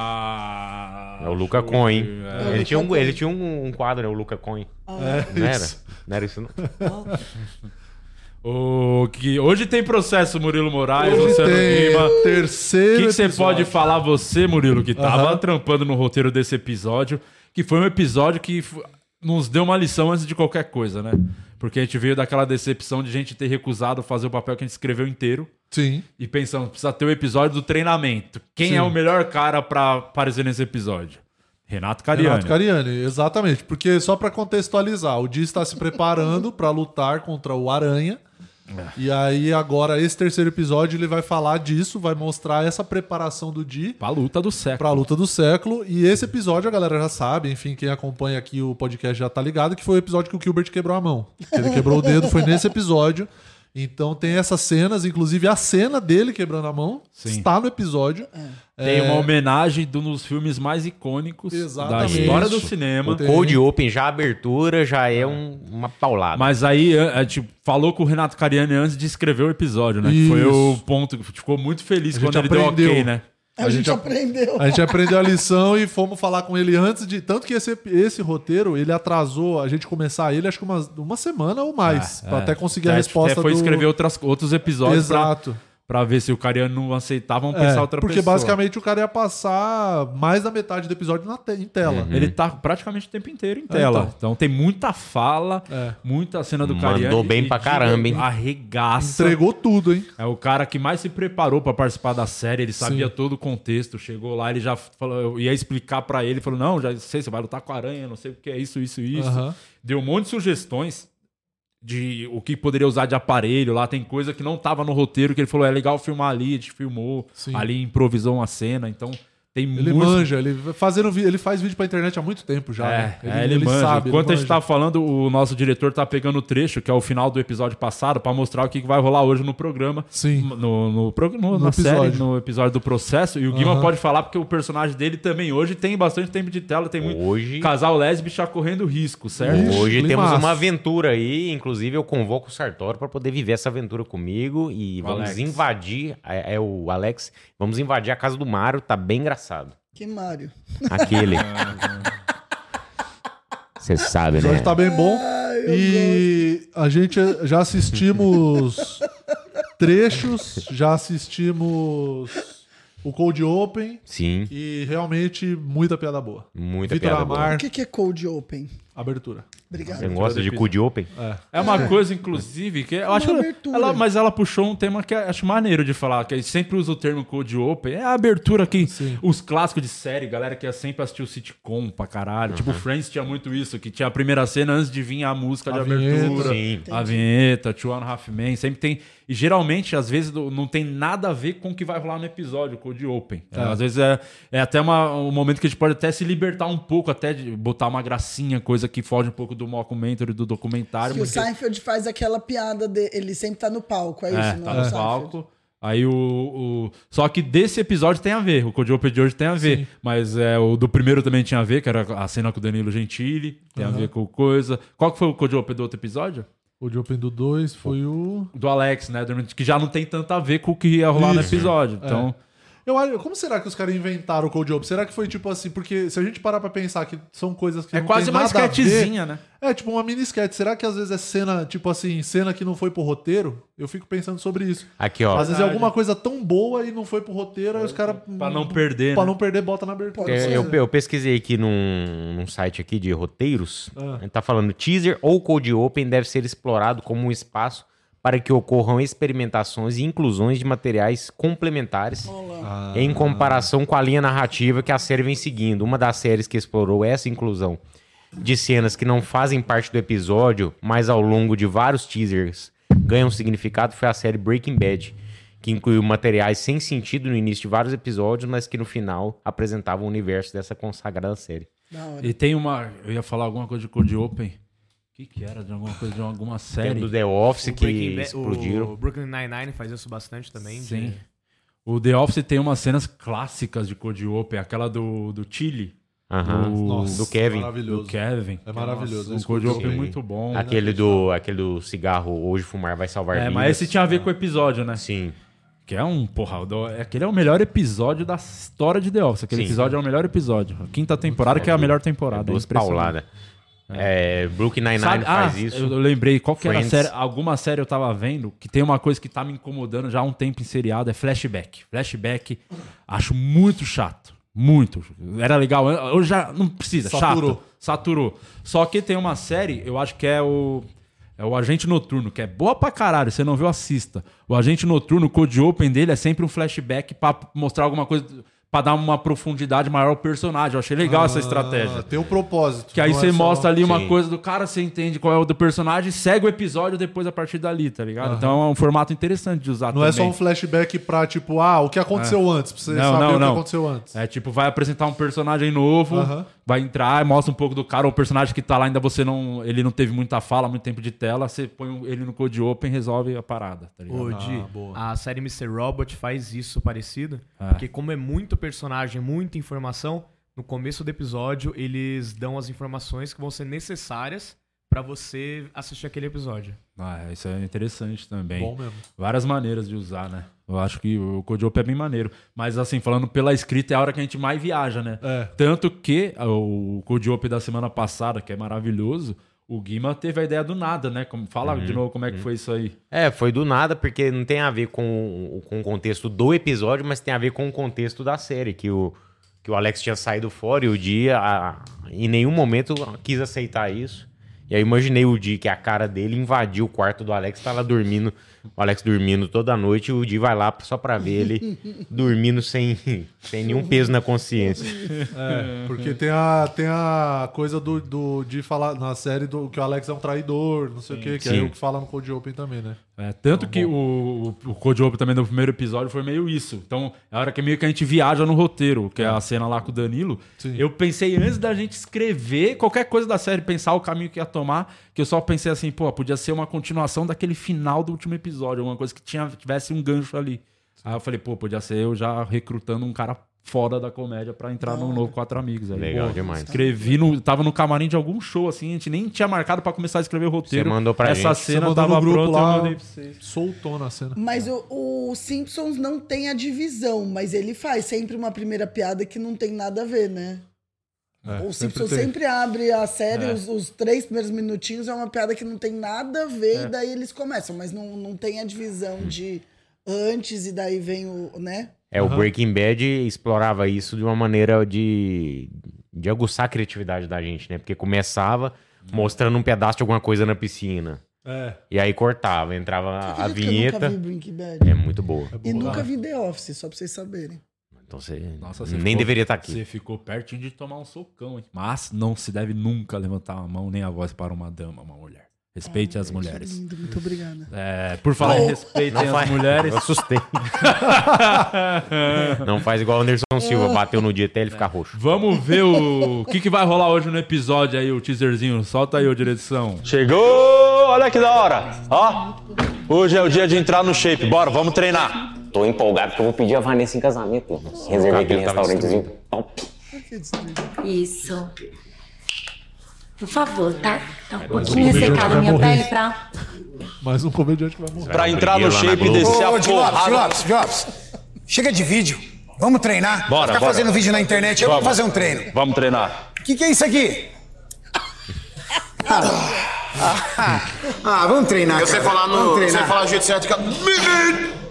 Speaker 6: É o Luca Coin, hein?
Speaker 2: É.
Speaker 6: Ele, tinha um, ele tinha um um quadro, né? O Luca Coin.
Speaker 7: Ah.
Speaker 2: É
Speaker 6: não era?
Speaker 2: isso.
Speaker 6: Não era isso, não?
Speaker 2: *laughs* O que hoje tem processo, Murilo Moraes,
Speaker 5: Hoje
Speaker 2: Luciano
Speaker 5: tem
Speaker 2: Lima.
Speaker 5: terceiro
Speaker 2: O que que você
Speaker 5: episódio.
Speaker 2: pode falar, você, Murilo, que tava
Speaker 5: Aham.
Speaker 2: trampando no roteiro desse episódio, que foi um episódio que f- nos deu uma lição antes de qualquer coisa, né? Porque a gente veio daquela decepção de gente ter recusado fazer o papel que a gente escreveu inteiro.
Speaker 5: Sim.
Speaker 2: E pensamos, precisa ter o episódio do treinamento. Quem
Speaker 5: Sim.
Speaker 2: é o melhor cara pra aparecer nesse episódio? Renato Cariani.
Speaker 5: Renato Cariani, exatamente. Porque só pra contextualizar, o Di está se preparando pra lutar contra o Aranha. E aí, agora, esse terceiro episódio, ele vai falar disso, vai mostrar essa preparação do Di.
Speaker 2: Pra luta do século.
Speaker 5: Pra luta do século. E esse episódio, a galera já sabe, enfim, quem acompanha aqui o podcast já tá ligado, que foi o episódio que o Gilbert quebrou a mão. Que Ele quebrou o dedo, foi nesse episódio. Então tem essas cenas, inclusive a cena dele quebrando a mão
Speaker 2: Sim.
Speaker 5: está no episódio.
Speaker 2: Tem uma
Speaker 5: É,
Speaker 2: homenagem de um dos filmes mais icônicos da
Speaker 5: Exatamente.
Speaker 2: história do cinema.
Speaker 6: O Cold Open, já a abertura, já é um- uma paulada.
Speaker 2: Mas aí, a a gente falou com o Renato Cariani antes de escrever o episódio, né? Que foi
Speaker 5: Isso.
Speaker 2: o ponto que ficou muito feliz
Speaker 5: A
Speaker 2: quando
Speaker 5: gente
Speaker 2: ele deu
Speaker 5: aprendeu.
Speaker 2: ok, né?
Speaker 5: A A gente gente ap-
Speaker 7: aprendeu.
Speaker 5: A gente aprendeu a lição e fomos falar com ele antes de. Tanto que esse, esse roteiro, ele atrasou a gente começar ele, acho que umas, uma semana ou mais,
Speaker 2: Ah, É,
Speaker 5: pra até conseguir a
Speaker 2: Até-
Speaker 5: resposta
Speaker 2: até Tá, é, foi
Speaker 5: do-
Speaker 2: escrever outras, outros episódios pra-
Speaker 5: Exato.
Speaker 2: Pra, ver se o Cariano não aceitava, vamos
Speaker 5: É,
Speaker 2: pensar outra
Speaker 5: porque
Speaker 2: pessoa.
Speaker 5: basicamente o cara ia passar mais da metade do episódio na te- em tela. É,
Speaker 2: Ele tá praticamente o tempo inteiro
Speaker 5: Ah,
Speaker 2: em tela. então. tem muita fala, muita cena do
Speaker 6: Mandou
Speaker 2: Cariani.
Speaker 6: bem
Speaker 2: e
Speaker 6: pra caramba, hein?
Speaker 2: Arregaça.
Speaker 5: Entregou tudo, hein?
Speaker 2: É o cara que mais se preparou pra participar da série, ele sabia
Speaker 5: Sim.
Speaker 2: todo o contexto, chegou lá, ele já falou, eu ia explicar pra ele, falou: "Não, já sei, você vai lutar com a aranha, não sei o que é isso, isso, isso".
Speaker 5: Aham.
Speaker 2: Deu um monte de sugestões de o que poderia usar de aparelho lá, tem coisa que não tava no roteiro que ele falou: "É legal filmar ali", a gente filmou,
Speaker 5: Sim.
Speaker 2: ali improvisou uma cena, então tem
Speaker 5: Ele
Speaker 2: muito
Speaker 5: manja, ele, fazendo, vi- ele faz vídeo pra internet há muito tempo já.
Speaker 2: é,
Speaker 5: né?
Speaker 2: é, ele, manja. Enquanto a gente
Speaker 5: manja.
Speaker 2: tá falando, o nosso diretor tá pegando o trecho, que é o final do episódio passado, pra mostrar o que que vai rolar hoje no programa.
Speaker 5: Sim.
Speaker 2: No, no, pro-
Speaker 5: No
Speaker 2: no- na série,
Speaker 5: episódio.
Speaker 2: no episódio do processo. E o Guima
Speaker 5: Aham.
Speaker 2: pode falar, porque o personagem dele também hoje tem bastante tempo de tela. Tem muito. Hoje. Casal lésbico está correndo risco, certo?
Speaker 6: Hoje temos
Speaker 2: climaço.
Speaker 6: uma aventura aí, inclusive eu convoco o Sartório para poder viver essa aventura comigo e
Speaker 2: O
Speaker 6: vamos
Speaker 2: Alex.
Speaker 6: invadir, é, é o Alex, vamos invadir a casa do Mário, tá bem engraçado.
Speaker 7: Que Mário. *laughs*
Speaker 6: Aquele. Você sabe,
Speaker 5: O
Speaker 6: né?
Speaker 5: episódio tá bem bom. e a gente eh, já assistimos trechos, já assistimos o Cold Open.
Speaker 6: Sim.
Speaker 5: E realmente muita piada boa.
Speaker 6: Muita
Speaker 5: Vitor
Speaker 6: piada
Speaker 5: Amar,
Speaker 7: O que, que é cold open?
Speaker 5: abertura.
Speaker 7: Obrigado.
Speaker 6: Você gosta de cu de open?
Speaker 2: É uma coisa, inclusive, que eu
Speaker 6: Uma
Speaker 2: acho.
Speaker 6: abertura.
Speaker 2: Ela, mas ela puxou um tema que eu acho maneiro de falar, que a gente sempre usa o termo Code Open. É a abertura que os clássicos de série, galera que sempre assistiu sitcom pra caralho. Tipo, Friends tinha muito isso, que tinha a primeira cena antes de vir a música
Speaker 5: A
Speaker 2: de
Speaker 5: vinheta.
Speaker 2: abertura.
Speaker 5: Sim.
Speaker 2: A vinheta, Two and a Half Men, sempre tem. E geralmente, às vezes, do- não tem nada a ver com o que vai rolar no episódio, Code Open. É,
Speaker 5: É.
Speaker 2: às vezes é, é até uma- um momento que a gente pode até se libertar um pouco, até de botar uma gracinha, coisa que foge um pouco do mockumentary, do documentário.
Speaker 7: Que o
Speaker 2: porque-
Speaker 7: Seinfeld faz aquela piada de ele sempre tá no palco, é,
Speaker 2: é,
Speaker 7: isso, não
Speaker 2: tá
Speaker 7: é
Speaker 2: no
Speaker 7: o Seinfeld?
Speaker 2: palco. Aí o, o- Só que desse episódio tem a ver. O Code Open de hoje tem a ver. Mas é, o do primeiro também tinha a ver, que era a cena com o Danilo Gentili. Tem a
Speaker 5: Aham.
Speaker 2: ver com coisa. Qual que foi o Code Open do outro episódio?
Speaker 5: O de Open do 2 foi o.
Speaker 2: Do Alex, né? Dormente, Que já não tem tanto a ver com o que ia rolar no
Speaker 5: Isso.
Speaker 2: episódio.
Speaker 5: É.
Speaker 2: Então.
Speaker 5: Eu acho, como será que os caras inventaram o Cold Open? Será que foi tipo assim? Porque se a gente parar pra pensar que são coisas que
Speaker 2: É
Speaker 5: não
Speaker 2: quase
Speaker 5: tem
Speaker 2: uma
Speaker 5: nada a ver-
Speaker 2: sketchzinha, né?
Speaker 5: É, tipo uma mini sketch. Será que às vezes é cena, tipo assim, cena que não foi pro roteiro? Eu fico pensando sobre isso.
Speaker 6: Aqui, ó.
Speaker 5: Às vezes é alguma coisa tão boa e não foi pro roteiro, aí os caras.
Speaker 2: Pra não perder,
Speaker 5: Pra
Speaker 2: né?
Speaker 5: não perder, bota na abertura.
Speaker 6: É, eu, eu pesquisei aqui num, num site aqui de roteiros.
Speaker 5: Ah.
Speaker 6: Ele Tá falando teaser ou code open deve ser explorado como um espaço para que ocorram experimentações e inclusões de materiais complementares em comparação com a linha narrativa que a série vem seguindo. Uma das séries que explorou essa inclusão de cenas que não fazem parte do episódio, mas ao longo de vários teasers ganham significado foi a série Breaking Bad, que incluiu materiais sem sentido no início de vários episódios, mas que no final apresentavam o universo dessa consagrada série.
Speaker 2: E tem uma. Eu ia falar alguma coisa de Code Open. O que, que era? De alguma coisa de alguma série?
Speaker 6: do um The Office
Speaker 2: O
Speaker 6: que
Speaker 2: Breaking Bad-
Speaker 6: explodiram.
Speaker 3: O Brooklyn Nine-Nine faz isso bastante também. de-
Speaker 2: Sim. O The Office tem umas cenas clássicas de Code Open, aquela do, do Chile.
Speaker 6: Aham.
Speaker 2: Do,
Speaker 6: Nossa, Do Kevin.
Speaker 2: Do Kevin.
Speaker 5: É maravilhoso, eu
Speaker 2: Nossa, o
Speaker 5: escuto
Speaker 2: Code Open é
Speaker 5: sempre.
Speaker 2: muito bom.
Speaker 6: Aquele do, aquele do cigarro Hoje Fumar Vai Salvar
Speaker 2: É,
Speaker 6: Vidas.
Speaker 2: mas esse tinha a ver com o episódio, né?
Speaker 6: Sim.
Speaker 2: Que é um, porra, o do- aquele é o melhor episódio da história de The Office. Aquele
Speaker 6: Sim.
Speaker 2: episódio é o melhor episódio. A quinta temporada, que é a melhor temporada.
Speaker 6: Duas
Speaker 2: é impressionante.
Speaker 6: pauladas. É, Brooklyn
Speaker 2: Sabe-
Speaker 6: Nine-Nine
Speaker 2: ah,
Speaker 6: faz isso.
Speaker 2: Eu lembrei qual que era a
Speaker 6: Friends.
Speaker 2: série. Alguma série eu tava vendo que tem uma coisa que tá me incomodando já há um tempo em seriado, é flashback. Flashback, acho muito chato. Muito. Era legal. Hoje já não precisa.
Speaker 5: Saturou.
Speaker 2: Chato. Saturou. Só que tem uma série, eu acho que é o. É o Agente Noturno, que é boa pra caralho. Você não viu, assista. O Agente Noturno, o Code Open dele é sempre um flashback pra mostrar alguma coisa. pra dar uma profundidade maior ao personagem. Eu achei legal essa
Speaker 5: Ah,
Speaker 2: estratégia.
Speaker 5: Tem um propósito.
Speaker 2: Que aí
Speaker 5: não
Speaker 2: você
Speaker 5: é só-
Speaker 2: mostra ali uma
Speaker 5: Sim.
Speaker 2: coisa do cara, você entende qual é o do personagem, segue o episódio depois a partir dali, tá ligado?
Speaker 5: Aham.
Speaker 2: Então é um formato interessante de É. usar
Speaker 5: Ah. Não é só um flashback pra, tipo, ah, o que aconteceu antes, pra você saber o que aconteceu antes.
Speaker 2: É tipo, vai apresentar um personagem novo,
Speaker 5: Aham.
Speaker 2: vai entrar, mostra um pouco do cara, o personagem que tá lá, ainda você não. Ele não teve muita fala, muito tempo de tela, você põe um- ele no Code Open resolve a parada, tá ligado?
Speaker 3: Ô,
Speaker 6: Ah,
Speaker 3: Di, a série Mr. Robot faz isso parecido.
Speaker 2: É.
Speaker 3: Porque como é muito personagem, muita informação, no começo do episódio eles dão as informações que vão ser necessárias pra você assistir aquele episódio.
Speaker 2: Ah, isso é interessante também.
Speaker 3: Bom mesmo.
Speaker 2: Várias maneiras de usar, né? Eu acho que o Code Open é bem maneiro. Mas, assim, falando pela escrita, é a hora que a gente mais viaja, né?
Speaker 5: É.
Speaker 2: Tanto que ah, o Code Open da semana passada, que é maravilhoso, o Guima teve a ideia do nada, né? Como, fala de
Speaker 6: Uhum,
Speaker 2: novo como é que foi isso aí.
Speaker 6: É, foi do nada, porque não tem a ver com, o- com o contexto do episódio, mas tem a ver com o contexto da série, que o, que o Alex tinha saído fora e o Dia em nenhum momento quis aceitar isso. E aí eu imaginei o Di que é a cara dele invadiu o quarto do Alex, tá lá dormindo, o Alex dormindo toda noite, e o Di vai lá só pra ver ele dormindo sem, sem nenhum peso na consciência.
Speaker 5: É, porque tem a, tem a coisa do, do- de falar na série do que o Alex é um traidor, não sei o quê, que
Speaker 2: sim.
Speaker 5: é o que fala no Code Open também, né?
Speaker 2: É, tanto que o, o Code Open também no primeiro episódio foi meio isso. Então, é a hora que meio que a gente viaja no roteiro, que é a cena lá com o Danilo. Eu pensei antes da gente escrever qualquer coisa da série, pensar o caminho que ia tomar, que eu só pensei assim, pô, podia ser uma continuação daquele final do último episódio, alguma coisa que tinha, tivesse um gancho ali. Aí eu falei, pô, podia ser eu já recrutando um cara foda da comédia pra entrar num novo Quatro Amigos. Aí,
Speaker 6: Legal
Speaker 2: pô,
Speaker 6: demais.
Speaker 2: Escrevi, no, tava no camarim de algum show, assim, a gente nem tinha marcado pra começar a escrever o roteiro.
Speaker 6: mandou pra
Speaker 2: Essa
Speaker 6: gente. Você
Speaker 2: cena
Speaker 5: mandou
Speaker 2: tava
Speaker 5: no grupo
Speaker 2: pronta,
Speaker 5: lá.
Speaker 2: eu mandei pra
Speaker 5: Soltou na cena.
Speaker 7: Mas o, o Simpsons não tem a divisão, mas ele faz sempre uma primeira piada que não tem nada a ver, né?
Speaker 5: É,
Speaker 7: o
Speaker 5: sempre
Speaker 7: Simpsons
Speaker 5: tem.
Speaker 7: sempre, abre a série,
Speaker 5: É.
Speaker 7: os, os três primeiros minutinhos é uma piada que não tem nada a ver,
Speaker 5: É.
Speaker 7: e daí eles começam, mas não, não tem a divisão de antes e daí vem o, né?
Speaker 6: É, o Breaking Bad explorava isso de uma maneira de, de aguçar a criatividade da gente, né? Porque começava
Speaker 2: Hum.
Speaker 6: mostrando um pedaço de alguma coisa na piscina.
Speaker 5: É.
Speaker 6: E aí cortava, entrava a
Speaker 7: Acredito que eu nunca
Speaker 6: vinheta.
Speaker 7: vi Breaking Bad.
Speaker 6: É muito boa.
Speaker 7: E
Speaker 5: né?
Speaker 7: nunca vi The Office, só pra vocês saberem.
Speaker 6: Então você
Speaker 2: Nossa,
Speaker 6: nem
Speaker 2: ficou-
Speaker 6: deveria estar aqui.
Speaker 2: Você ficou pertinho de tomar um socão, hein? Mas não se deve nunca levantar a mão nem a voz para uma dama, uma mulher. Respeite as mulheres.
Speaker 7: É, lindo, muito obrigada.
Speaker 2: É, por falar em
Speaker 7: Oh.
Speaker 2: respeito
Speaker 6: Não
Speaker 2: às
Speaker 6: faz-
Speaker 2: mulheres.
Speaker 6: Eu assustei. Não faz igual o Anderson
Speaker 7: É.
Speaker 6: Silva, bateu no dia até ele ficar roxo.
Speaker 2: *laughs* Vamos ver o, o que, que vai rolar hoje no episódio aí, o teaserzinho. Solta aí, ô direção.
Speaker 14: Chegou! Olha que da hora! Ó, hoje é o dia de entrar no shape. Bora, vamos treinar. Tô empolgado porque eu vou pedir a Vanessa em casamento.
Speaker 6: Reservei
Speaker 14: Reservei aquele
Speaker 6: aquele restaurantezinho
Speaker 14: restaurantezinho
Speaker 15: Isso. Por favor, tá? Tá um
Speaker 5: Mas
Speaker 15: pouquinho
Speaker 5: o vídeo
Speaker 15: ressecada
Speaker 5: vai
Speaker 15: a minha
Speaker 5: morrer.
Speaker 15: pele pra.
Speaker 5: Mas um comediante vai morrer.
Speaker 14: Pra entrar no shape e descer a porrada.
Speaker 16: Drops, drops. Chega de vídeo. Vamos treinar.
Speaker 14: Bora,
Speaker 16: Ficar
Speaker 14: bora.
Speaker 16: fazendo vídeo na internet, eu vou
Speaker 14: Vamos.
Speaker 16: fazer um treino.
Speaker 14: Vamos treinar.
Speaker 16: O que, que é isso aqui? Ah, ah, vamos treinar.
Speaker 17: Eu sei
Speaker 16: cara.
Speaker 17: falar
Speaker 16: Vamos
Speaker 17: no. Eu sei
Speaker 16: treinar.
Speaker 17: falar o jeito certo que.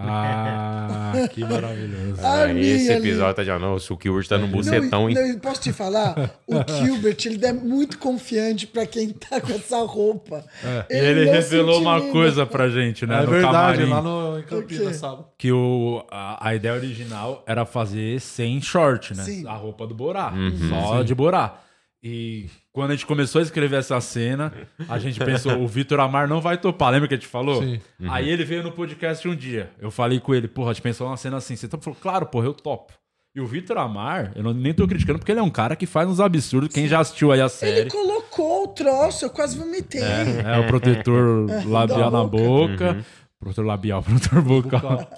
Speaker 2: Ah, que maravilhoso.
Speaker 7: Ah,
Speaker 6: Ah, Esse
Speaker 7: minha
Speaker 6: episódio tá de anão, o Kilbert tá no bucetão,
Speaker 2: é
Speaker 7: Não,
Speaker 6: hein?
Speaker 7: não, eu posso te falar?
Speaker 2: *laughs*
Speaker 7: O Gilbert, ele é muito confiante pra quem tá com essa roupa.
Speaker 2: É, E ele
Speaker 7: não
Speaker 2: revelou
Speaker 7: se
Speaker 2: uma
Speaker 7: intimida.
Speaker 2: coisa pra gente, né?
Speaker 5: É
Speaker 2: no
Speaker 5: verdade,
Speaker 2: camarim.
Speaker 5: lá no, em
Speaker 7: O quê?
Speaker 5: Campinas, sábado.
Speaker 2: Que o, a, a ideia original era fazer sem short, né?
Speaker 5: Sim.
Speaker 2: A roupa do Borá.
Speaker 5: Uhum.
Speaker 2: Só
Speaker 5: Sim.
Speaker 2: de Borá. E quando a gente começou a escrever essa cena, a gente pensou, o Vitor Amar não vai topar. Lembra que a gente falou?
Speaker 5: Sim. Uhum.
Speaker 2: Aí ele veio no podcast um dia. Eu falei com ele, porra, a gente pensou numa cena assim. Você topa? Ele falou, claro, porra, eu topo. E o Vitor Amar, eu não- nem tô criticando, porque ele é um cara que faz uns absurdos. Quem já assistiu aí a série...
Speaker 7: Ele colocou o troço, eu quase vomitei. *laughs*
Speaker 2: É, é o protetor labial
Speaker 7: Da
Speaker 2: na boca. Protetor labial, *laughs* protetor *laughs* bucal.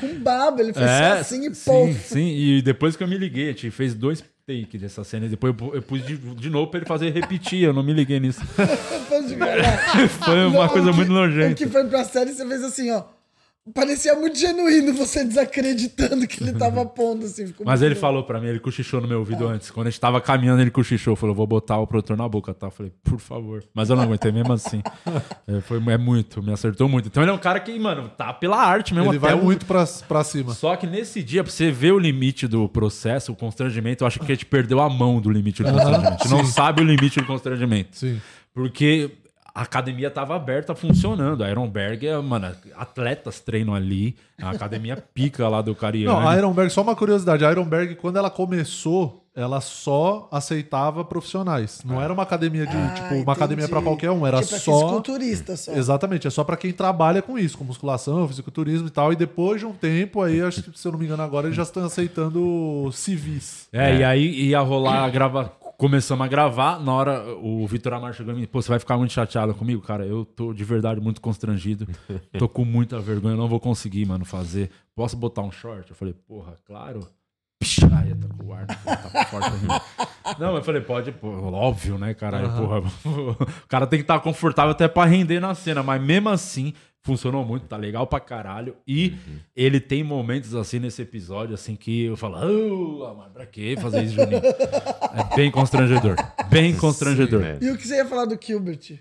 Speaker 7: Com baba, ele fez só assim e
Speaker 2: sim,
Speaker 7: pô.
Speaker 2: sim, e depois que eu me liguei, a gente fez dois takes dessa cena. E depois eu pu- eu pus de, de novo pra ele fazer repetir, eu não me liguei
Speaker 7: *laughs*
Speaker 2: nisso.
Speaker 7: Depois de verdade.
Speaker 2: *laughs* Foi uma
Speaker 7: Não,
Speaker 2: coisa
Speaker 7: o que-
Speaker 2: muito nojenta.
Speaker 7: O que foi pra série, você fez assim, ó. Parecia muito genuíno você desacreditando que ele
Speaker 2: *laughs*
Speaker 7: tava pondo, assim. Ficou
Speaker 2: Mas
Speaker 7: muito
Speaker 5: é?
Speaker 2: ele
Speaker 7: bom.
Speaker 2: falou pra mim, ele cochichou no meu ouvido antes. Quando a gente tava caminhando, ele cochichou. Falou, vou botar o protetor na boca, tá? Eu falei, por favor. Mas eu não aguentei
Speaker 5: *laughs*
Speaker 2: mesmo assim. É, foi, é muito, me acertou muito. Então ele é um cara que, mano, tá pela arte mesmo.
Speaker 5: Ele
Speaker 2: até
Speaker 5: vai
Speaker 2: o-
Speaker 5: muito pra, pra cima.
Speaker 2: Só que nesse dia, pra você ver o limite do processo, o constrangimento, eu acho que a gente perdeu a mão do limite do
Speaker 5: Aham.
Speaker 2: constrangimento. A gente não
Speaker 5: Sim.
Speaker 2: sabe o limite do constrangimento.
Speaker 5: Sim.
Speaker 2: Porque a academia estava aberta, funcionando. A Ironberg, é, mano, atletas treinam ali. A academia pica lá do Cariano.
Speaker 5: Não, a Ironberg, só uma curiosidade, a Ironberg, quando ela começou, ela só aceitava profissionais. Não
Speaker 2: É.
Speaker 5: era uma academia de, tipo, uma academia pra qualquer um, era
Speaker 7: Tipo, é
Speaker 5: só
Speaker 7: fisiculturista só.
Speaker 5: Exatamente, é só pra quem trabalha com isso, com musculação, fisiculturismo e tal, e depois de um tempo aí, acho que se eu não me engano agora, eles já estão aceitando civis.
Speaker 2: É, e aí ia rolar a grava... Começamos a gravar, na hora o Vitor Amar chegou em mim, pô, você vai ficar muito chateado comigo? Cara, eu tô de verdade muito constrangido, tô com muita vergonha, não vou conseguir, mano, fazer. Posso botar um short? Eu falei, porra, claro. Pish, Aí eu tô com o ar, tá forte aqui. Não, eu falei, pode, pô, óbvio, né, caralho,
Speaker 5: Aham.
Speaker 2: porra. *laughs* O cara tem que estar confortável até pra render na cena, mas mesmo assim, funcionou muito, tá legal pra caralho. E ele tem momentos assim nesse episódio, assim, que eu falo, "Ah, mas pra que fazer isso, Juninho? é bem constrangedor. Bem constrangedor.
Speaker 7: E o que você ia falar do Gilbert?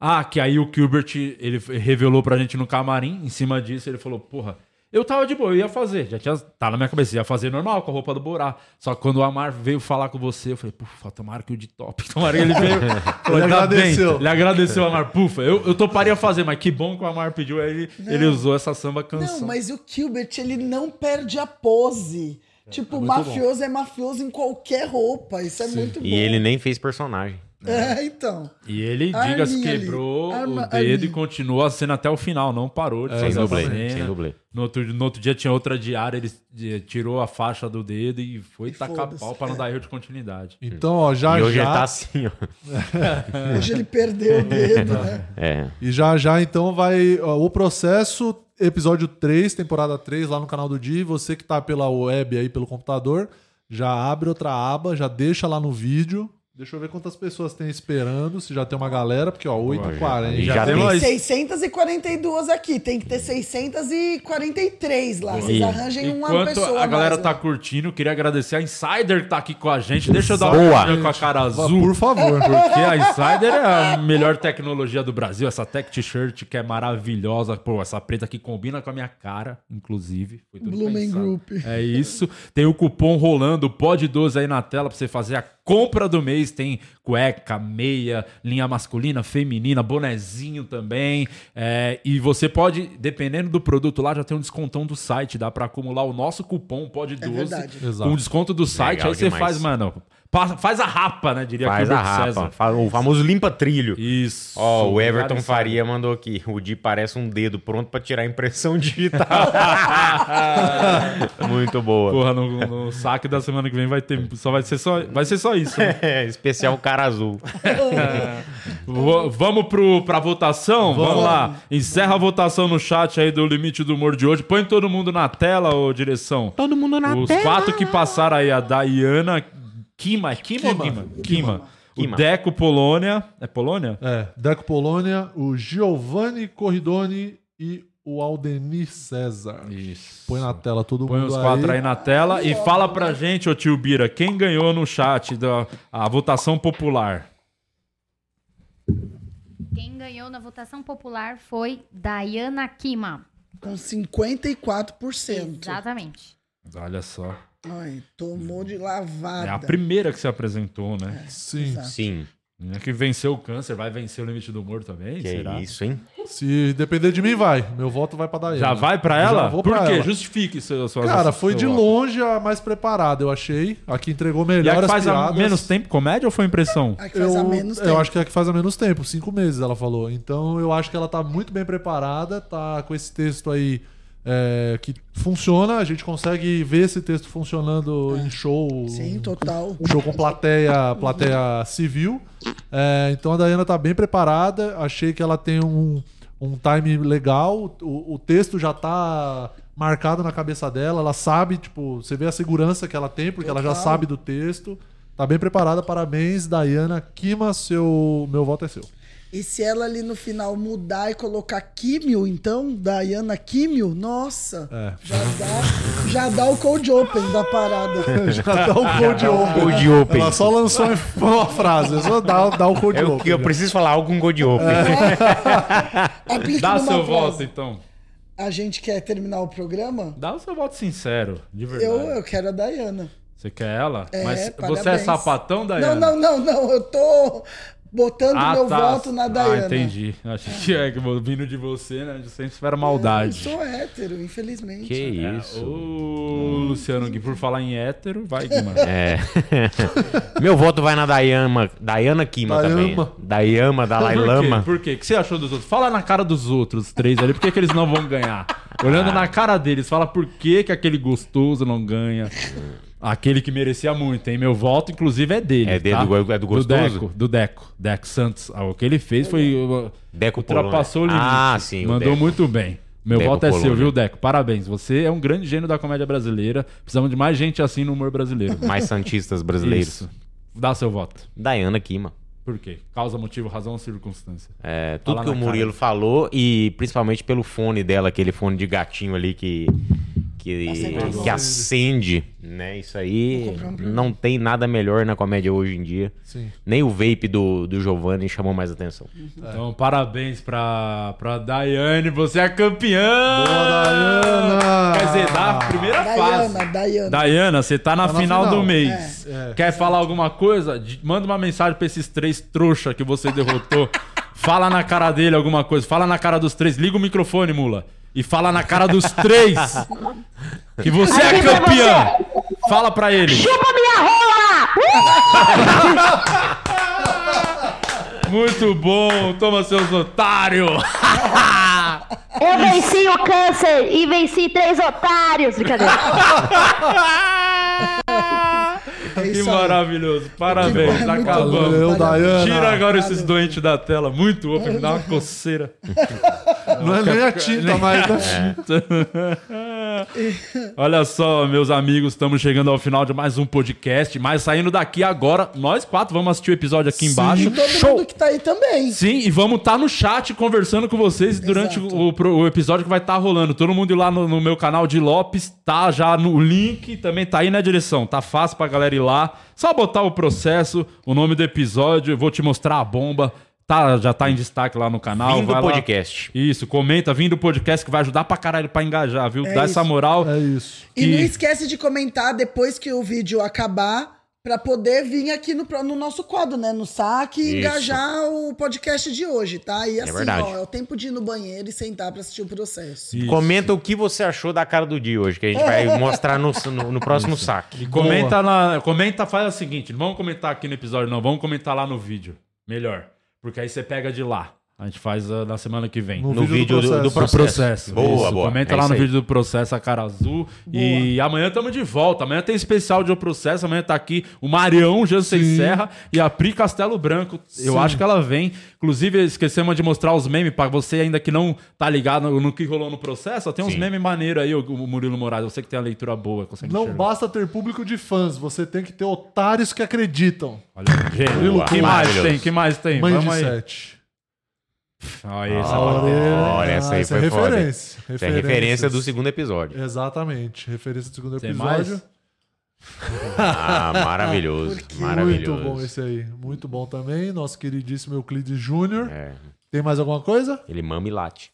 Speaker 2: Ah, que aí o Gilbert, ele f- revelou pra gente no camarim, em cima disso, ele falou, porra, eu tava de boa, eu ia fazer, já tinha, tá na minha cabeça, eu ia fazer normal, com a roupa do Borá. Só que quando o Amar veio falar com você, eu falei, pufa, tomara que o de top, *laughs* tomara que ele veio.
Speaker 5: Ele
Speaker 2: "Ainda bem."
Speaker 5: agradeceu.
Speaker 2: Ele agradeceu, Amar, pufa, eu, eu toparia fazer, mas que bom que o Amar pediu, aí ele,
Speaker 7: Não.
Speaker 2: ele usou essa samba canção.
Speaker 7: Não, mas o Gilbert, ele não perde a pose. Tipo,
Speaker 2: muito
Speaker 7: mafioso é mafioso em qualquer roupa. Isso é muito bom.
Speaker 6: E ele nem fez personagem.
Speaker 7: É, então.
Speaker 2: E ele,
Speaker 7: Arminha
Speaker 2: diga-se,
Speaker 7: ali.
Speaker 2: quebrou
Speaker 7: Arma-
Speaker 2: o dedo e
Speaker 7: Arminha.
Speaker 2: continuou a cena até o final, não parou de
Speaker 6: É,
Speaker 2: fazer
Speaker 6: sem
Speaker 2: a
Speaker 6: dublê,
Speaker 2: cena.
Speaker 6: sem dublê.
Speaker 2: No outro, no outro dia tinha outra diária, ele eh, tirou a faixa do dedo e foi tacar
Speaker 7: foda-se.
Speaker 2: pau pra não dar erro de continuidade.
Speaker 5: Então, ó, já
Speaker 6: E hoje
Speaker 5: já...
Speaker 6: ele tá assim,
Speaker 7: *laughs*
Speaker 6: ó.
Speaker 7: Hoje ele perdeu
Speaker 2: um
Speaker 7: o
Speaker 5: *laughs*
Speaker 7: dedo, né?
Speaker 6: É.
Speaker 5: E já já então vai ó, o processo, episódio 3, temporada 3, lá no canal do Di. Você que tá pela web aí, pelo computador, já abre outra aba, já deixa lá no vídeo. Deixa eu ver quantas pessoas tem esperando, se já tem uma galera, porque ó, 8h40.
Speaker 6: já tem
Speaker 7: Tem 642 aqui, tem que ter 643 lá. Vocês
Speaker 2: E-
Speaker 7: arranjem uma
Speaker 2: enquanto
Speaker 7: pessoa
Speaker 2: a galera
Speaker 7: mais, né?
Speaker 2: tá curtindo, queria agradecer a Insider que tá aqui com a gente. Deixa eu dar
Speaker 6: Boa.
Speaker 2: uma olhada com a cara azul.
Speaker 5: Por favor.
Speaker 2: Porque a Insider é a melhor tecnologia do Brasil. Essa tech t-shirt que é maravilhosa. Pô, essa preta aqui combina com a minha cara, inclusive. Foi tudo
Speaker 7: Blooming
Speaker 2: pensado.
Speaker 7: Group.
Speaker 2: É isso. Tem o cupom rolando, pode 12 aí na tela pra você fazer a compra do mês. Tem cueca, meia, linha masculina, feminina, bonezinho também. É, e você pode, dependendo do produto lá, já tem um descontão do site. Dá pra acumular o nosso cupom pode 12
Speaker 7: verdade.
Speaker 2: com
Speaker 5: Exato.
Speaker 2: o desconto do site.
Speaker 6: Legal
Speaker 2: aí você
Speaker 6: demais.
Speaker 2: faz, mano, passa- faz a rapa, né? Diria
Speaker 6: Faz a
Speaker 2: Gilbert
Speaker 6: rapa.
Speaker 2: César.
Speaker 6: Faz o famoso limpa-trilho.
Speaker 2: Isso.
Speaker 6: Ó, o
Speaker 2: Obrigado,
Speaker 6: Everton
Speaker 2: Insider.
Speaker 6: Faria mandou aqui. O Di parece um dedo pronto pra tirar a impressão digital. *laughs* Muito boa.
Speaker 2: Porra, no, no saque da semana que vem vai ter. Só vai ser só, vai ser só isso. né?
Speaker 6: É, especial cara azul.
Speaker 2: *laughs* Vo- vamos pro, pra votação? Vamos.
Speaker 6: Vamos.
Speaker 2: lá. Encerra a votação no chat aí do Limite do Humor de hoje. Põe todo mundo na tela, ô direção. Todo mundo na Os
Speaker 6: tela.
Speaker 2: Os quatro que passaram aí, a Dayana Kima. Kima ou Kima? Kima.
Speaker 5: Kima.
Speaker 2: O Deco Polônia. É Polônia?
Speaker 5: É, Deco Polônia, o Giovanni Corridoni e o Aldenir César.
Speaker 2: Isso.
Speaker 5: Põe na tela todo
Speaker 2: Põe
Speaker 5: mundo
Speaker 2: os quatro aí na tela e fala pra gente, ô tio Bira, quem ganhou no chat da a votação popular?
Speaker 8: Quem ganhou na votação popular foi Dayana Kima.
Speaker 7: Com 54%.
Speaker 8: Exatamente.
Speaker 2: Olha só.
Speaker 7: Ai, tomou de lavada.
Speaker 2: É a primeira que se apresentou, né?
Speaker 5: Sim.
Speaker 7: É, exato.
Speaker 6: Sim.
Speaker 2: É que venceu o câncer, vai vencer o limite do humor também?
Speaker 6: Que
Speaker 2: será?
Speaker 6: isso, hein?
Speaker 5: Se depender de mim, vai. Meu voto vai pra Daiane.
Speaker 2: Já vai pra ela?
Speaker 5: né? Já vou
Speaker 2: Por
Speaker 5: pra
Speaker 2: quê?
Speaker 5: ela.
Speaker 2: Justifique seu, suas
Speaker 5: Cara,
Speaker 2: suas-
Speaker 5: foi
Speaker 2: seu
Speaker 5: de
Speaker 2: voto.
Speaker 5: longe a mais preparada, eu achei. A que entregou
Speaker 2: E a
Speaker 5: melhor
Speaker 2: que
Speaker 5: as
Speaker 2: faz há
Speaker 5: piadas.
Speaker 2: menos tempo comédia ou foi impressão?
Speaker 7: A que faz a menos
Speaker 5: eu
Speaker 7: tempo.
Speaker 5: acho que é a que faz há menos tempo, cinco meses, ela falou. Então eu acho que ela tá muito bem preparada, tá com esse texto aí é, que funciona, a gente consegue ver esse texto funcionando em show.
Speaker 7: É. Sim, total.
Speaker 5: Um show com plateia, plateia civil. É, então a Dayana tá bem preparada. Achei que ela tem um, um time legal. O, o texto já tá marcado na cabeça dela. Ela sabe, tipo, você vê a segurança que ela tem, porque ela já
Speaker 7: Total.
Speaker 5: sabe do texto. Tá bem preparada, parabéns, Dayana. Kima, seu. Meu voto é seu.
Speaker 7: E se ela ali no final mudar e colocar químio, então, Dayana Químio, nossa,
Speaker 5: É.
Speaker 7: já dá o cold open da
Speaker 2: *laughs*
Speaker 7: parada.
Speaker 5: *laughs* Já dá o cold open.
Speaker 6: cold tá um open.
Speaker 5: Ela só lançou uma frase, só dá, dá o cold
Speaker 6: É o
Speaker 5: open. né? É.
Speaker 6: que eu preciso falar algo com Gold
Speaker 5: *laughs*
Speaker 2: *laughs*
Speaker 6: Open.
Speaker 2: Ah.
Speaker 7: *laughs* Aplique
Speaker 2: Dá
Speaker 7: numa
Speaker 2: seu
Speaker 7: frase.
Speaker 2: voto, então.
Speaker 7: A gente quer terminar o programa?
Speaker 2: Dá o seu voto sincero, de verdade.
Speaker 7: Eu, eu quero a Dayana.
Speaker 2: Você quer ela?
Speaker 7: É,
Speaker 2: Mas você é
Speaker 7: parabéns.
Speaker 2: sapatão, Dayana?
Speaker 7: Não, não, não, não. Eu tô botando
Speaker 2: Ah,
Speaker 7: meu
Speaker 2: tá.
Speaker 7: voto na Dayana.
Speaker 2: Ah, entendi. Achei que é que vindo de você, né? Sempre espera maldade.
Speaker 7: Eu sou hétero, infelizmente. É,
Speaker 2: Que isso. Ô, É, Luciano Gui, por falar em hétero, vai, Gui, mano.
Speaker 6: É. *laughs* Meu voto vai na Dayama, Dayana Kima também.
Speaker 2: Dayama.
Speaker 6: Dayama, Dalai
Speaker 2: por
Speaker 6: Lama.
Speaker 2: Quê? Por quê? O que você achou dos outros? Fala na cara dos outros três ali, por que, que eles não vão ganhar? Olhando
Speaker 6: Ah.
Speaker 2: na cara deles, fala por que, que aquele gostoso não ganha. Aquele que merecia muito, hein? Meu voto, inclusive, é dele. É
Speaker 6: dele, do go- é do gostoso?
Speaker 2: Deco, do Deco. Deco Santos. Ah, O que ele fez foi. uh,
Speaker 6: Deco
Speaker 2: ultrapassou
Speaker 6: Polônia.
Speaker 2: o limite.
Speaker 6: Ah, sim, o
Speaker 2: Mandou
Speaker 6: Deco.
Speaker 2: muito bem. Meu
Speaker 6: Deco né?
Speaker 2: voto é seu,
Speaker 6: Polônia.
Speaker 2: viu, Deco? Parabéns. Você é um grande gênio da comédia brasileira. Precisamos de mais gente assim no humor brasileiro.
Speaker 6: Mais santistas brasileiros.
Speaker 2: Isso. Dá seu voto.
Speaker 6: Dayana Kima.
Speaker 2: Por quê? Causa, motivo, razão ou circunstância?
Speaker 6: É, tudo
Speaker 2: Fala
Speaker 6: que o
Speaker 2: na cara.
Speaker 6: Murilo falou e principalmente pelo fone dela, aquele fone de gatinho ali que que,
Speaker 2: Nossa,
Speaker 6: que
Speaker 2: é
Speaker 6: acende, né? Isso aí
Speaker 2: comprar um pra
Speaker 6: não tem nada melhor na comédia hoje em dia.
Speaker 2: Sim.
Speaker 6: Nem o vape do, do Giovanni chamou mais atenção.
Speaker 2: Então, parabéns pra, pra Daiane, você é campeã!
Speaker 5: Boa, Daiana!
Speaker 2: Quer dizer, da primeira fase.
Speaker 7: Dayana, Dayana.
Speaker 2: Daiana, você tá na,
Speaker 7: Tá na
Speaker 2: final,
Speaker 7: final.
Speaker 2: do mês.
Speaker 7: É. É.
Speaker 2: Quer falar alguma coisa? D- Manda uma mensagem pra esses três trouxa que você derrotou. fala na cara dele alguma coisa. Fala na cara dos três. Liga o microfone, mula. E fala na cara dos
Speaker 15: *laughs*
Speaker 4: *laughs*
Speaker 2: três que você é
Speaker 17: Aqui pra
Speaker 2: campeã. Fala pra ele.
Speaker 17: Chupa minha
Speaker 16: *laughs*
Speaker 17: rola!
Speaker 2: Muito bom. Toma seus otários.
Speaker 17: Eu venci o câncer e venci três otários, brincadeira.
Speaker 11: *laughs*
Speaker 2: Que maravilhoso. Parabéns,
Speaker 5: Que bom.
Speaker 2: acabamos.
Speaker 5: Valeu, Dayana.
Speaker 2: Tira agora esses doentes da tela. Muito bom, me dá uma coceira.
Speaker 5: *laughs* Não é nem a tinta, mas é a
Speaker 2: É. *laughs* Olha só, meus amigos, estamos chegando ao final de mais um podcast, mas saindo daqui agora, nós quatro vamos assistir o episódio aqui
Speaker 7: E
Speaker 2: embaixo.
Speaker 7: todo mundo que tá aí também.
Speaker 2: Sim, e vamos estar no chat conversando com vocês durante o, pro- o episódio que vai estar rolando. Todo mundo ir lá no, no meu canal de Lopes, tá já no link, também tá aí na direção. Tá fácil pra galera ir lá. Só botar o processo, o nome do episódio, eu vou te mostrar a bomba. Tá, já tá em destaque lá no canal.
Speaker 6: Vindo
Speaker 2: vai lá.
Speaker 6: podcast.
Speaker 2: Isso, comenta, vindo podcast que vai ajudar pra caralho pra engajar, viu?
Speaker 7: É
Speaker 2: Dá essa
Speaker 7: isso.
Speaker 2: moral. É
Speaker 5: isso.
Speaker 7: E não esquece de comentar depois que o vídeo acabar pra poder vir aqui no, pro- no nosso quadro, né? No saque e
Speaker 6: Isso.
Speaker 7: engajar o podcast de hoje, tá? E assim,
Speaker 6: verdade.
Speaker 7: ó, é o tempo de ir no banheiro e sentar pra assistir o processo.
Speaker 6: Comenta o que você achou da cara do dia hoje, que a gente
Speaker 2: É.
Speaker 6: vai mostrar no, no, no próximo saque.
Speaker 2: E comenta na, comenta, faz o seguinte, não vamos comentar aqui no episódio não, vamos comentar lá no vídeo. Melhor, porque aí você pega de lá. A gente faz ah, na semana que vem.
Speaker 6: No No vídeo vídeo do do- do processo. processo. Boa, boa.
Speaker 2: Comenta
Speaker 6: É
Speaker 2: lá
Speaker 6: isso
Speaker 2: no
Speaker 6: aí.
Speaker 2: vídeo do processo a cara azul. E amanhã estamos de volta. Amanhã tem especial de O Processo. Amanhã tá aqui o Marião, Jansen Serra e a Pri Castelo Branco. Eu
Speaker 6: Sim.
Speaker 2: acho que ela vem. Inclusive, esquecemos de mostrar os memes pra você ainda que não tá ligado no, no que rolou no processo. Ó, Tem uns memes maneiros aí, o o Murilo Moraes. Eu sei que tem a leitura boa, consegue
Speaker 5: Não
Speaker 2: enxergar.
Speaker 5: basta ter público de fãs, você tem que ter otários que acreditam.
Speaker 2: Gênio.
Speaker 5: Boa.
Speaker 2: que mais
Speaker 5: Maravilhoso.
Speaker 2: tem? que mais tem?
Speaker 5: Mãe
Speaker 2: Vamos
Speaker 5: de
Speaker 2: aí.
Speaker 5: sete.
Speaker 2: Olha,
Speaker 5: é
Speaker 2: essa
Speaker 5: Olha,
Speaker 6: Olha, essa aí
Speaker 5: essa
Speaker 6: foi
Speaker 5: é
Speaker 6: foda.
Speaker 5: referência.
Speaker 6: Essa é a referência
Speaker 5: Referências.
Speaker 6: do segundo episódio.
Speaker 5: Exatamente, referência do segundo
Speaker 2: Tem
Speaker 5: episódio. *laughs*
Speaker 2: mais?
Speaker 6: Ah, maravilhoso,
Speaker 5: Porque-
Speaker 6: maravilhoso.
Speaker 5: Muito bom esse aí, muito bom também. Nosso queridíssimo Euclides Júnior.
Speaker 6: É.
Speaker 5: Tem mais alguma coisa?
Speaker 6: Ele mama e late.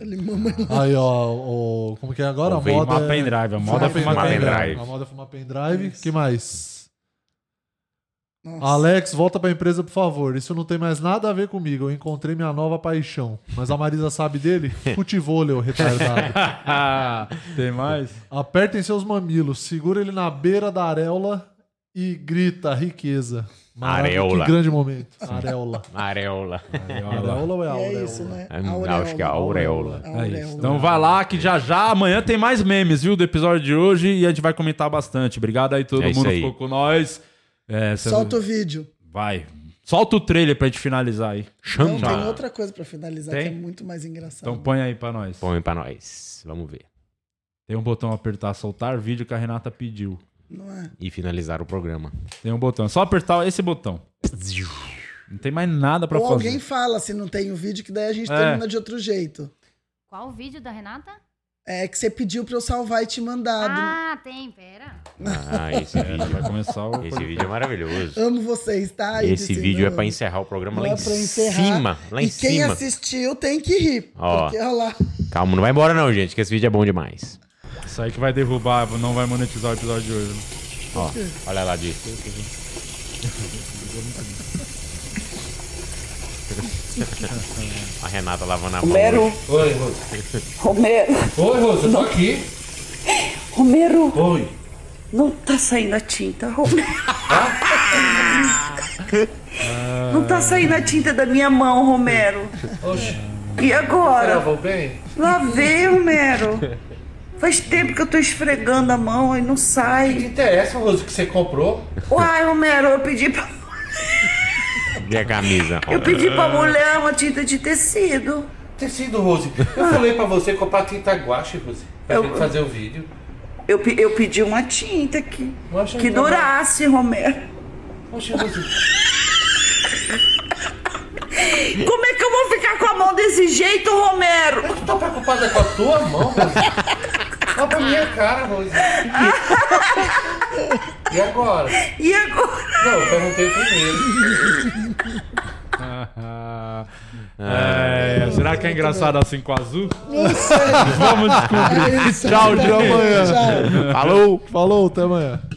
Speaker 7: Ele mama
Speaker 5: Aí, ó, o, como que é agora?
Speaker 2: O
Speaker 5: a
Speaker 2: vape.
Speaker 5: moda
Speaker 2: Fumar
Speaker 5: é...
Speaker 2: pendrive, a moda é fumar pendrive.
Speaker 5: A moda é fumar pendrive. que mais? Alex, volta pra empresa, por favor. Isso não tem mais nada a ver comigo. Eu encontrei minha nova paixão. Mas a Marisa sabe dele? Futevôlei, ô retardado.
Speaker 2: *laughs* tem mais?
Speaker 5: Apertem seus mamilos, segura ele na beira da areola e grita riqueza. Maraca,
Speaker 6: Areola.
Speaker 5: Que grande momento. Areola.
Speaker 6: Areola.
Speaker 5: Areola ou é
Speaker 7: E
Speaker 5: auréola?
Speaker 7: é isso, né?
Speaker 6: Hum, Acho que é a aureola.
Speaker 2: É isso. Então vai lá que já já amanhã tem mais memes, viu, do episódio de hoje e a gente vai comentar bastante. Obrigado aí todo
Speaker 6: É isso
Speaker 2: mundo que
Speaker 6: aí.
Speaker 2: ficou com nós. É, cê-
Speaker 7: Solta o vídeo.
Speaker 2: Vai. Solta o trailer pra gente finalizar aí.
Speaker 7: Não, Então,
Speaker 6: Tá.
Speaker 7: tem outra coisa pra finalizar
Speaker 2: Tem?
Speaker 7: que é muito mais engraçada.
Speaker 2: Então põe aí pra nós.
Speaker 6: Põe pra nós. Vamos ver.
Speaker 2: Tem um botão apertar soltar vídeo que a Renata pediu.
Speaker 7: Não é?
Speaker 6: E finalizar o programa.
Speaker 2: Tem um botão, é só apertar esse botão. Não tem mais nada pra
Speaker 7: Ou
Speaker 2: fazer.
Speaker 7: alguém fala se não tem o vídeo, que daí a gente
Speaker 2: É.
Speaker 7: termina de outro jeito.
Speaker 8: Qual o vídeo da Renata?
Speaker 7: É que você pediu pra eu salvar e te mandar. do-
Speaker 8: Ah, tem, pera.
Speaker 6: Ah,
Speaker 2: *laughs*
Speaker 6: esse vídeo.
Speaker 2: É, Vai começar o...
Speaker 6: Esse vídeo é maravilhoso.
Speaker 7: Amo vocês, tá? E
Speaker 6: Esse
Speaker 7: disse,
Speaker 6: vídeo é
Speaker 7: não,
Speaker 6: pra encerrar o programa lá
Speaker 7: não
Speaker 6: em
Speaker 7: é pra encerrar.
Speaker 6: cima. Lá em
Speaker 7: e quem
Speaker 6: cima.
Speaker 7: assistiu tem que rir.
Speaker 6: Ó.
Speaker 7: Porque, olha lá.
Speaker 6: Calma, não vai embora não, gente, que esse vídeo é bom demais.
Speaker 2: Isso aí que vai derrubar, não vai monetizar o episódio né? de hoje.
Speaker 6: Ó, olha lá, Di. a Renata lavando a mão.
Speaker 4: Romero.
Speaker 6: hoje.
Speaker 9: Oi, Rosa.
Speaker 4: Romero.
Speaker 9: Oi, Rosa, tô aqui.
Speaker 4: Romero,
Speaker 9: Oi.
Speaker 4: não tá saindo a tinta, Romero. Não tá saindo a tinta da minha mão, Romero.
Speaker 9: Oxi.
Speaker 4: E agora?
Speaker 9: Travou bem?
Speaker 4: Lavei, Romero. Faz tempo que eu tô esfregando a mão e não sai. Não
Speaker 9: interessa, Rosa, é que você comprou.
Speaker 4: Uai, Romero, eu pedi pra,
Speaker 6: E a camisa?
Speaker 4: eu pedi pra mulher uma tinta de tecido. Ah.
Speaker 9: Tecido, Rose. Eu falei pra você comprar tinta guache, Rose. Pra gente fazer o vídeo.
Speaker 4: Eu, pe- eu pedi uma tinta que,
Speaker 9: Mostra
Speaker 4: que
Speaker 9: aí, Romero.
Speaker 4: durasse, Romero.
Speaker 9: Poxa, Rose.
Speaker 4: Como é que eu vou ficar com a mão desse jeito, Romero? Eu
Speaker 9: tô tá preocupada com a tua mão, Olha pra minha cara, Rose. E agora?
Speaker 4: E agora?
Speaker 9: Não, eu perguntei primeiro.
Speaker 2: *laughs*
Speaker 9: Ah.
Speaker 6: Ah.
Speaker 2: É, será que é engraçado assim com azul?
Speaker 5: Não sei.
Speaker 2: *laughs* Vamos descobrir.
Speaker 5: É isso.
Speaker 2: Tchau,
Speaker 5: Até
Speaker 2: gente.
Speaker 5: amanhã.
Speaker 2: Falou.
Speaker 5: Falou, até amanhã.